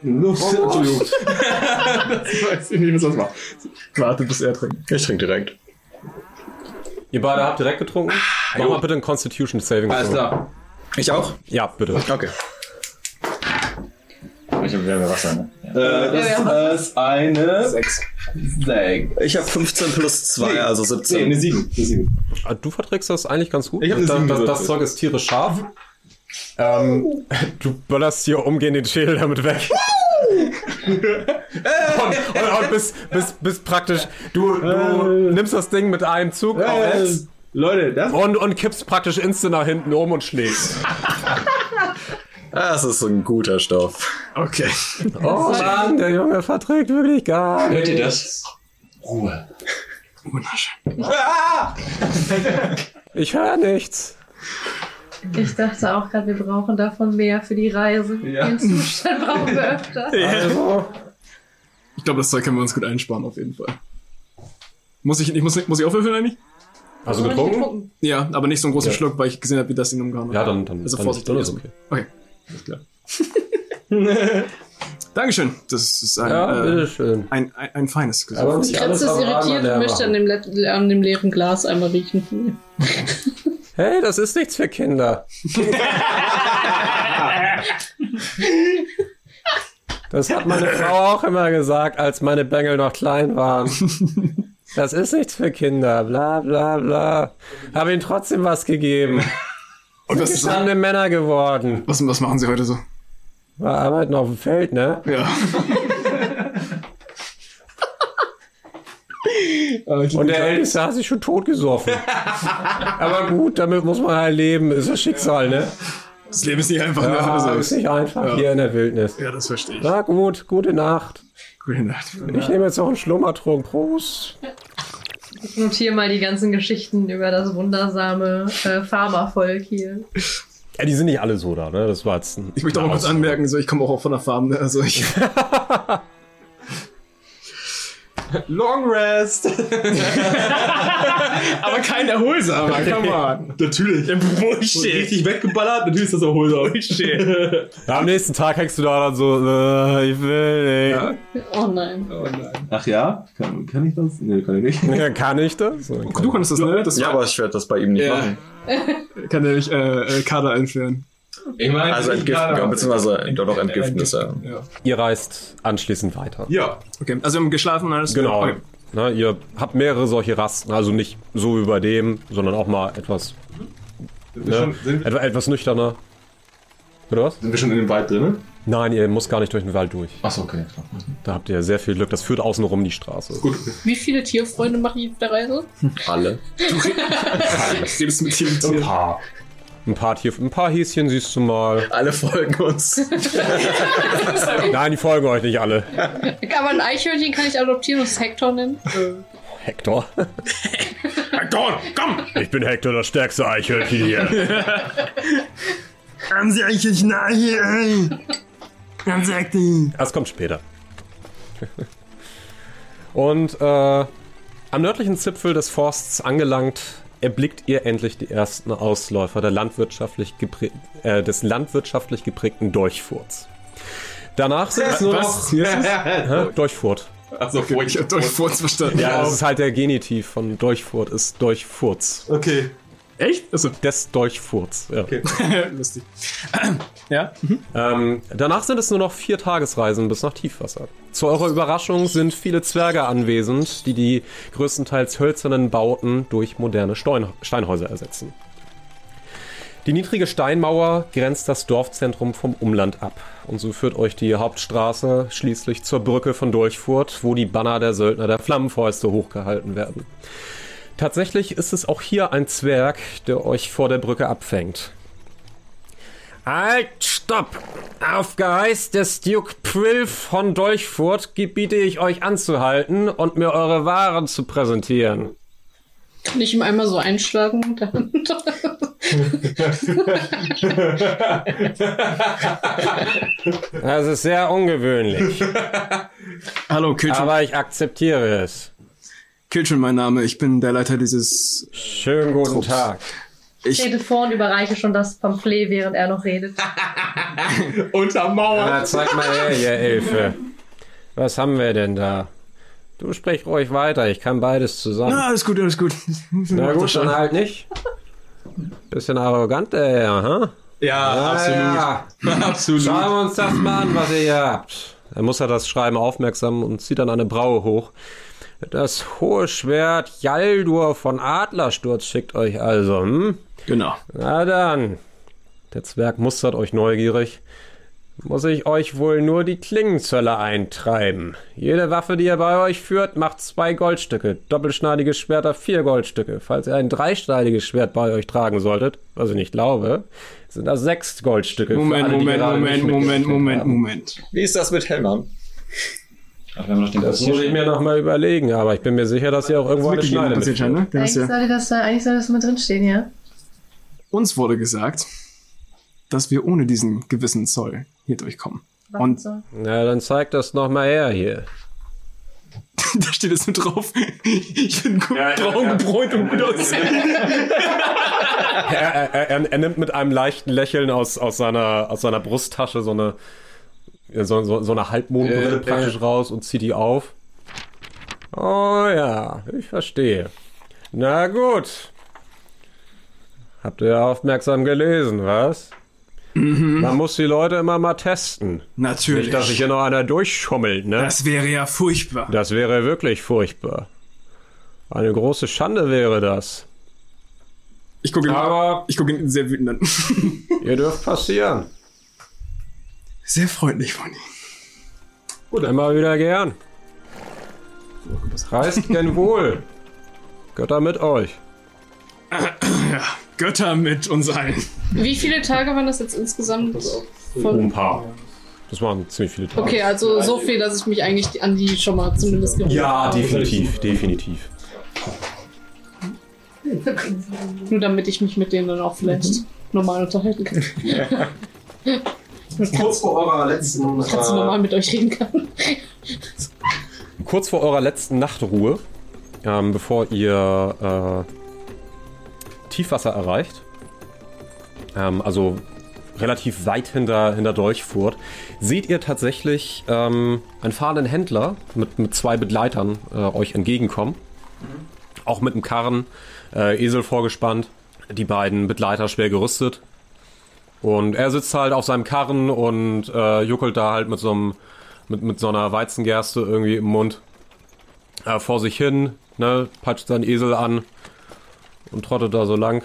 Speaker 3: Nur [LAUGHS] Entschuldigung. das weiß ich nicht, was das war.
Speaker 4: Warte, bis er trinkt.
Speaker 5: Ich trinke direkt.
Speaker 2: Ihr beide habt direkt getrunken? Mach mal bitte ein Constitution Saving.
Speaker 3: Alles
Speaker 2: Throw.
Speaker 3: klar.
Speaker 5: Ich auch?
Speaker 2: Ja, bitte.
Speaker 5: Okay.
Speaker 7: Ich habe wieder mehr Wasser, ne?
Speaker 3: Äh, das ist eine 6. Nee,
Speaker 5: Ich habe 15 plus 2,
Speaker 3: Nee.
Speaker 5: also
Speaker 3: eine
Speaker 5: 17.
Speaker 3: 7. Eine 7.
Speaker 2: Ah, Du verträgst das eigentlich ganz gut.
Speaker 3: Ich hab eine
Speaker 2: das,
Speaker 3: Sieben
Speaker 2: das, das
Speaker 3: gewürfelt.
Speaker 2: Zeug ist tierisch scharf. Ähm, [LAUGHS] du böllerst hier umgehend den Schädel damit weg. [LAUGHS] und und, und bist, bist, bist praktisch, du, du nimmst das Ding mit einem Zug auf S
Speaker 3: Äh, Leute, das
Speaker 2: und, und kippst praktisch instant nach hinten um und schlägst.
Speaker 5: Ah, Das ist ein guter Stoff.
Speaker 4: Okay.
Speaker 2: [LAUGHS] Oh Mann, der Junge verträgt wirklich gar
Speaker 7: Hört
Speaker 2: nicht.
Speaker 7: ihr das? Ruhe.
Speaker 2: Ich höre nichts.
Speaker 8: Ich dachte auch gerade, wir brauchen davon mehr für die Reise.
Speaker 3: Ja.
Speaker 8: Den Zustand brauchen wir öfter.
Speaker 3: [LAUGHS]
Speaker 2: Also,
Speaker 4: Ich glaube, das Zeug können wir uns gut einsparen, auf jeden Fall. Muss ich, ich muss, muss ich aufwürfeln eigentlich?
Speaker 2: also getrunken?
Speaker 4: Ja, aber nicht so einen großen
Speaker 2: Ja.
Speaker 4: Schluck, weil ich gesehen habe, wie das ihn umgehauen hat.
Speaker 2: Ja, dann, dann,
Speaker 4: Also
Speaker 2: dann,
Speaker 4: vorsichtig
Speaker 2: dann ist
Speaker 4: erstmal.
Speaker 2: okay.
Speaker 4: Okay. Alles klar. Dankeschön. Das ist ein,
Speaker 2: Ja,
Speaker 4: äh,
Speaker 2: bitteschön.
Speaker 4: ein, ein, ein feines Gesicht.
Speaker 2: Aber nicht alles
Speaker 9: Kretze ist
Speaker 2: auf einmal
Speaker 9: irritiert und
Speaker 2: leer
Speaker 9: möchte
Speaker 2: machen.
Speaker 9: an dem, le- an dem leeren Glas einmal riechen.
Speaker 2: Hey, das ist nichts für Kinder. Das hat meine Frau auch immer gesagt, als meine Bengel noch klein waren. Das ist nichts für Kinder, bla bla bla. Habe ihm trotzdem was gegeben. Und das sind gestandene Männer geworden.
Speaker 4: Was, was machen sie heute so?
Speaker 2: War arbeiten auf dem Feld, ne?
Speaker 4: Ja.
Speaker 2: Und der Älteste hat sich schon totgesoffen. Aber gut, damit muss man halt leben. Ist das Schicksal, ne?
Speaker 4: Das Leben ist nicht einfach. ne?
Speaker 2: Ja,
Speaker 4: Also,
Speaker 2: ist nicht einfach
Speaker 4: ja.
Speaker 2: hier in der Wildnis.
Speaker 4: Ja, das verstehe ich.
Speaker 2: Na gut, gute Nacht.
Speaker 4: Gute Nacht.
Speaker 2: Ich nehme jetzt noch einen Schlummertrunk. Prost.
Speaker 8: Ich notiere mal die ganzen Geschichten über das wundersame äh, Farmervolk hier.
Speaker 2: Ja, die sind nicht alle so da, ne? Das war jetzt ein
Speaker 4: Ich möchte auch mal kurz anmerken, so, ich komme auch von der Farm. Ne? Also ich,
Speaker 3: Long Rest!
Speaker 4: [LAUGHS] aber kein erholsamer, come on.
Speaker 3: Natürlich. Bullshit. Richtig weggeballert, natürlich ist das erholsam. Bullshit.
Speaker 2: Ja, am nächsten Tag hängst du da dann so, äh, ich will
Speaker 9: Oh nein.
Speaker 3: Ach ja? Kann, kann ich das? Nee, kann ich nicht.
Speaker 2: nicht. Ja, [LAUGHS] kann ich das? So,
Speaker 4: Du konntest das, ne? Das
Speaker 5: Ja, aber ich werde das bei ihm nicht
Speaker 4: Ja.
Speaker 5: machen.
Speaker 4: [LAUGHS] kann nämlich äh, äh, Kader einführen.
Speaker 3: Ich meine,
Speaker 5: Also entgiften, ja, beziehungsweise doch noch entgiften ist ja.
Speaker 2: Ihr reist anschließend weiter.
Speaker 3: Ja.
Speaker 4: Okay, also wir haben geschlafen und alles.
Speaker 2: Genau.
Speaker 4: Okay.
Speaker 2: Na, ihr habt mehrere solche Rasten, also nicht so wie bei dem, sondern auch mal etwas,
Speaker 3: Sind wir,
Speaker 2: ne,
Speaker 3: schon, sind, wir-
Speaker 2: etwa, etwas nüchterner. Oder was?
Speaker 3: sind wir schon in dem Wald drin? [LAUGHS]
Speaker 2: Nein, ihr müsst gar nicht durch den Wald durch.
Speaker 3: Achso, okay. klar.
Speaker 2: Da habt ihr sehr viel Glück. Das führt außenrum die Straße.
Speaker 3: Gut.
Speaker 9: Wie viele Tierfreunde mache ich auf der Reise?
Speaker 5: Alle.
Speaker 4: Ich redest mit jedem Tier.
Speaker 2: paar. Ein paar, Tier, ein paar Häschen siehst du mal.
Speaker 5: Alle folgen uns.
Speaker 2: Nein, die folgen euch nicht alle.
Speaker 9: Aber ein Eichhörnchen kann ich adoptieren und es Hector nennen.
Speaker 5: Äh.
Speaker 2: Hector.
Speaker 4: [LAUGHS] Hector, komm!
Speaker 2: Ich bin Hector, das stärkste Eichhörnchen hier.
Speaker 10: Haben Sie eigentlich ein Ei
Speaker 4: äh.
Speaker 10: hier? Dann sagt die.
Speaker 2: [LAUGHS] Das kommt später. Und äh, am nördlichen Zipfel des Forsts angelangt, erblickt ihr endlich die ersten Ausläufer der landwirtschaftlich geprä- äh, des landwirtschaftlich geprägten Durchfurts. Danach sind es nur
Speaker 4: Was? Hier ist es?
Speaker 2: Hä? Durchfurt.
Speaker 3: Achso,
Speaker 4: Oh, Ich hab euch vor uns verstanden.
Speaker 2: Ja, das ist halt der Genitiv von Durchfurt, ist Durchfurz.
Speaker 4: Äh.
Speaker 3: Okay.
Speaker 4: Echt? Achso,
Speaker 2: Des Durchfurts, ja.
Speaker 4: [LAUGHS] lustig. ja?
Speaker 2: Ähm, danach sind es nur noch vier Tagesreisen bis nach Tiefwasser. Zu eurer Überraschung sind viele Zwerge anwesend, die die größtenteils hölzernen Bauten durch moderne Stein Steinhäuser ersetzen. Die niedrige Steinmauer grenzt das Dorfzentrum vom Umland ab und so führt euch die Hauptstraße schließlich zur Brücke von Durchfurt, wo die Banner der Söldner der Flammenfäuste hochgehalten werden. Tatsächlich ist es auch hier ein Zwerg, der euch vor der Brücke abfängt. Halt, stopp! Auf Geheiß des Duke Prilf von Dolchfurt gebiete ich euch anzuhalten und mir eure Waren zu präsentieren.
Speaker 9: Kann ich ihm einmal so einschlagen? [LAUGHS] Dann
Speaker 2: Das ist sehr ungewöhnlich,
Speaker 4: Hallo, Killtron.
Speaker 2: aber ich akzeptiere es.
Speaker 4: Killtron, mein Name. Ich bin der Leiter dieses.
Speaker 2: Schönen guten Tag.
Speaker 8: Ich trete vor und überreiche schon das Pamphlet, während er noch redet.
Speaker 3: Untermauert.
Speaker 2: Na, zeig mal her, ihr Elfe. Was haben wir denn da? Du sprich ruhig weiter, ich kann beides zusammen.
Speaker 4: Ah, alles gut, alles gut.
Speaker 2: Na gut, dann halt nicht. Bisschen arrogant, der Herr, hm?
Speaker 3: Ja,
Speaker 2: ja.
Speaker 3: [LAUGHS] absolut.
Speaker 2: Schauen wir uns das mal an, was ihr hier habt. Er muss ja das Schreiben aufmerksam und zieht dann eine Braue hoch. Das hohe Schwert Jaldur von Adlersturz schickt euch also, hm?
Speaker 4: Genau.
Speaker 2: Na dann. Der Zwerg mustert euch neugierig. Muss ich euch wohl nur die Klingenzölle eintreiben. Jede Waffe, die ihr bei euch führt, macht zwei Goldstücke. Doppelschneidige Schwerter vier Goldstücke. Falls ihr ein dreischneidiges Schwert bei euch tragen solltet, was ich nicht glaube, sind das sechs Goldstücke. für
Speaker 4: Moment,
Speaker 2: alle, die
Speaker 4: Moment,
Speaker 2: gerade
Speaker 4: Moment,
Speaker 2: nicht
Speaker 4: Moment,
Speaker 2: mitgerechnet
Speaker 4: Moment,
Speaker 2: haben.
Speaker 4: Moment.
Speaker 5: Wie ist das mit Helmern?
Speaker 7: Aber wir haben noch den
Speaker 2: Das muss ich mir nochmal überlegen, aber ich bin mir sicher, dass ihr auch irgendwo eine
Speaker 4: Mitgegeben,
Speaker 2: Schneide
Speaker 4: passiert
Speaker 2: mitführt.
Speaker 4: schon, ne? Der
Speaker 8: Eigentlich
Speaker 4: ist ja.
Speaker 8: sollte das da, eigentlich soll das mal drinstehen, ja?
Speaker 4: Uns wurde gesagt, dass wir ohne diesen gewissen Zoll hier durchkommen. Und
Speaker 8: so.
Speaker 2: Na, dann zeigt das nochmal her hier.
Speaker 4: [LAUGHS] da steht es nur drauf. Ich bin gut braun gebräunt und gut aussehen.
Speaker 2: Er, er, er, er nimmt mit einem leichten Lächeln aus, aus, seiner, aus seiner Brusttasche so eine, so, so, so eine Halbmondbrille praktisch raus und zieht die auf. Oh ja, ich verstehe. Na gut. Habt ihr aufmerksam gelesen, was? Man muss die Leute immer mal testen.
Speaker 4: Natürlich.
Speaker 2: Nicht, dass sich hier noch einer durchschummelt, ne?
Speaker 4: Das wäre ja furchtbar.
Speaker 2: Das wäre wirklich furchtbar. Eine große Schande wäre das.
Speaker 4: Ich gucke ihn, Aber ich gucke ihn sehr wütend an.
Speaker 2: Ihr dürft passieren.
Speaker 4: Sehr freundlich von ihm.
Speaker 2: Oder immer wieder gern. Reist gern wohl. Götter mit euch.
Speaker 4: Ja, Götter mit uns allen.
Speaker 9: Wie viele Tage waren das jetzt insgesamt?
Speaker 2: Ein
Speaker 9: Voll.
Speaker 2: paar. Das waren ziemlich viele Tage.
Speaker 9: Okay, also so viel, dass ich mich eigentlich an die schon mal zumindest gewöhnt
Speaker 2: Ja,
Speaker 9: habe.
Speaker 2: definitiv, definitiv.
Speaker 9: Nur damit ich mich mit denen dann auch vielleicht
Speaker 8: Mhm.
Speaker 9: normal unterhalten kann.
Speaker 8: [LAUGHS]
Speaker 5: Kurz vor eurer letzten. äh,
Speaker 9: Kannst du normal mit euch reden kann.
Speaker 2: Kurz vor eurer letzten Nachtruhe, ähm, bevor ihr äh, Tiefwasser erreicht, ähm, also relativ weit hinter, hinter Dolchfurt, seht ihr tatsächlich ähm, einen fahrenden Händler mit, mit zwei Begleitern äh, euch entgegenkommen. Auch mit einem Karren, äh, Esel vorgespannt, die beiden Begleiter schwer gerüstet. Und er sitzt halt auf seinem Karren und äh, juckelt da halt mit so, einem, mit, mit so einer Weizengerste irgendwie im Mund äh, vor sich hin, ne, peitscht seinen Esel an und trottet da so lang.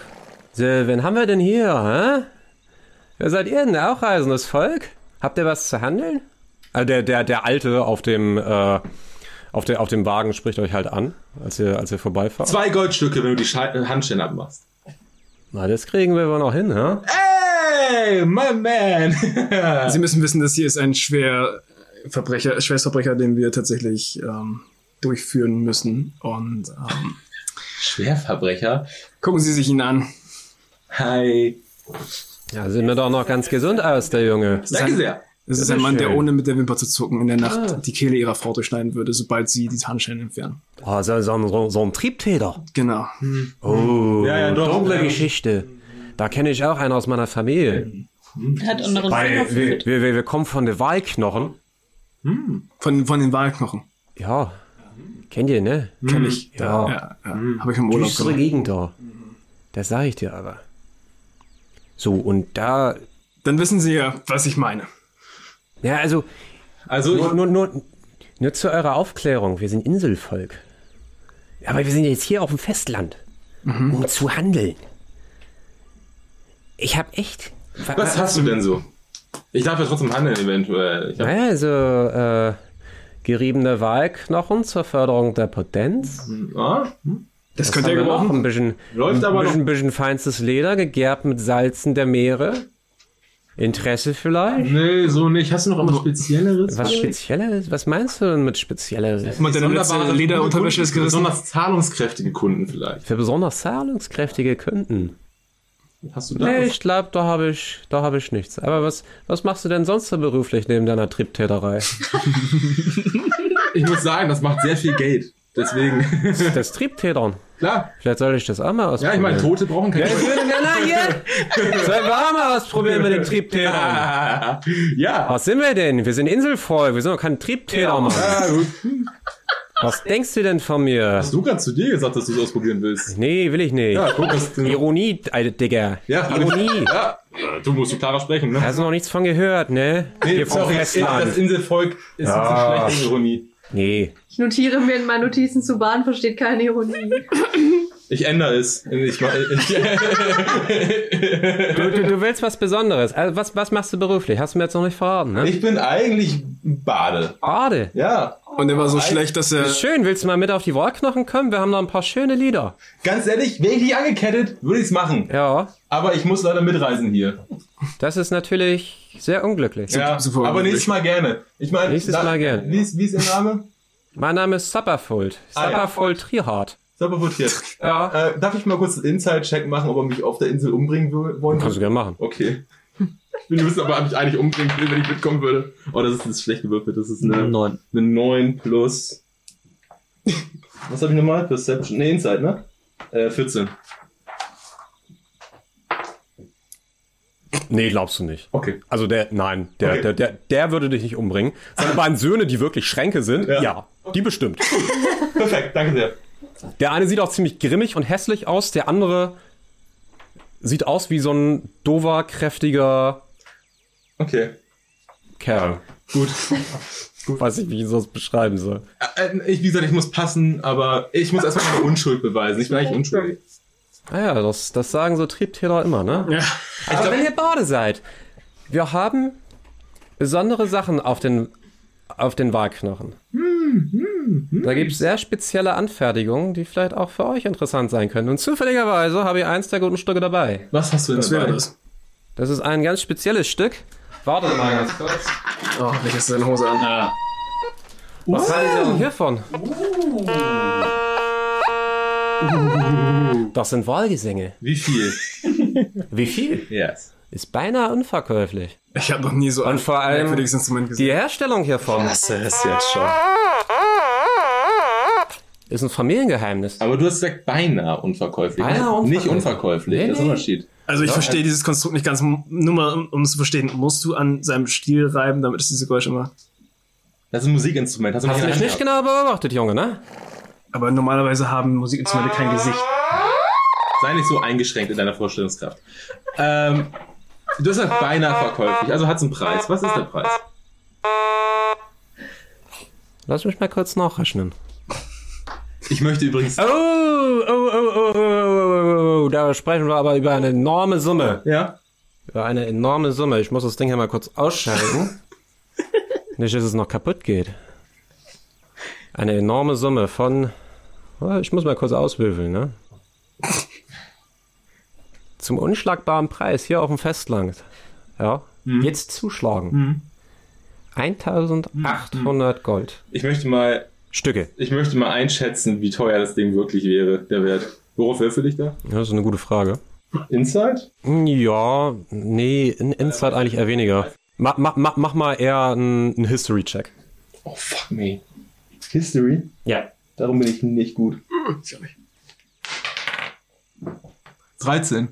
Speaker 2: wen haben wir denn hier, hä? Wer seid ihr denn? Auch reisendes Volk? Habt ihr was zu handeln? Äh, der, der, der Alte auf dem, äh, auf, der, auf dem Wagen spricht euch halt an, als ihr, als ihr vorbeifahrt.
Speaker 3: Zwei Goldstücke, wenn du die Schei- Handstellen abmachst.
Speaker 2: Na, das kriegen wir wohl noch hin, hä?
Speaker 4: Hey,
Speaker 3: [LAUGHS]
Speaker 4: my man! Sie müssen wissen, dass hier ist ein schwer äh, Verbrecher, Schwerstverbrecher, den wir tatsächlich ähm, durchführen müssen. Und ähm,
Speaker 3: Schwerverbrecher?
Speaker 4: gucken Sie sich ihn an.
Speaker 3: Hi.
Speaker 2: Ja, sehen wir doch noch ganz gesund aus, der Junge.
Speaker 4: Es ist ein- Es ist ein Mann, der
Speaker 2: schön.
Speaker 4: ohne mit der Wimper zu zucken in der Nacht
Speaker 2: Ah.
Speaker 4: die Kehle ihrer Frau durchschneiden würde, sobald sie die Handschellen entfernen.
Speaker 11: Oh, so, so, ein- so, so ein Triebtäter.
Speaker 4: Genau.
Speaker 11: Oh,
Speaker 4: Ja, ja, doch,
Speaker 11: dunkle
Speaker 4: ja.
Speaker 11: Geschichte. Da kenne ich auch einen aus meiner Familie.
Speaker 9: Er hat anderen
Speaker 11: Weil
Speaker 9: Finger
Speaker 11: wir, wir, wir, wir kommen von den Wahlknochen.
Speaker 4: Von, von den Wahlknochen.
Speaker 11: Ja. Kennt ihr, ne?
Speaker 2: Hm.
Speaker 4: Kenn ich.
Speaker 11: Ja.
Speaker 4: Ja, ja. Habe ich im Urlaub
Speaker 11: Düstere
Speaker 4: gemacht.
Speaker 11: Gegend da. Das sage ich dir aber. So, und da.
Speaker 4: Dann wissen Sie ja, was ich meine.
Speaker 11: Ja, also.
Speaker 3: Also
Speaker 11: nur, nur, nur, nur zu eurer Aufklärung. Wir sind Inselvolk. Aber wir sind jetzt hier auf dem Festland,
Speaker 3: Mhm.
Speaker 11: um zu handeln. Ich habe echt.
Speaker 3: Was hast du denn so? Ich darf ja trotzdem handeln, eventuell. Ich hab,
Speaker 11: Naja, also äh, geriebene Wahlknochen zur Förderung der Potenz.
Speaker 3: ah,
Speaker 4: Das,
Speaker 11: Was
Speaker 4: könnte
Speaker 11: haben
Speaker 4: ja
Speaker 11: wir noch?
Speaker 4: gebrauchen.
Speaker 11: Ein bisschen,
Speaker 3: Läuft
Speaker 11: ein
Speaker 3: aber
Speaker 11: bisschen, bisschen feinstes Leder, gegärt mit Salzen der Meere. Interesse vielleicht?
Speaker 3: nee, so nicht. Hast du noch irgendwas Spezielleres?
Speaker 11: Was Spezielles? Was meinst du denn mit Spezielleres?
Speaker 4: Jemand, der eine letzte
Speaker 3: Sonderbare
Speaker 4: Lederunterwäsche ist
Speaker 3: Kunden,
Speaker 4: gerissen.
Speaker 3: Besonders zahlungskräftige Kunden vielleicht.
Speaker 11: Für besonders zahlungskräftige Kunden.
Speaker 3: Hast du da?
Speaker 11: Nee,
Speaker 3: was?
Speaker 11: ich glaube, da habe ich, da hab ich nichts. Aber was, was machst du denn sonst so beruflich neben deiner
Speaker 3: [LAUGHS]
Speaker 11: Triebtäterei?
Speaker 3: Ich muss sagen, das macht sehr viel Geld. Deswegen, [LAUGHS]
Speaker 11: Das Triebtätern.
Speaker 3: klar.
Speaker 11: Vielleicht sollte ich das auch mal
Speaker 3: Ja,
Speaker 11: ausprobieren.
Speaker 3: ich meine, Tote brauchen kein
Speaker 11: Ja, ich
Speaker 3: Geld.
Speaker 11: würde gerne hier. [LAUGHS] Sollen wir auch mal ausprobieren mit den Triebtätern?
Speaker 3: Ja.
Speaker 11: Was sind wir denn? Wir sind Inselvolk, wir sind doch kein Triebtäter, Mann.
Speaker 3: Ah, gut.
Speaker 11: Was denkst du denn von mir?
Speaker 3: Hast du gerade zu dir gesagt, dass du es ausprobieren willst?
Speaker 11: Nee, will ich nicht.
Speaker 3: Ja, guck, das
Speaker 11: Ironie, Alter, Digga.
Speaker 3: Ja, hab ich-
Speaker 11: Ironie.
Speaker 3: Ja, du musst du klarer sprechen, ne?
Speaker 11: Hast du noch nichts von gehört, ne?
Speaker 3: Nee,
Speaker 11: Hier vom
Speaker 3: sorry, das
Speaker 11: Festland.
Speaker 3: Inselvolk ist ja. schlecht in Ironie.
Speaker 11: Nee.
Speaker 8: Ich notiere mir in meinen Notizen zu Bahn, versteht keine Ironie.
Speaker 3: Ich ändere es. Ich, mach- ich, [LAUGHS]
Speaker 11: Du, du, du willst was Besonderes. Also was, was machst du beruflich? Hast du mir jetzt noch nicht verraten, ne?
Speaker 3: ich bin eigentlich ein Bade.
Speaker 11: Ade.
Speaker 3: Ja.
Speaker 4: Und er war so schlecht, dass er.
Speaker 11: Ist schön, willst du mal mit auf die Wollknochen kommen? Wir haben da ein paar schöne Lieder.
Speaker 3: Ganz ehrlich, wäre ich nicht angekettet, würde ich es machen.
Speaker 11: Ja,
Speaker 3: Aber ich muss leider mitreisen hier.
Speaker 11: das ist natürlich sehr unglücklich.
Speaker 3: Ja,
Speaker 4: super
Speaker 3: aber
Speaker 4: unglücklich.
Speaker 3: nächstes Mal gerne. Ich meine,
Speaker 11: Nächstes
Speaker 3: da-
Speaker 11: Mal gerne.
Speaker 3: Wie ist, wie ist Ihr Name?
Speaker 11: Mein Name ist Sapperfold.
Speaker 3: Ah, ja.
Speaker 11: Sapperfold Trierhardt. [LAUGHS]
Speaker 3: Sabotiert.
Speaker 11: Ja.
Speaker 3: Äh, darf ich mal kurz einen Inside-Check machen, ob er mich auf der Insel umbringen will- wollen
Speaker 11: Kannst du gerne machen.
Speaker 3: Okay. Ich will wissen, ob er mich eigentlich umbringen will, wenn ich mitkommen würde. Oh, das ist das schlechte Würfel. Das ist eine,
Speaker 5: Neun.
Speaker 3: eine 9 plus. Was habe ich nochmal? Perception. Ne, Inside, ne? Äh, 14.
Speaker 2: Nee, glaubst du nicht.
Speaker 3: Okay.
Speaker 2: Also der, nein, der,
Speaker 3: Okay.
Speaker 2: der, der, der würde dich nicht umbringen.
Speaker 3: [LAUGHS]
Speaker 2: Seine beiden Söhne, die wirklich Schränke sind,
Speaker 3: Ja.
Speaker 2: ja, die bestimmt.
Speaker 3: Perfekt, danke sehr.
Speaker 2: Der eine sieht auch ziemlich grimmig und hässlich aus, der andere sieht aus wie so ein dover, kräftiger
Speaker 3: Okay.
Speaker 2: Kerl.
Speaker 3: Gut.
Speaker 2: Gut. [LAUGHS] Weiß ich, wie ich ihn sonst beschreiben soll.
Speaker 3: Äh, Ich, wie gesagt, ich muss passen, aber ich muss erstmal meine Unschuld beweisen. Ich bin eigentlich unschuldig.
Speaker 2: Naja, Ah das, das sagen so Triebtäter immer, ne? Ja. Aber wenn ihr Bade seid, wir haben besondere Sachen auf den, auf den Wahlknochen. Da gibt es sehr spezielle Anfertigungen, die vielleicht auch für euch interessant sein können. Und zufälligerweise habe ich eins der guten Stücke dabei.
Speaker 3: Was hast du denn
Speaker 4: Was wäre dabei? das?
Speaker 2: Das ist ein ganz spezielles Stück. Wartet mal ganz kurz.
Speaker 4: Oh, ich jetzt deine Hose an.
Speaker 2: Was
Speaker 4: Wow.
Speaker 2: haltet ihr denn hiervon? Das sind Wahlgesänge.
Speaker 3: Wie
Speaker 4: [LAUGHS]
Speaker 3: viel?
Speaker 2: Wie viel?
Speaker 3: Yes.
Speaker 2: Ist beinahe unverkäuflich.
Speaker 4: Ich habe noch nie so
Speaker 2: Und vor allem
Speaker 4: merkwürdiges Instrument gesehen.
Speaker 2: die Herstellung hiervon. Das ist jetzt schon. Ist ein Familiengeheimnis.
Speaker 3: Aber du hast gesagt, beinahe unverkäuflich.
Speaker 2: Beinahe unverkäuflich.
Speaker 3: Nicht unverkäuflich.
Speaker 2: Nee,
Speaker 3: das ist ein
Speaker 2: nee.
Speaker 3: Unterschied.
Speaker 4: Also ich
Speaker 3: Ja.
Speaker 4: verstehe dieses Konstrukt nicht ganz. Nur mal, um, um es zu verstehen, musst du an seinem Stiel reiben, damit es diese Geräusche macht.
Speaker 3: Das ist ein Musikinstrument. Hast du
Speaker 2: Hast du dich nicht genau beobachtet, Junge, ne?
Speaker 4: Aber normalerweise haben Musikinstrumente kein Gesicht.
Speaker 2: genau-
Speaker 3: Sei nicht so eingeschränkt in deiner Vorstellungskraft. Ähm, du hast gesagt, beinahe verkäuflich. Also hat es einen Preis. Was ist der Preis?
Speaker 2: Lass mich mal kurz nachrechnen.
Speaker 3: Ich möchte übrigens.
Speaker 2: Oh, oh, oh, oh, oh, oh, oh, da sprechen wir aber über eine enorme Summe.
Speaker 3: Ja?
Speaker 2: Über eine enorme Summe. Ich muss das Ding hier mal kurz ausschalten. Nicht, dass es noch kaputt geht. Eine enorme Summe von. Oh, Ich muss mal kurz auswürfeln, ne? Zum unschlagbaren Preis hier auf dem Festland. Ja. Jetzt zuschlagen. 1800 Gold.
Speaker 3: Ich möchte mal.
Speaker 2: Stücke.
Speaker 3: Ich möchte mal einschätzen, wie teuer das Ding wirklich wäre, der Wert. Worauf wirfst du dich da?
Speaker 2: Ja, Das ist eine gute Frage.
Speaker 3: Inside?
Speaker 2: Ja, nee, in Inside eigentlich eher weniger. Mach, mach, mach, mach mal eher einen einen History-Check.
Speaker 3: Oh, fuck me. History?
Speaker 2: Ja.
Speaker 3: Darum bin ich nicht gut. 13.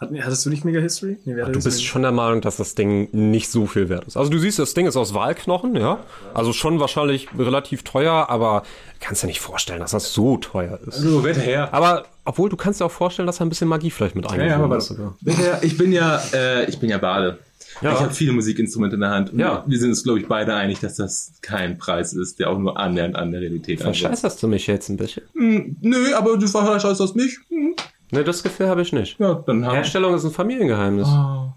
Speaker 4: Hat, hattest du nicht Mega History? Nee, wer hatte
Speaker 2: Du
Speaker 4: das
Speaker 2: bist
Speaker 4: Mega-
Speaker 2: schon der Meinung, dass das Ding nicht so viel wert ist. Also du siehst, das Ding ist aus Walknochen, ja. Also schon wahrscheinlich relativ teuer, aber kannst dir nicht vorstellen, dass das so teuer ist.
Speaker 3: Also, wett her.
Speaker 2: Aber obwohl, du kannst dir auch vorstellen, dass da ein bisschen Magie vielleicht mit eingebunden
Speaker 3: aber
Speaker 2: ist. sogar.
Speaker 3: wett her. Ich bin ja, äh, ich bin ja Bade.
Speaker 2: Ja.
Speaker 3: Ich habe viele Musikinstrumente in der Hand. Und
Speaker 2: Ja.
Speaker 3: Wir sind uns, glaube ich, beide einig, dass das kein Preis ist, der auch nur annähernd an der Realität ansetzt.
Speaker 2: Verscheißerst du mich jetzt ein bisschen?
Speaker 3: Hm, nö, aber du verhörst das nicht. Hm.
Speaker 2: Ne, das Gefühl habe ich nicht.
Speaker 3: Ja, dann haben
Speaker 2: Herstellung ist ein Familiengeheimnis.
Speaker 3: Oh,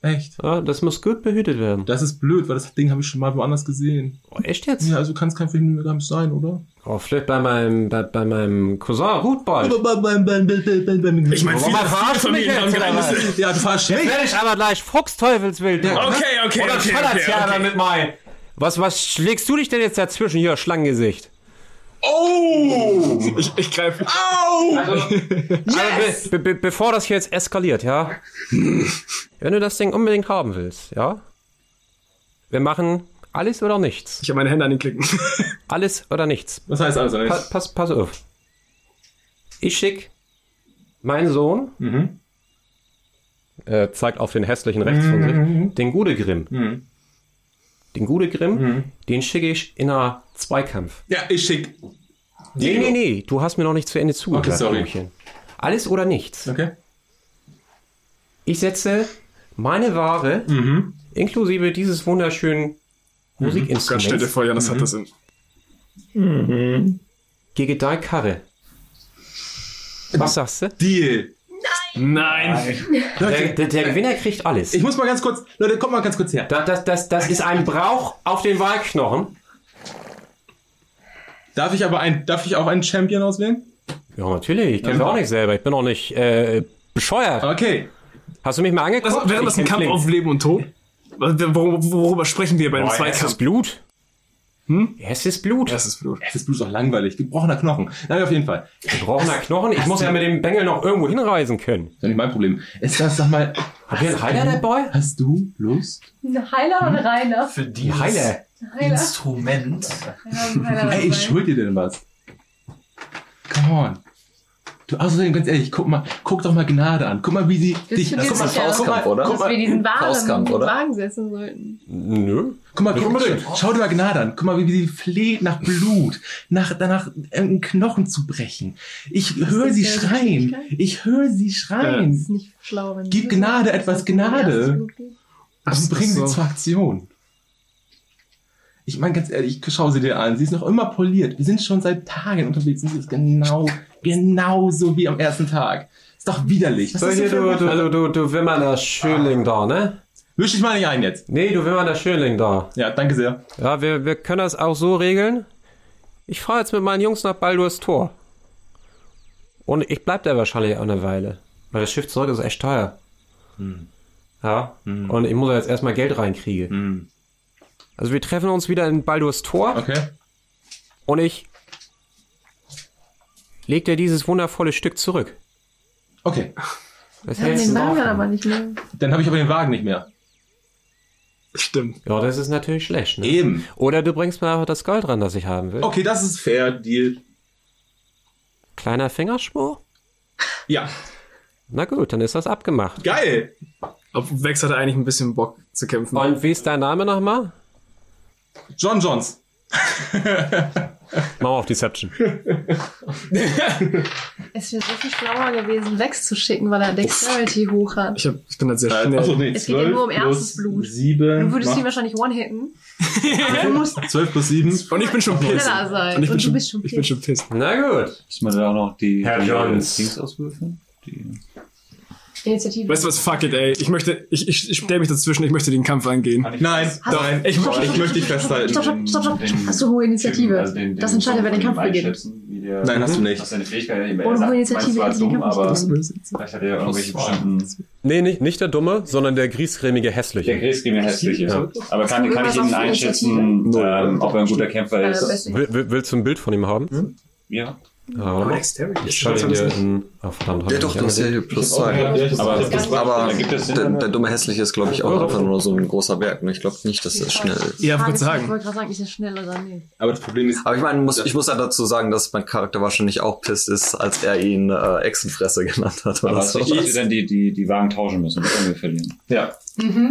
Speaker 3: echt?
Speaker 2: Ja, das muss gut behütet werden.
Speaker 3: Das ist blöd, weil das Ding habe ich schon mal woanders gesehen.
Speaker 2: Oh, echt jetzt?
Speaker 3: Ja, also kann es kein Filmgeheimnis sein, oder?
Speaker 2: Oh, vielleicht bei meinem, bei, bei meinem Cousin Hutball.
Speaker 3: Also, Ich
Speaker 2: [LAUGHS]
Speaker 4: Ich meine, viele, viele Familien haben Geheimnisse.
Speaker 3: Ja, du verarschst mich.
Speaker 2: Werde ich aber gleich Fuchsteufelswild. Ja,
Speaker 4: Okay, okay,
Speaker 2: Oder
Speaker 4: okay,
Speaker 2: schallert
Speaker 4: okay,
Speaker 2: ja
Speaker 4: okay.
Speaker 2: damit mal. Was, was schlägst du dich denn jetzt dazwischen hier, Schlangengesicht?
Speaker 3: Oh!
Speaker 4: Ich, ich greife.
Speaker 2: Yes! Also, Be be bevor das hier jetzt eskaliert,
Speaker 4: [LAUGHS]
Speaker 2: ja? Wenn du das Ding unbedingt haben willst, ja? Wir machen alles oder nichts.
Speaker 4: Ich habe meine Hände an den Klicken.
Speaker 2: Alles oder nichts.
Speaker 3: Was heißt alles?
Speaker 2: Pa
Speaker 3: alles?
Speaker 2: pass, pass auf. Ich schick meinen Sohn,
Speaker 3: Mhm.
Speaker 2: äh, zeigt auf den hässlichen rechts von sich, den Gudegrim.
Speaker 3: Mhm.
Speaker 2: Den Gudegrim,
Speaker 4: Mhm.
Speaker 2: den schicke ich in einer Zweikampf.
Speaker 3: Ja, ich schick.
Speaker 2: Nee, nee, nee, du hast mir noch nicht zu Ende zugehört.
Speaker 3: Okay, sorry.
Speaker 2: Blümchen. Alles oder nichts.
Speaker 3: Okay.
Speaker 2: Ich setze meine Ware inklusive dieses wunderschönen
Speaker 4: Gott, stell dir
Speaker 2: Musikinstruments
Speaker 4: vor, Janis hat das in.
Speaker 2: gegen deine Karre. Was sagst du?
Speaker 3: Deal.
Speaker 4: Nein!
Speaker 2: Der,
Speaker 3: Leute,
Speaker 2: Äh, der, der Gewinner kriegt alles.
Speaker 3: Äh, ich muss mal ganz kurz. Leute, kommt mal ganz kurz her.
Speaker 2: Das, das, das, das ist ein Brauch auf den Wahlknochen.
Speaker 3: Darf ich aber ein, darf ich auch einen Champion auswählen?
Speaker 2: Ja, natürlich. Ich kenne mich auch nicht selber. Ich bin auch nicht äh, bescheuert.
Speaker 3: Okay.
Speaker 2: Hast du mich mal angeguckt?
Speaker 4: Das, wäre das ein Kampf auf Leben und Tod? Was- Worüber, worüber sprechen wir bei einem
Speaker 2: Zweites
Speaker 4: Zweikampf?
Speaker 2: Blut. Hm? Es ist Blut.
Speaker 4: Das ist Blut.
Speaker 3: Es ist bloß auch langweilig. Gebrochener Knochen. Nein, auf jeden Fall.
Speaker 2: Gebrochener Knochen. Ich muss ja mit dem Bengel noch irgendwo hinreisen können.
Speaker 3: Ist ja nicht mein Problem. Ist das, sag mal,
Speaker 2: Haben wir einen Heiler dabei?
Speaker 3: hast du Lust?
Speaker 6: Ein Heiler und Reiner.
Speaker 10: Für dieses
Speaker 2: Heiler.
Speaker 6: Heiler.
Speaker 10: Instrument.
Speaker 6: Ja, ein Heiler
Speaker 3: Ey, ich
Speaker 6: dabei.
Speaker 3: schuld dir denn was. Come on. Du, außerdem, ganz ehrlich, guck mal, guck doch mal Gnade an. Guck mal, wie sie
Speaker 6: du
Speaker 3: dich,
Speaker 6: dir
Speaker 3: guck mal,
Speaker 6: sicher,
Speaker 3: guck mal,
Speaker 5: Faustkampf, oder?
Speaker 3: guck
Speaker 6: Dass wir
Speaker 3: mal,
Speaker 6: diesen Wagen,
Speaker 5: Faustkampf, oder?
Speaker 6: Wagen setzen sollten.
Speaker 2: Nö.
Speaker 3: Guck mal, guck mal, schau dir mal Gnade an. Guck mal, wie sie fleht nach Blut, nach, danach einen Knochen zu brechen. Ich höre
Speaker 6: ist
Speaker 3: sie
Speaker 6: ja die
Speaker 3: schreien.
Speaker 6: Möglichkeit.
Speaker 3: Ich höre sie schreien.
Speaker 6: Das ist nicht schlau, wenn
Speaker 3: Gib Gnade, etwas Gnade. Was bringen die zur Aktion? Ich meine ganz ehrlich, ich schaue sie dir an. Sie ist noch immer poliert. Wir sind schon seit Tagen unterwegs. und Sie ist genau, genauso wie am ersten Tag. Ist doch widerlich.
Speaker 2: So, hier, du, du, du, du, du Wimmerner Schönling da, ne?
Speaker 3: Wisch dich mal nicht ein jetzt.
Speaker 2: Nee, du Wimmerner Schönling da.
Speaker 3: Ja, danke sehr.
Speaker 2: Ja, wir, wir können das auch so regeln. Ich fahre jetzt mit meinen Jungs nach Baldur's Tor. Und ich bleib da wahrscheinlich auch eine Weile. Weil das Schiff zurück ist echt teuer. Ja. Und ich muss ja jetzt erstmal Geld reinkriegen. Also wir treffen uns wieder in Baldur's Tor.
Speaker 3: Okay.
Speaker 2: Und ich leg dir dieses wundervolle Stück zurück.
Speaker 3: Okay.
Speaker 2: Was
Speaker 8: Wir haben
Speaker 2: hältst
Speaker 8: den
Speaker 2: du
Speaker 8: Wagen
Speaker 2: davon?
Speaker 8: aber nicht mehr.
Speaker 3: Dann habe ich aber den Wagen nicht mehr.
Speaker 4: Stimmt.
Speaker 2: Ja, das ist natürlich schlecht.
Speaker 1: E-
Speaker 2: Ne?
Speaker 3: Eben.
Speaker 2: Oder du bringst mir einfach das Gold ran, das ich haben will.
Speaker 3: Okay, das ist fair, Deal.
Speaker 2: Kleiner Fingerschwur?
Speaker 3: Ja.
Speaker 2: Na gut, dann ist das abgemacht.
Speaker 3: Geil!
Speaker 4: Ob Wex hatte eigentlich ein bisschen Bock zu kämpfen.
Speaker 2: Und wie ist dein Name nochmal?
Speaker 3: John Johns.
Speaker 2: Machen wir auf Deception.
Speaker 8: Es wäre so viel schlauer gewesen, Wex zu schicken, weil er Dexterity hoch hat.
Speaker 4: Ich, hab, ich bin halt sehr schnell.
Speaker 3: Achso, Äh, nee,
Speaker 8: Es geht ja nur
Speaker 3: 12
Speaker 8: um
Speaker 3: plus
Speaker 8: erstes Blut.
Speaker 3: Sieben.
Speaker 8: Du würdest
Speaker 3: macht-
Speaker 8: ihn wahrscheinlich one-hitten.
Speaker 3: 12 plus 7.
Speaker 4: Und ich bin schon pissed.
Speaker 8: Schneller sein.
Speaker 4: Und ich bin
Speaker 8: Und du
Speaker 4: schon,
Speaker 8: bist schon
Speaker 4: ich bin
Speaker 8: pissed.
Speaker 4: schon pissed.
Speaker 2: Na gut.
Speaker 7: Müssen wir da auch noch die,
Speaker 2: Herr
Speaker 7: die
Speaker 2: Johns.
Speaker 7: Dings auswürfeln? Die,
Speaker 8: Initiative.
Speaker 4: Weißt du was, fuck it, ey. Ich möchte, ich, ich, ich stelle mich dazwischen, ich möchte den Kampf angehen.
Speaker 3: Nein, nein, ich, ich möchte dich festhalten.
Speaker 8: Stopp, stopp, stopp, stopp. Hast du hohe Initiative?
Speaker 7: also
Speaker 8: das entscheidet, wer den Kampf beginnt.
Speaker 3: Nein, hast du
Speaker 7: Das ist
Speaker 3: nicht.
Speaker 7: eine Fähigkeit, die
Speaker 8: Ohne hohe Initiative
Speaker 7: war
Speaker 8: hätte ich den
Speaker 7: dumm,
Speaker 8: Kampf
Speaker 7: aber
Speaker 8: nicht beginnt.
Speaker 7: vielleicht hat er ja irgendwelche bestimmten...
Speaker 1: Nee, nicht, nicht der Dumme, sondern der griesgrämige
Speaker 7: Der
Speaker 1: Hässliche.
Speaker 7: Krebs mir hässlich ist. Aber kann, kann ich ihn einschätzen, ähm, ob er ein guter Kämpfer ist?
Speaker 8: Äh,
Speaker 1: Will, will, willst du ein Bild von ihm haben?
Speaker 7: Ja.
Speaker 1: Ja. Ich schalte ihn dir in... Oh, verdammt, hab äh,
Speaker 5: Ja,
Speaker 1: ich
Speaker 5: doch,
Speaker 1: nicht
Speaker 5: du hast ja
Speaker 1: angesehen.
Speaker 5: hier plus zwei.
Speaker 7: Aber
Speaker 5: Aber
Speaker 7: da gibt es
Speaker 5: der, der dumme Hässliche ist, glaube ich, auch einfach nur so ein großer Berg. Und ich glaube nicht, dass das schnell ist.
Speaker 4: Ja,
Speaker 8: Frage
Speaker 4: würde
Speaker 8: ist, Ich
Speaker 4: sagen.
Speaker 8: wollte gerade sagen, ist er schnell oder nicht?
Speaker 3: Aber das Problem ist,
Speaker 5: Aber ich meine, muss, ich muss ja dazu sagen, dass mein Charakter wahrscheinlich auch pisst ist, als er ihn äh, Echsenfresse [LAUGHS] genannt hat oder
Speaker 7: Aber
Speaker 5: so.
Speaker 7: so dass wir dann die, die, die Wagen tauschen müssen, wenn wir verlieren.
Speaker 3: ja.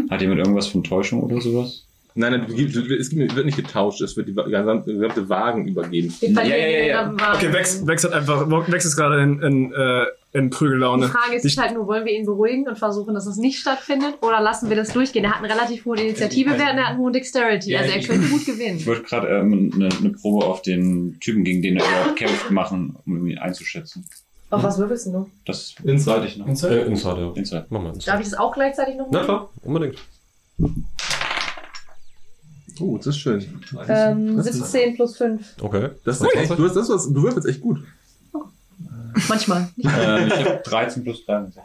Speaker 7: Hat jemand irgendwas von Täuschung oder sowas?
Speaker 3: Nein, nein, es gibt- es gibt- wird nicht getauscht, es wird die gesamte, gesamte Wagen übergeben.
Speaker 8: Wir verlieren
Speaker 7: ja, ja, ja.
Speaker 8: den Wagen.
Speaker 4: Okay, Wex, Wex hat einfach, Wex ist gerade in, in, äh, in
Speaker 8: Die
Speaker 4: Prügellaune.
Speaker 8: Frage ist
Speaker 4: Ich-
Speaker 8: halt nur, wollen wir ihn beruhigen und versuchen, dass es nicht stattfindet oder lassen wir das durchgehen? Er hat einen relativ hohen Initiativewert und er hat einen hohen Dexterity.
Speaker 7: Ja,
Speaker 8: Also er
Speaker 7: ich-
Speaker 8: könnte gut
Speaker 7: Ich
Speaker 8: gewinnen.
Speaker 7: würde gerade ähm, eine eine Probe auf den Typen, gegen den er überhaupt kämpft, machen, um ihn einzuschätzen.
Speaker 8: Auf was würfelst du?
Speaker 7: Das
Speaker 3: Inside.
Speaker 7: ich noch.
Speaker 1: Äh, Inside, ja.
Speaker 7: Inside.
Speaker 1: Mach mal Inside.
Speaker 8: Darf ich das auch gleichzeitig noch
Speaker 1: Na klar, unbedingt.
Speaker 3: Oh, das ist schön.
Speaker 8: Ähm, 17 plus 5.
Speaker 1: Okay.
Speaker 3: Das ist echt, du, hast, das was, du würfelst echt gut.
Speaker 8: Manchmal.
Speaker 7: Ähm, ich habe 13 plus 63.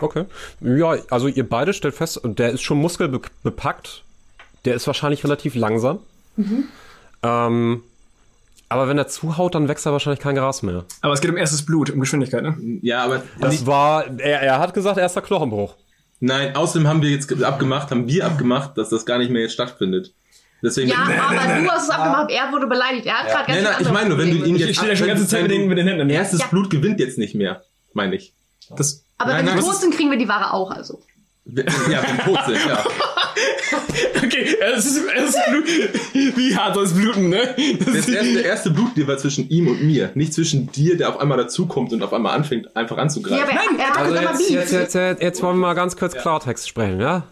Speaker 1: Okay. Ja, also ihr beide stellt fest, der ist schon muskelbepackt. Der ist wahrscheinlich relativ langsam. Ähm, aber wenn er zuhaut, dann wächst er wahrscheinlich kein Gras mehr.
Speaker 4: Aber es geht um erstes Blut, um Geschwindigkeit, ne?
Speaker 3: Ja, aber
Speaker 1: Das
Speaker 3: nicht,
Speaker 1: war, er, er hat gesagt, erster Knochenbruch.
Speaker 3: nein, außerdem haben wir jetzt ge- abgemacht, haben wir abgemacht, dass das gar nicht mehr jetzt stattfindet. Deswegen.
Speaker 8: Ja,
Speaker 5: [LAUGHS]
Speaker 8: aber du hast es abgemacht. Er wurde beleidigt. Er hat
Speaker 3: Nein,
Speaker 8: gerade ganz
Speaker 3: nein,
Speaker 8: andere
Speaker 3: ich meine nur, wenn du
Speaker 8: Probleme.
Speaker 3: ihn jetzt.
Speaker 4: Ich stehe ja schon die
Speaker 3: wenn-
Speaker 4: ganze Zeit
Speaker 3: wenn
Speaker 4: mit den,
Speaker 3: du-
Speaker 4: mit den Händen. in-
Speaker 3: Erstes
Speaker 8: Ja.
Speaker 3: Blut gewinnt jetzt nicht mehr, meine ich.
Speaker 4: Das,
Speaker 8: Aber
Speaker 3: Nein,
Speaker 8: wenn
Speaker 3: nein,
Speaker 8: wir
Speaker 3: das
Speaker 8: tot
Speaker 3: ist-
Speaker 8: sind, kriegen wir die Ware auch. Also.
Speaker 3: Wenn- Ja, wenn tot sind, ja.
Speaker 4: okay, es ist, es ist Blut. [LAUGHS] Wie hart soll es bluten, ne?
Speaker 3: Das erste, der erste Blutdeal war zwischen ihm und mir, nicht zwischen dir, der auf einmal dazukommt und auf einmal anfängt, einfach
Speaker 8: Ja,
Speaker 3: anzugreifen.
Speaker 8: aber er, er hat
Speaker 1: Also
Speaker 8: also immer
Speaker 1: jetzt,
Speaker 8: Beef.
Speaker 1: jetzt, jetzt, jetzt, jetzt wollen wir mal ganz kurz Klartext sprechen, ja?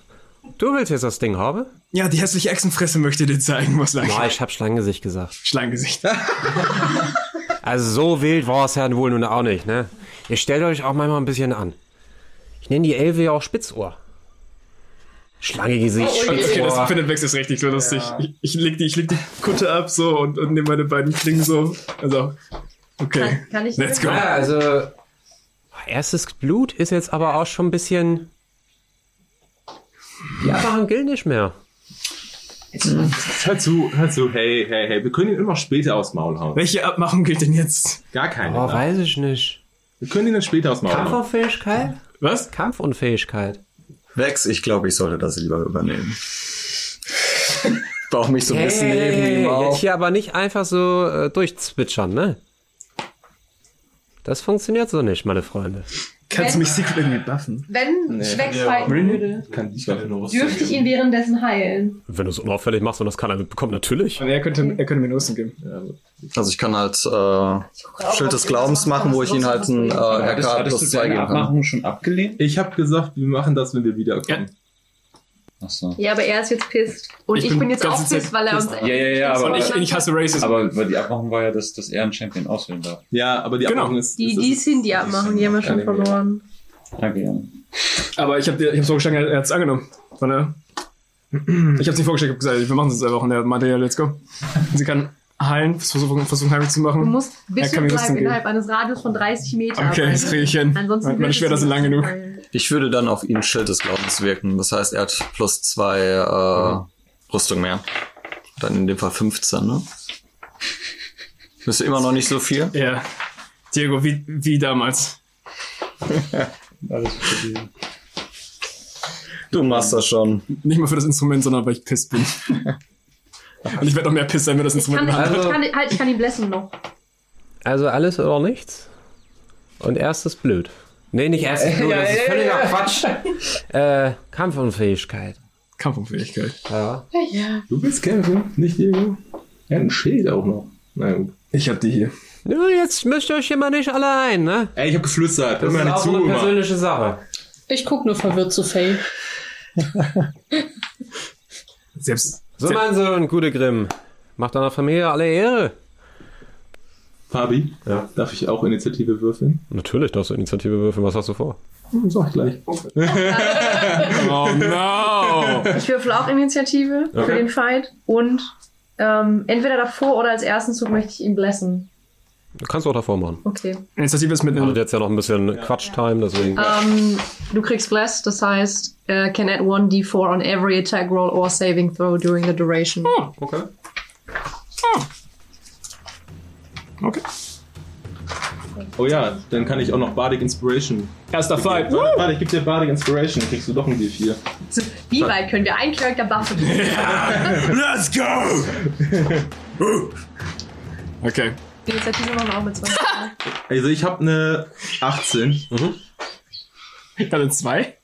Speaker 1: Du willst jetzt das Ding haben?
Speaker 4: Ja, die hässliche Echsenfresse möchte dir zeigen, was lag.
Speaker 1: Nein, ich hab Schlangengesicht gesagt.
Speaker 4: Schlangengesicht.
Speaker 1: Also so wild war es ja wohl nun auch nicht, ne? Ihr stellt euch auch manchmal ein bisschen an. Ich nenne die Elfe ja auch Spitzohr. Schlangengesicht,
Speaker 4: Okay,
Speaker 1: Spitzohr.
Speaker 4: das findet Wex jetzt richtig so lustig. Ich, ich, leg die, ich leg die Kutte ab so und, und nehme meine beiden Klingen so. Also, okay.
Speaker 8: Kann- kann ich-
Speaker 4: Let's go.
Speaker 1: Ja, also. Erstes Blut ist jetzt aber auch schon ein bisschen. Ja, Sachen gilt nicht mehr.
Speaker 3: Hör zu, hör zu, hey, hey, hey, wir können ihn immer später aufs Maul hauen.
Speaker 4: Welche Abmachung gilt denn jetzt?
Speaker 3: Gar keine.
Speaker 1: Oh,
Speaker 3: ne?
Speaker 1: weiß ich nicht.
Speaker 3: wir können ihn dann später aufs Maul hauen.
Speaker 1: Kampfunfähigkeit?
Speaker 4: Was?
Speaker 1: Kampfunfähigkeit.
Speaker 5: Wex, ich glaube, ich sollte das lieber übernehmen. Ich brauche mich so ein bisschen neben ihm
Speaker 1: jetzt
Speaker 5: auf.
Speaker 1: hier aber nicht einfach so äh, durchzwitschern, ne? Das funktioniert so nicht, meine Freunde.
Speaker 4: Kannst du mich secret irgendwie buffen?
Speaker 8: Wenn nee. Schweck fighten würde,
Speaker 3: Kann ich doch nur
Speaker 8: dürfte ich ihn währenddessen heilen.
Speaker 1: Wenn du es unauffällig machst und das keiner mitbekommt, natürlich.
Speaker 4: Und er könnte, er könnte mir Nosen geben.
Speaker 5: Also ich kann halt äh, Schild des Glaubens machen, wo ich ihn halt ein äh,
Speaker 7: Hattest,
Speaker 5: RK
Speaker 7: hattest
Speaker 5: plus
Speaker 7: du
Speaker 5: zwei
Speaker 7: deine
Speaker 5: geben kann.
Speaker 7: Abmachung schon abgelehnt?
Speaker 3: Ich habe gesagt, wir machen das, wenn wir wiederkommen.
Speaker 14: Achso.
Speaker 8: Ja, aber er ist jetzt pisst. Und ich, bin, jetzt auch pisst, weil er uns.
Speaker 14: Ja, ja, ja, aber.
Speaker 8: Und ich- ich hasse Racism.
Speaker 14: Aber weil die Abmachung war ja, dass, dass er einen Champion auswählen darf.
Speaker 3: Ja, aber die
Speaker 14: Genau.
Speaker 3: Abmachung ist.
Speaker 8: Die, die sind die abmachen, die haben wir schon verloren.
Speaker 14: Danke, ja.
Speaker 4: Aber ich habe ich hab vorgeschlagen, er hat es angenommen. Von der [CLEARS THROAT] ich habe sie vorgeschlagen, ich habe gesagt, wir machen es jetzt einfach. Und er meinte, ja, let's go. Sie kann heilen, versuchen, versuchen heimlich zu machen.
Speaker 8: Du musst
Speaker 4: Er
Speaker 8: bitte
Speaker 4: kann mir das
Speaker 8: bleiben
Speaker 4: dann geben.
Speaker 8: innerhalb eines Radius von 30 Metern.
Speaker 4: Okay, das krieg ich hin.
Speaker 8: Ansonsten
Speaker 4: Meine Schwerter sind lang genug.
Speaker 7: Ich würde dann auf ihn Schild des Glaubens wirken. Das heißt, er hat plus zwei äh, Rüstung mehr. Dann in dem Fall
Speaker 14: [LAUGHS]
Speaker 7: 15, ne? Bist du immer noch nicht so viel?
Speaker 4: Ja. Diego, wie, wie damals.
Speaker 14: Alles
Speaker 7: Du machst das schon.
Speaker 4: Nicht mal für das Instrument, sondern weil ich piss
Speaker 7: [LAUGHS]
Speaker 4: bin. Und ich werde noch mehr piss sein, wenn das
Speaker 8: Ich kann,
Speaker 4: Instrument in der Hand
Speaker 8: ich,
Speaker 4: hat.
Speaker 8: kann, halt, ich kann ihn blessen noch.
Speaker 2: Also alles oder nichts. Und erstes blöd. Nee, nicht erstes blöd, das ist völliger Quatsch. Äh, Kampfunfähigkeit.
Speaker 4: Kampfunfähigkeit.
Speaker 2: Ja.
Speaker 9: Ja.
Speaker 3: Du bist Kämpfer, nicht Diego. Ja, ein Schild auch noch. Na gut.
Speaker 4: Ich hab die hier.
Speaker 2: Nun, jetzt müsst ihr euch immer nicht alle ein, ne?
Speaker 3: Ey, ich hab
Speaker 2: Das
Speaker 3: geflüstert. Hör mir
Speaker 2: ist
Speaker 3: nicht
Speaker 2: auch
Speaker 3: zu,
Speaker 2: so eine
Speaker 3: Mann.
Speaker 2: persönliche Sache.
Speaker 9: Ich guck nur verwirrt zu Faye.
Speaker 4: Selbst.
Speaker 2: So, mein Sohn, gute Grimm. Macht deiner Familie alle Ehre.
Speaker 3: Fabi, darf ich auch Initiative würfeln?
Speaker 2: Natürlich darfst du Initiative würfeln. Was hast du vor?
Speaker 3: Hm, sag ich gleich.
Speaker 2: Oh no!
Speaker 8: Ich würfel auch Initiative für
Speaker 2: Okay.
Speaker 8: den Fight und ähm, entweder davor oder als ersten Zug möchte ich ihn blessen.
Speaker 2: Du kannst auch davor machen.
Speaker 8: Okay.
Speaker 4: Initiative ist mit
Speaker 2: Hat jetzt ja noch ein bisschen Quatsch-Time, deswegen.
Speaker 8: Ähm, du kriegst Bless, das heißt, äh, can add 1d4 on every attack roll or saving throw during the duration.
Speaker 2: okay.
Speaker 4: Okay.
Speaker 3: Oh ja, dann kann ich auch noch Bardic Inspiration.
Speaker 4: Erster Fight.
Speaker 3: Warte, warte, ich geb dir Bardic Inspiration, kriegst du doch ein D4.
Speaker 8: So, Wie weit können wir einen Charakter buffen?
Speaker 3: Let's go!
Speaker 4: okay.
Speaker 8: Die Initiative machen wir auch mit 20. ne?
Speaker 3: Also ich habe eine 18.
Speaker 7: Mhm.
Speaker 4: Ich hatte zwei.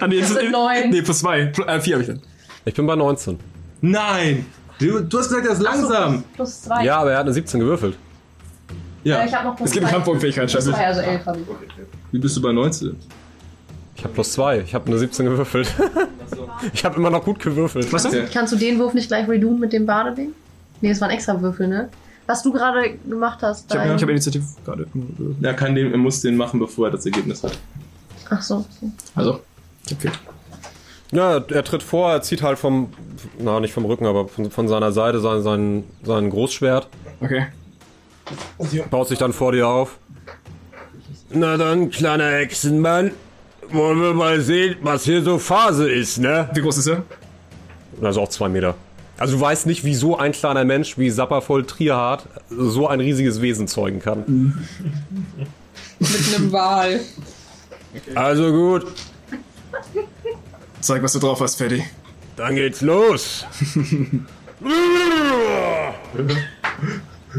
Speaker 4: Ah, nee,
Speaker 8: Das
Speaker 4: plus-
Speaker 8: sind neun.
Speaker 4: Nee, plus zwei. Plus, äh, vier habe ich dann.
Speaker 2: Ich bin bei 19.
Speaker 3: Nein! Du, du hast gesagt, er ist langsam.
Speaker 8: Plus 2.
Speaker 2: Ja, aber er hat eine 17 gewürfelt.
Speaker 3: Ja.
Speaker 8: Äh, ich hab noch plus
Speaker 3: Es gibt
Speaker 8: zwei.
Speaker 3: Kampfunfähigkeit,
Speaker 8: Plus
Speaker 3: scheiße.
Speaker 8: zwei, also elf hab ich.
Speaker 3: Wie bist du bei 19?
Speaker 2: Ich habe plus 2. Ich habe eine 17 gewürfelt. ich habe immer noch gut gewürfelt.
Speaker 8: Kannst, du, kannst du den Wurf nicht gleich redoen mit dem Badeding? Nee, das war ein extra Würfel, ne? Was du gerade gemacht hast.
Speaker 3: Ich hab-
Speaker 8: dein-
Speaker 3: ich hab
Speaker 4: Initiative gerade.
Speaker 3: Er kann den, er muss den machen, bevor er das Ergebnis hat.
Speaker 8: Ach so.
Speaker 4: Also, okay.
Speaker 2: Ja, er tritt vor, er zieht halt vom, na nicht vom Rücken, aber von, von seiner Seite sein, sein, sein Großschwert.
Speaker 4: Okay.
Speaker 2: Baut sich dann vor dir auf. Na dann, kleiner Hexenmann, wollen wir mal sehen, was hier so Phase ist, ne?
Speaker 4: Wie groß ist er?
Speaker 2: Also auch zwei Meter. Also du weißt nicht, wieso ein kleiner Mensch wie Sappervoll Trierhard so ein riesiges Wesen zeugen kann.
Speaker 9: Mit einem Wal.
Speaker 2: Also gut.
Speaker 4: Zeig, was du drauf hast, Freddy.
Speaker 2: Dann geht's los. [LAUGHS]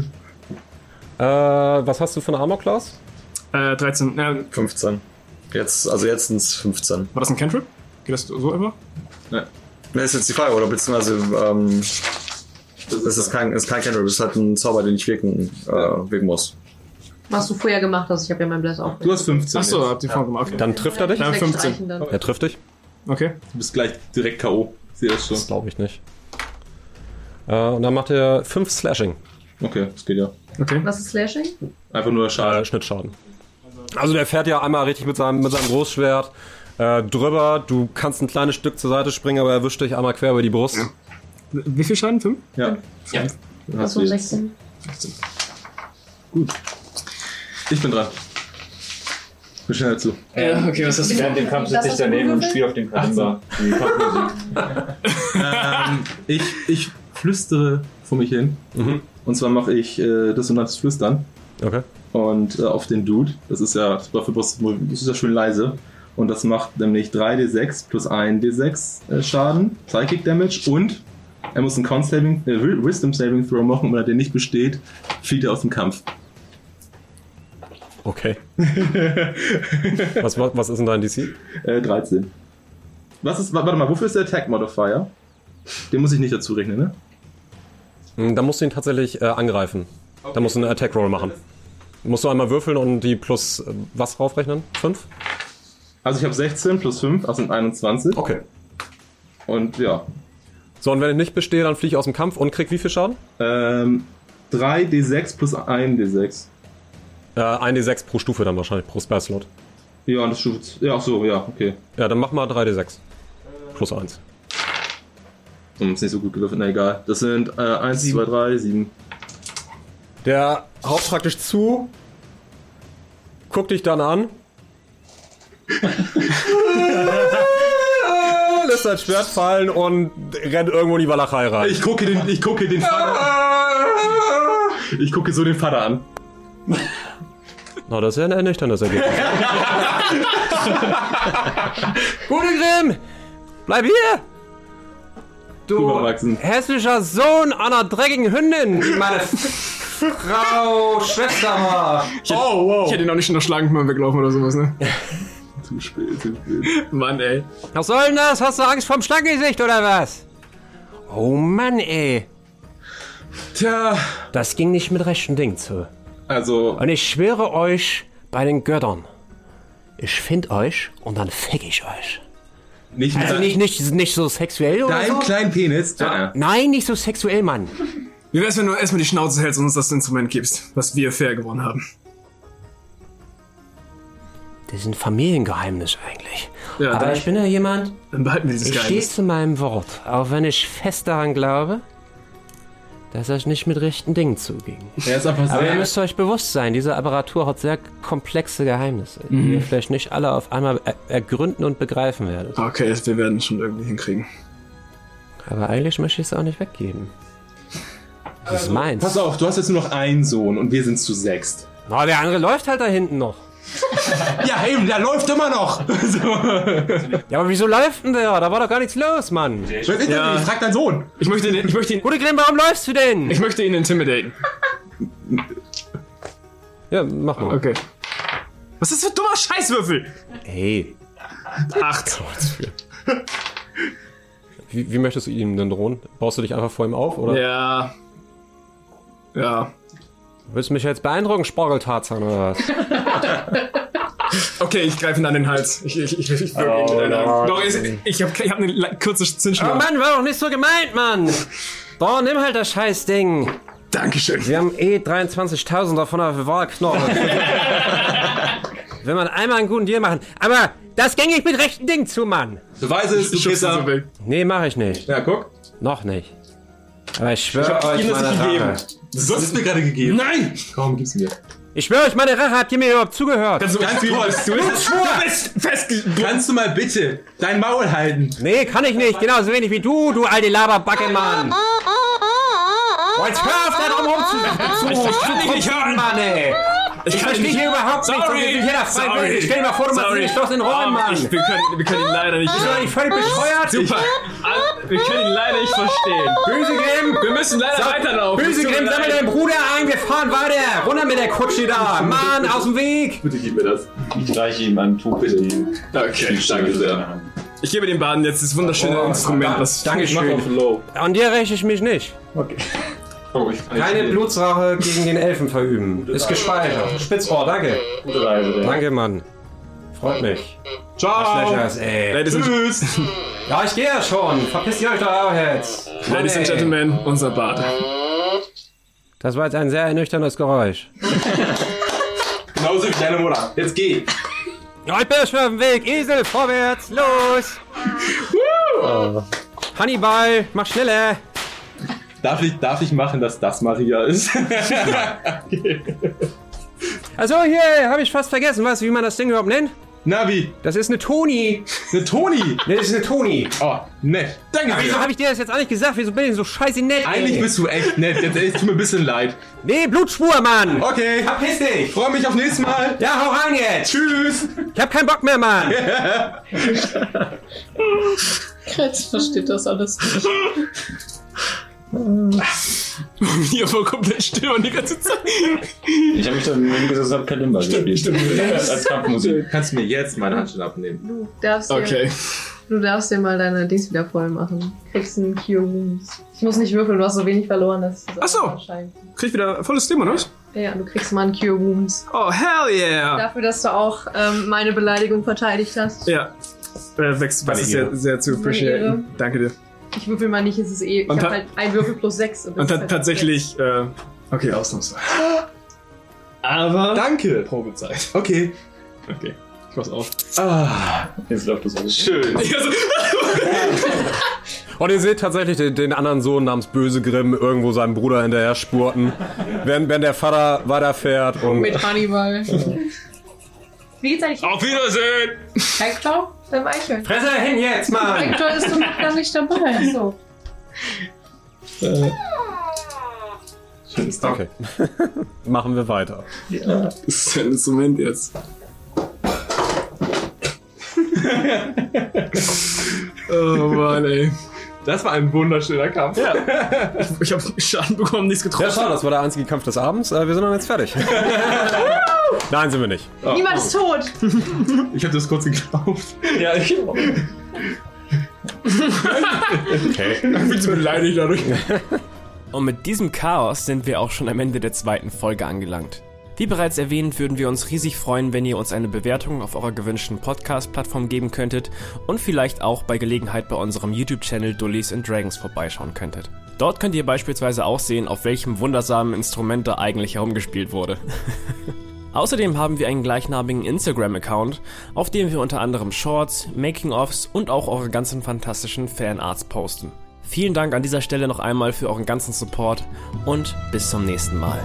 Speaker 2: äh, was hast du für eine Armor Class?
Speaker 4: Äh, 13. Äh,
Speaker 7: 15. Jetzt, also jetzt sind es 15.
Speaker 4: War das ein Cantrip? Geht das so immer?
Speaker 7: Ja. Das ist jetzt die Frage, oder beziehungsweise ähm, es ist kein, es ist kein Cantrip, es ist halt ein Zauber, den ich wirken, äh, wirken muss.
Speaker 8: Was du vorher gemacht hast, ich habe ja mein Bless auch.
Speaker 3: Du hast 15.
Speaker 4: Ach so,
Speaker 3: jetzt.
Speaker 4: habt ihr vorhin gemacht. Okay.
Speaker 2: Dann trifft er dich?
Speaker 4: Dann
Speaker 8: 15. dann.
Speaker 2: Er trifft dich?
Speaker 4: Okay.
Speaker 3: Du bist gleich direkt K.O. Ich sehe das schon.
Speaker 2: Das glaube ich nicht. Äh, und dann macht er 5 Slashing.
Speaker 3: Okay, das geht ja.
Speaker 4: Okay.
Speaker 8: Was ist Slashing?
Speaker 3: Einfach nur Schaden.
Speaker 2: Äh, Schnittschaden. Also der fährt ja einmal richtig mit seinem, mit seinem Großschwert äh, drüber. Du kannst ein kleines Stück zur Seite springen, aber er erwischt dich einmal quer über die Brust.
Speaker 4: Wie viel Schaden? Fünf?
Speaker 3: Ja.
Speaker 4: ja.
Speaker 3: Hast
Speaker 8: Achso,
Speaker 3: du jetzt.
Speaker 8: 16.
Speaker 3: Ich bin dran. Bin schnell dazu.
Speaker 14: Ähm, okay, was hast du Während dem Kampf sitze ich daneben und spiele auf dem Kalender. Die Kampfmusik.
Speaker 3: ähm, ich, ich flüstere vor mich hin. Und zwar mache ich äh, dissonantes Flüstern.
Speaker 2: Okay.
Speaker 3: Und äh, auf den Dude. Das ist ja, das war für Brust- das ist ja schön leise. Und das macht nämlich 3d6 plus 1d6 äh, Schaden, Psychic Damage und er muss einen Con Saving, äh, Wi- Wisdom Saving Throw machen. Und wenn er den nicht besteht, fliegt er aus dem Kampf.
Speaker 2: Okay. was, was, was ist denn dein DC?
Speaker 3: Äh, 13. Was ist, wa- warte mal, wofür ist der Attack Modifier? Den muss ich nicht dazu rechnen, ne?
Speaker 2: Hm, Dann musst du ihn tatsächlich äh, angreifen. Dann musst du einen Attack Roll machen. Musst du einmal würfeln und die plus äh, was raufrechnen? 5?
Speaker 3: Also ich habe 16 plus 5, also sind 21.
Speaker 2: Okay.
Speaker 3: Und ja.
Speaker 2: So, und wenn ich nicht bestehe, dann fliege ich aus dem Kampf und krieg wie viel Schaden?
Speaker 3: Ähm, 3 D6 plus 1 D6.
Speaker 2: Äh, 1 D6 pro Stufe dann wahrscheinlich, pro Spell-Slot.
Speaker 3: Ja, und das Stufe. Ja, ach so, ja, okay.
Speaker 2: Ja, dann mach mal 3 D6. Plus 1.
Speaker 3: Und ist nicht so gut gewürfelt, na egal. Das sind äh, 1, 2, 3, 7.
Speaker 2: Der haut praktisch zu, guckt dich dann an, [LAUGHS] lässt sein Schwert fallen und rennt irgendwo in die Walachei rein.
Speaker 3: [LAUGHS] Ich gucke den, ich gucke den
Speaker 1: Ah!
Speaker 3: Vater an. Ich gucke so den Vater an.
Speaker 2: Na, das ist ja ein ernüchterndes
Speaker 1: [LAUGHS]
Speaker 2: Ergebnis. Gute Grimm! Bleib hier!
Speaker 1: Oh.
Speaker 2: Du
Speaker 3: Überwachsen.
Speaker 1: hässlicher Sohn einer dreckigen Hündin, die meine Frau Schwester war.
Speaker 4: Oh, wow. Ich hätte ihn auch nicht in der Schlangenmauer weglaufen oder sowas, ne?
Speaker 3: Zu spät, zu spät.
Speaker 4: Mann, ey.
Speaker 1: Was soll denn das? Hast du Angst vom Schlangengesicht oder was? Oh Mann, ey.
Speaker 3: Tja,
Speaker 1: Das ging nicht mit rechten Dingen zu.
Speaker 3: also,
Speaker 1: Und ich schwöre euch bei den Göttern. Ich find euch und dann fick ich euch.
Speaker 3: nicht
Speaker 1: Also nicht, nicht, nicht so sexuell oder
Speaker 3: deinem
Speaker 1: so? Ah,
Speaker 3: kleinen Penis. Ja.
Speaker 1: Nein, nicht so sexuell, Mann.
Speaker 4: Wie wär's, wenn du erstmal die Schnauze hältst und uns das Instrument gibst, was wir fair gewonnen haben?
Speaker 1: Das ist ein Familiengeheimnis eigentlich.
Speaker 4: Ja,
Speaker 1: Aber
Speaker 4: dann-
Speaker 1: ich bin ja jemand,
Speaker 4: Dann behalten wir dieses
Speaker 1: ich stehe
Speaker 4: Geheimnis.
Speaker 1: zu meinem Wort. Auch wenn ich fest daran glaube, dass das nicht mit rechten Dingen zuging.
Speaker 3: Er ist einfach
Speaker 1: Aber ihr
Speaker 3: sehr.
Speaker 1: müsst euch bewusst sein, diese Apparatur hat sehr komplexe Geheimnisse, die ihr vielleicht nicht alle auf einmal er ergründen und begreifen werdet.
Speaker 4: Ah, Okay, wir werden es schon irgendwie hinkriegen.
Speaker 1: Aber eigentlich möchte ich es auch nicht weggeben. Das ist meins.
Speaker 3: Pass auf, du hast jetzt nur noch einen Sohn und wir sind zu sechst.
Speaker 1: Na, der andere läuft halt da hinten noch.
Speaker 3: Ja, eben, der läuft immer noch.
Speaker 1: Ja, aber wieso läuft denn der? Da war doch gar nichts los, Mann.
Speaker 3: Ich weiß nicht,
Speaker 4: Ja.
Speaker 3: ich frag deinen Sohn.
Speaker 4: Ich möchte ihn, ich möchte ihn,
Speaker 1: Gute Grimm, warum läufst du denn?
Speaker 4: ich möchte ihn intimidaten.
Speaker 1: Ja, mach mal.
Speaker 4: Okay. Was ist das für ein dummer Scheißwürfel?
Speaker 2: Hey.
Speaker 4: Acht.
Speaker 2: Wie, wie möchtest du ihm denn drohen? Baust du dich einfach vor ihm auf? Oder
Speaker 4: Ja. Ja.
Speaker 1: Willst du mich jetzt beeindrucken, Sporgeltarzan oder was?
Speaker 4: Okay, ich greife ihn an den Hals. Ich, ich, ich, ich würge ihn mit einer Hand. Doch, ich, ich habe ich hab eine le- kurze
Speaker 1: Oh
Speaker 4: Zinsschnur.
Speaker 1: Mann, war doch nicht so gemeint,
Speaker 4: [LAUGHS]
Speaker 1: Mann. Boah, nimm halt das Scheißding.
Speaker 4: Dankeschön.
Speaker 1: Wir haben [LAUGHS] eh 23.000 davon auf Wahlknorren. Wenn man einmal einen guten Deal machen. Aber das gängig mit rechten Dingen zu, Mann.
Speaker 3: Beweise es, du
Speaker 4: Schubst ihn so
Speaker 3: Pisser.
Speaker 4: weg.
Speaker 1: Nee, mache ich nicht.
Speaker 3: Ja, guck.
Speaker 1: Noch nicht. Aber ich schwöre
Speaker 3: hab
Speaker 1: euch
Speaker 3: ihm das
Speaker 1: meine
Speaker 3: nicht gegeben.
Speaker 1: Rache.
Speaker 3: Das hast du mir gerade gegeben. Nein! Komm, gib's mir.
Speaker 1: Ich schwöre euch meine Rache. Habt ihr mir überhaupt zugehört?
Speaker 4: Also,
Speaker 3: Ganz kurz, du bist, du bist festge- Kannst du mal bitte dein Maul halten?
Speaker 1: Nee, kann ich nicht. Genauso wenig wie du, du alte Laberbacke, Mann. Boah, jetzt hör auf, da drum rumzu- zu- zu
Speaker 4: nicht
Speaker 1: rumzukommen, Mann, ey. Ich
Speaker 4: kann
Speaker 1: verstehe
Speaker 4: nicht-
Speaker 1: hier überhaupt nicht.
Speaker 4: Sorry.
Speaker 1: Ich bin hier nach freien Welt. Ich stell dir mal vor, du machst einen geschlossenen
Speaker 4: Oh,
Speaker 1: Raum, Mann.
Speaker 4: Ich, wir, können, wir können ihn leider nicht.
Speaker 1: Bist du eigentlich völlig bescheuert?
Speaker 4: Super. An- Wir können ihn leider nicht verstehen.
Speaker 1: Böse Grimm!
Speaker 4: Wir müssen leider weiterlaufen.
Speaker 1: Böse
Speaker 4: Es tut mir
Speaker 1: Grimm, sammel
Speaker 4: leid.
Speaker 1: deinen Bruder ein, wir fahren weiter! Runter mit der Kutsche da! Mann, aus dem Weg!
Speaker 3: Bitte gib mir das.
Speaker 7: Ich reiche ihm ein Tuch in die
Speaker 4: Okay,
Speaker 3: Danke sehr.
Speaker 4: Ich gebe dem Baden jetzt das wunderschöne
Speaker 1: Oh,
Speaker 4: Instrument, was
Speaker 3: Mach auf Low.
Speaker 1: An dir räche ich mich nicht.
Speaker 3: Oh, ich kann
Speaker 1: Keine
Speaker 3: nicht
Speaker 1: Blutsrache gegen den Elfen verüben. Ist gespeichert. Spitzohr, danke.
Speaker 7: gute Reise. Der
Speaker 1: Danke, Mann. Freut mich.
Speaker 4: Ciao.
Speaker 1: Arschlöchers, ey.
Speaker 4: Ladies and,
Speaker 1: Ja, ich gehe ja schon. Verpisst ihr euch doch auch jetzt.
Speaker 4: Ladies and Gentlemen, unser Bade.
Speaker 1: Das war jetzt ein sehr ernüchterndes Geräusch.
Speaker 3: Genauso wie deine Mutter. Jetzt geh.
Speaker 1: Ja, ich bin schon auf dem Weg. Esel, vorwärts, los! Oh. Hannibal, mach schneller!
Speaker 3: Darf ich, darf ich machen, dass das Maria ist? [LAUGHS]
Speaker 1: Also hier habe ich fast vergessen, weißt du, wie man das Ding überhaupt nennt?
Speaker 3: Navi,
Speaker 1: Das ist eine Toni.
Speaker 3: eine Toni.
Speaker 1: Das ist eine Toni.
Speaker 3: Oh, nett. Danke
Speaker 1: Wieso
Speaker 3: dir.
Speaker 1: habe ich dir das jetzt eigentlich gesagt? Wieso bin ich so scheiße nett?
Speaker 3: Eigentlich
Speaker 1: ey?
Speaker 3: bist du echt nett. Jetzt ey, es tut mir ein bisschen leid.
Speaker 1: Nee, Blutspur, Mann!
Speaker 3: Okay,
Speaker 1: Verpiss dich!
Speaker 3: freue mich auf nächstes Mal.
Speaker 1: Ja, hau rein jetzt!
Speaker 3: Tschüss.
Speaker 1: Ich hab keinen Bock mehr, Mann!
Speaker 15: Kretz versteht das alles nicht.
Speaker 4: [LAUGHS] Hier war komplett still und die ganze Zeit.
Speaker 7: Ich habe mich dann hingesetzt und habe Kalimba gespielt. Als Kampfmusik.
Speaker 3: Kannst du mir jetzt meine Handschellen abnehmen?
Speaker 8: Du darfst,
Speaker 4: Okay.
Speaker 8: dir, du darfst dir mal deine Dings wieder voll machen. Kriegst einen Cure Wounds. Ich muss nicht würfeln, du hast so wenig verloren, dass es
Speaker 4: Ach so.
Speaker 8: wahrscheinlich.
Speaker 4: Krieg wieder volles Thema, ne?
Speaker 8: Ja, du kriegst mal einen Cure Wounds.
Speaker 4: Oh, hell yeah.
Speaker 8: Dafür, dass du auch ähm, meine Beleidigung verteidigt hast.
Speaker 4: Ja. Äh, wächst, was
Speaker 10: Meine
Speaker 4: ist sehr,
Speaker 10: Ehre.
Speaker 4: sehr zu
Speaker 6: Meine Ehre.
Speaker 4: appreciaten. Danke dir.
Speaker 6: Ich würfel mal nicht, es ist eh. Ich
Speaker 4: Und
Speaker 6: habe
Speaker 4: ta-
Speaker 6: halt ein Würfel plus sechs. das
Speaker 4: Und ta
Speaker 6: ist halt
Speaker 4: tatsächlich, äh, okay, ausnahmsweise.
Speaker 10: Aber.
Speaker 3: Danke!
Speaker 4: Probezeit.
Speaker 3: Okay.
Speaker 4: [LAUGHS] Okay. Ich mach's auf.
Speaker 3: Ah,
Speaker 7: jetzt läuft das alles.
Speaker 3: Schön.
Speaker 2: Und Oh, ihr seht tatsächlich den, den anderen Sohn namens Bösegrimm irgendwo seinem Bruder hinterher spurten, während, während der Vater weiterfährt und.
Speaker 9: Mit Hannibal.
Speaker 6: Wie geht's eigentlich?
Speaker 2: Auf Wiedersehen!
Speaker 9: Hector?
Speaker 6: Beim Eichhörnchen.
Speaker 2: Fresse hin jetzt, Mann!
Speaker 9: Hector ist doch gar nicht dabei. So.
Speaker 3: Schönes
Speaker 2: Okay. [LAUGHS] Machen wir weiter.
Speaker 4: Ja, das ist ein Instrument jetzt. oh Mann, ey.
Speaker 3: Das war ein wunderschöner Kampf.
Speaker 4: Ich habe Schaden bekommen, nichts
Speaker 2: Ja,
Speaker 4: getroffen.
Speaker 2: schau, das war der einzige Kampf des Abends. Äh, Wir sind dann
Speaker 1: [LAUGHS]
Speaker 2: jetzt fertig. Nein, sind wir nicht.
Speaker 4: Oh,
Speaker 6: Niemand ist tot.
Speaker 3: Ich habe das kurz geglaubt.
Speaker 7: Ja, ich.
Speaker 2: Okay.
Speaker 4: Ich bin so beleidigt dadurch.
Speaker 1: [LAUGHS] Und mit diesem Chaos sind wir auch schon am Ende der zweiten Folge angelangt. Wie bereits erwähnt, würden wir uns riesig freuen, wenn ihr uns eine Bewertung auf eurer gewünschten Podcast-Plattform geben könntet und vielleicht auch bei Gelegenheit bei unserem YouTube-Channel Dullies and Dragons vorbeischauen könntet. Dort könnt ihr beispielsweise auch sehen, auf welchem wundersamen Instrument da eigentlich herumgespielt wurde. Außerdem haben wir einen gleichnamigen Instagram-Account, auf dem wir unter anderem Shorts, Making-ofs und auch eure ganzen fantastischen Fanarts posten. Vielen Dank an dieser Stelle noch einmal für euren ganzen Support und bis zum nächsten Mal.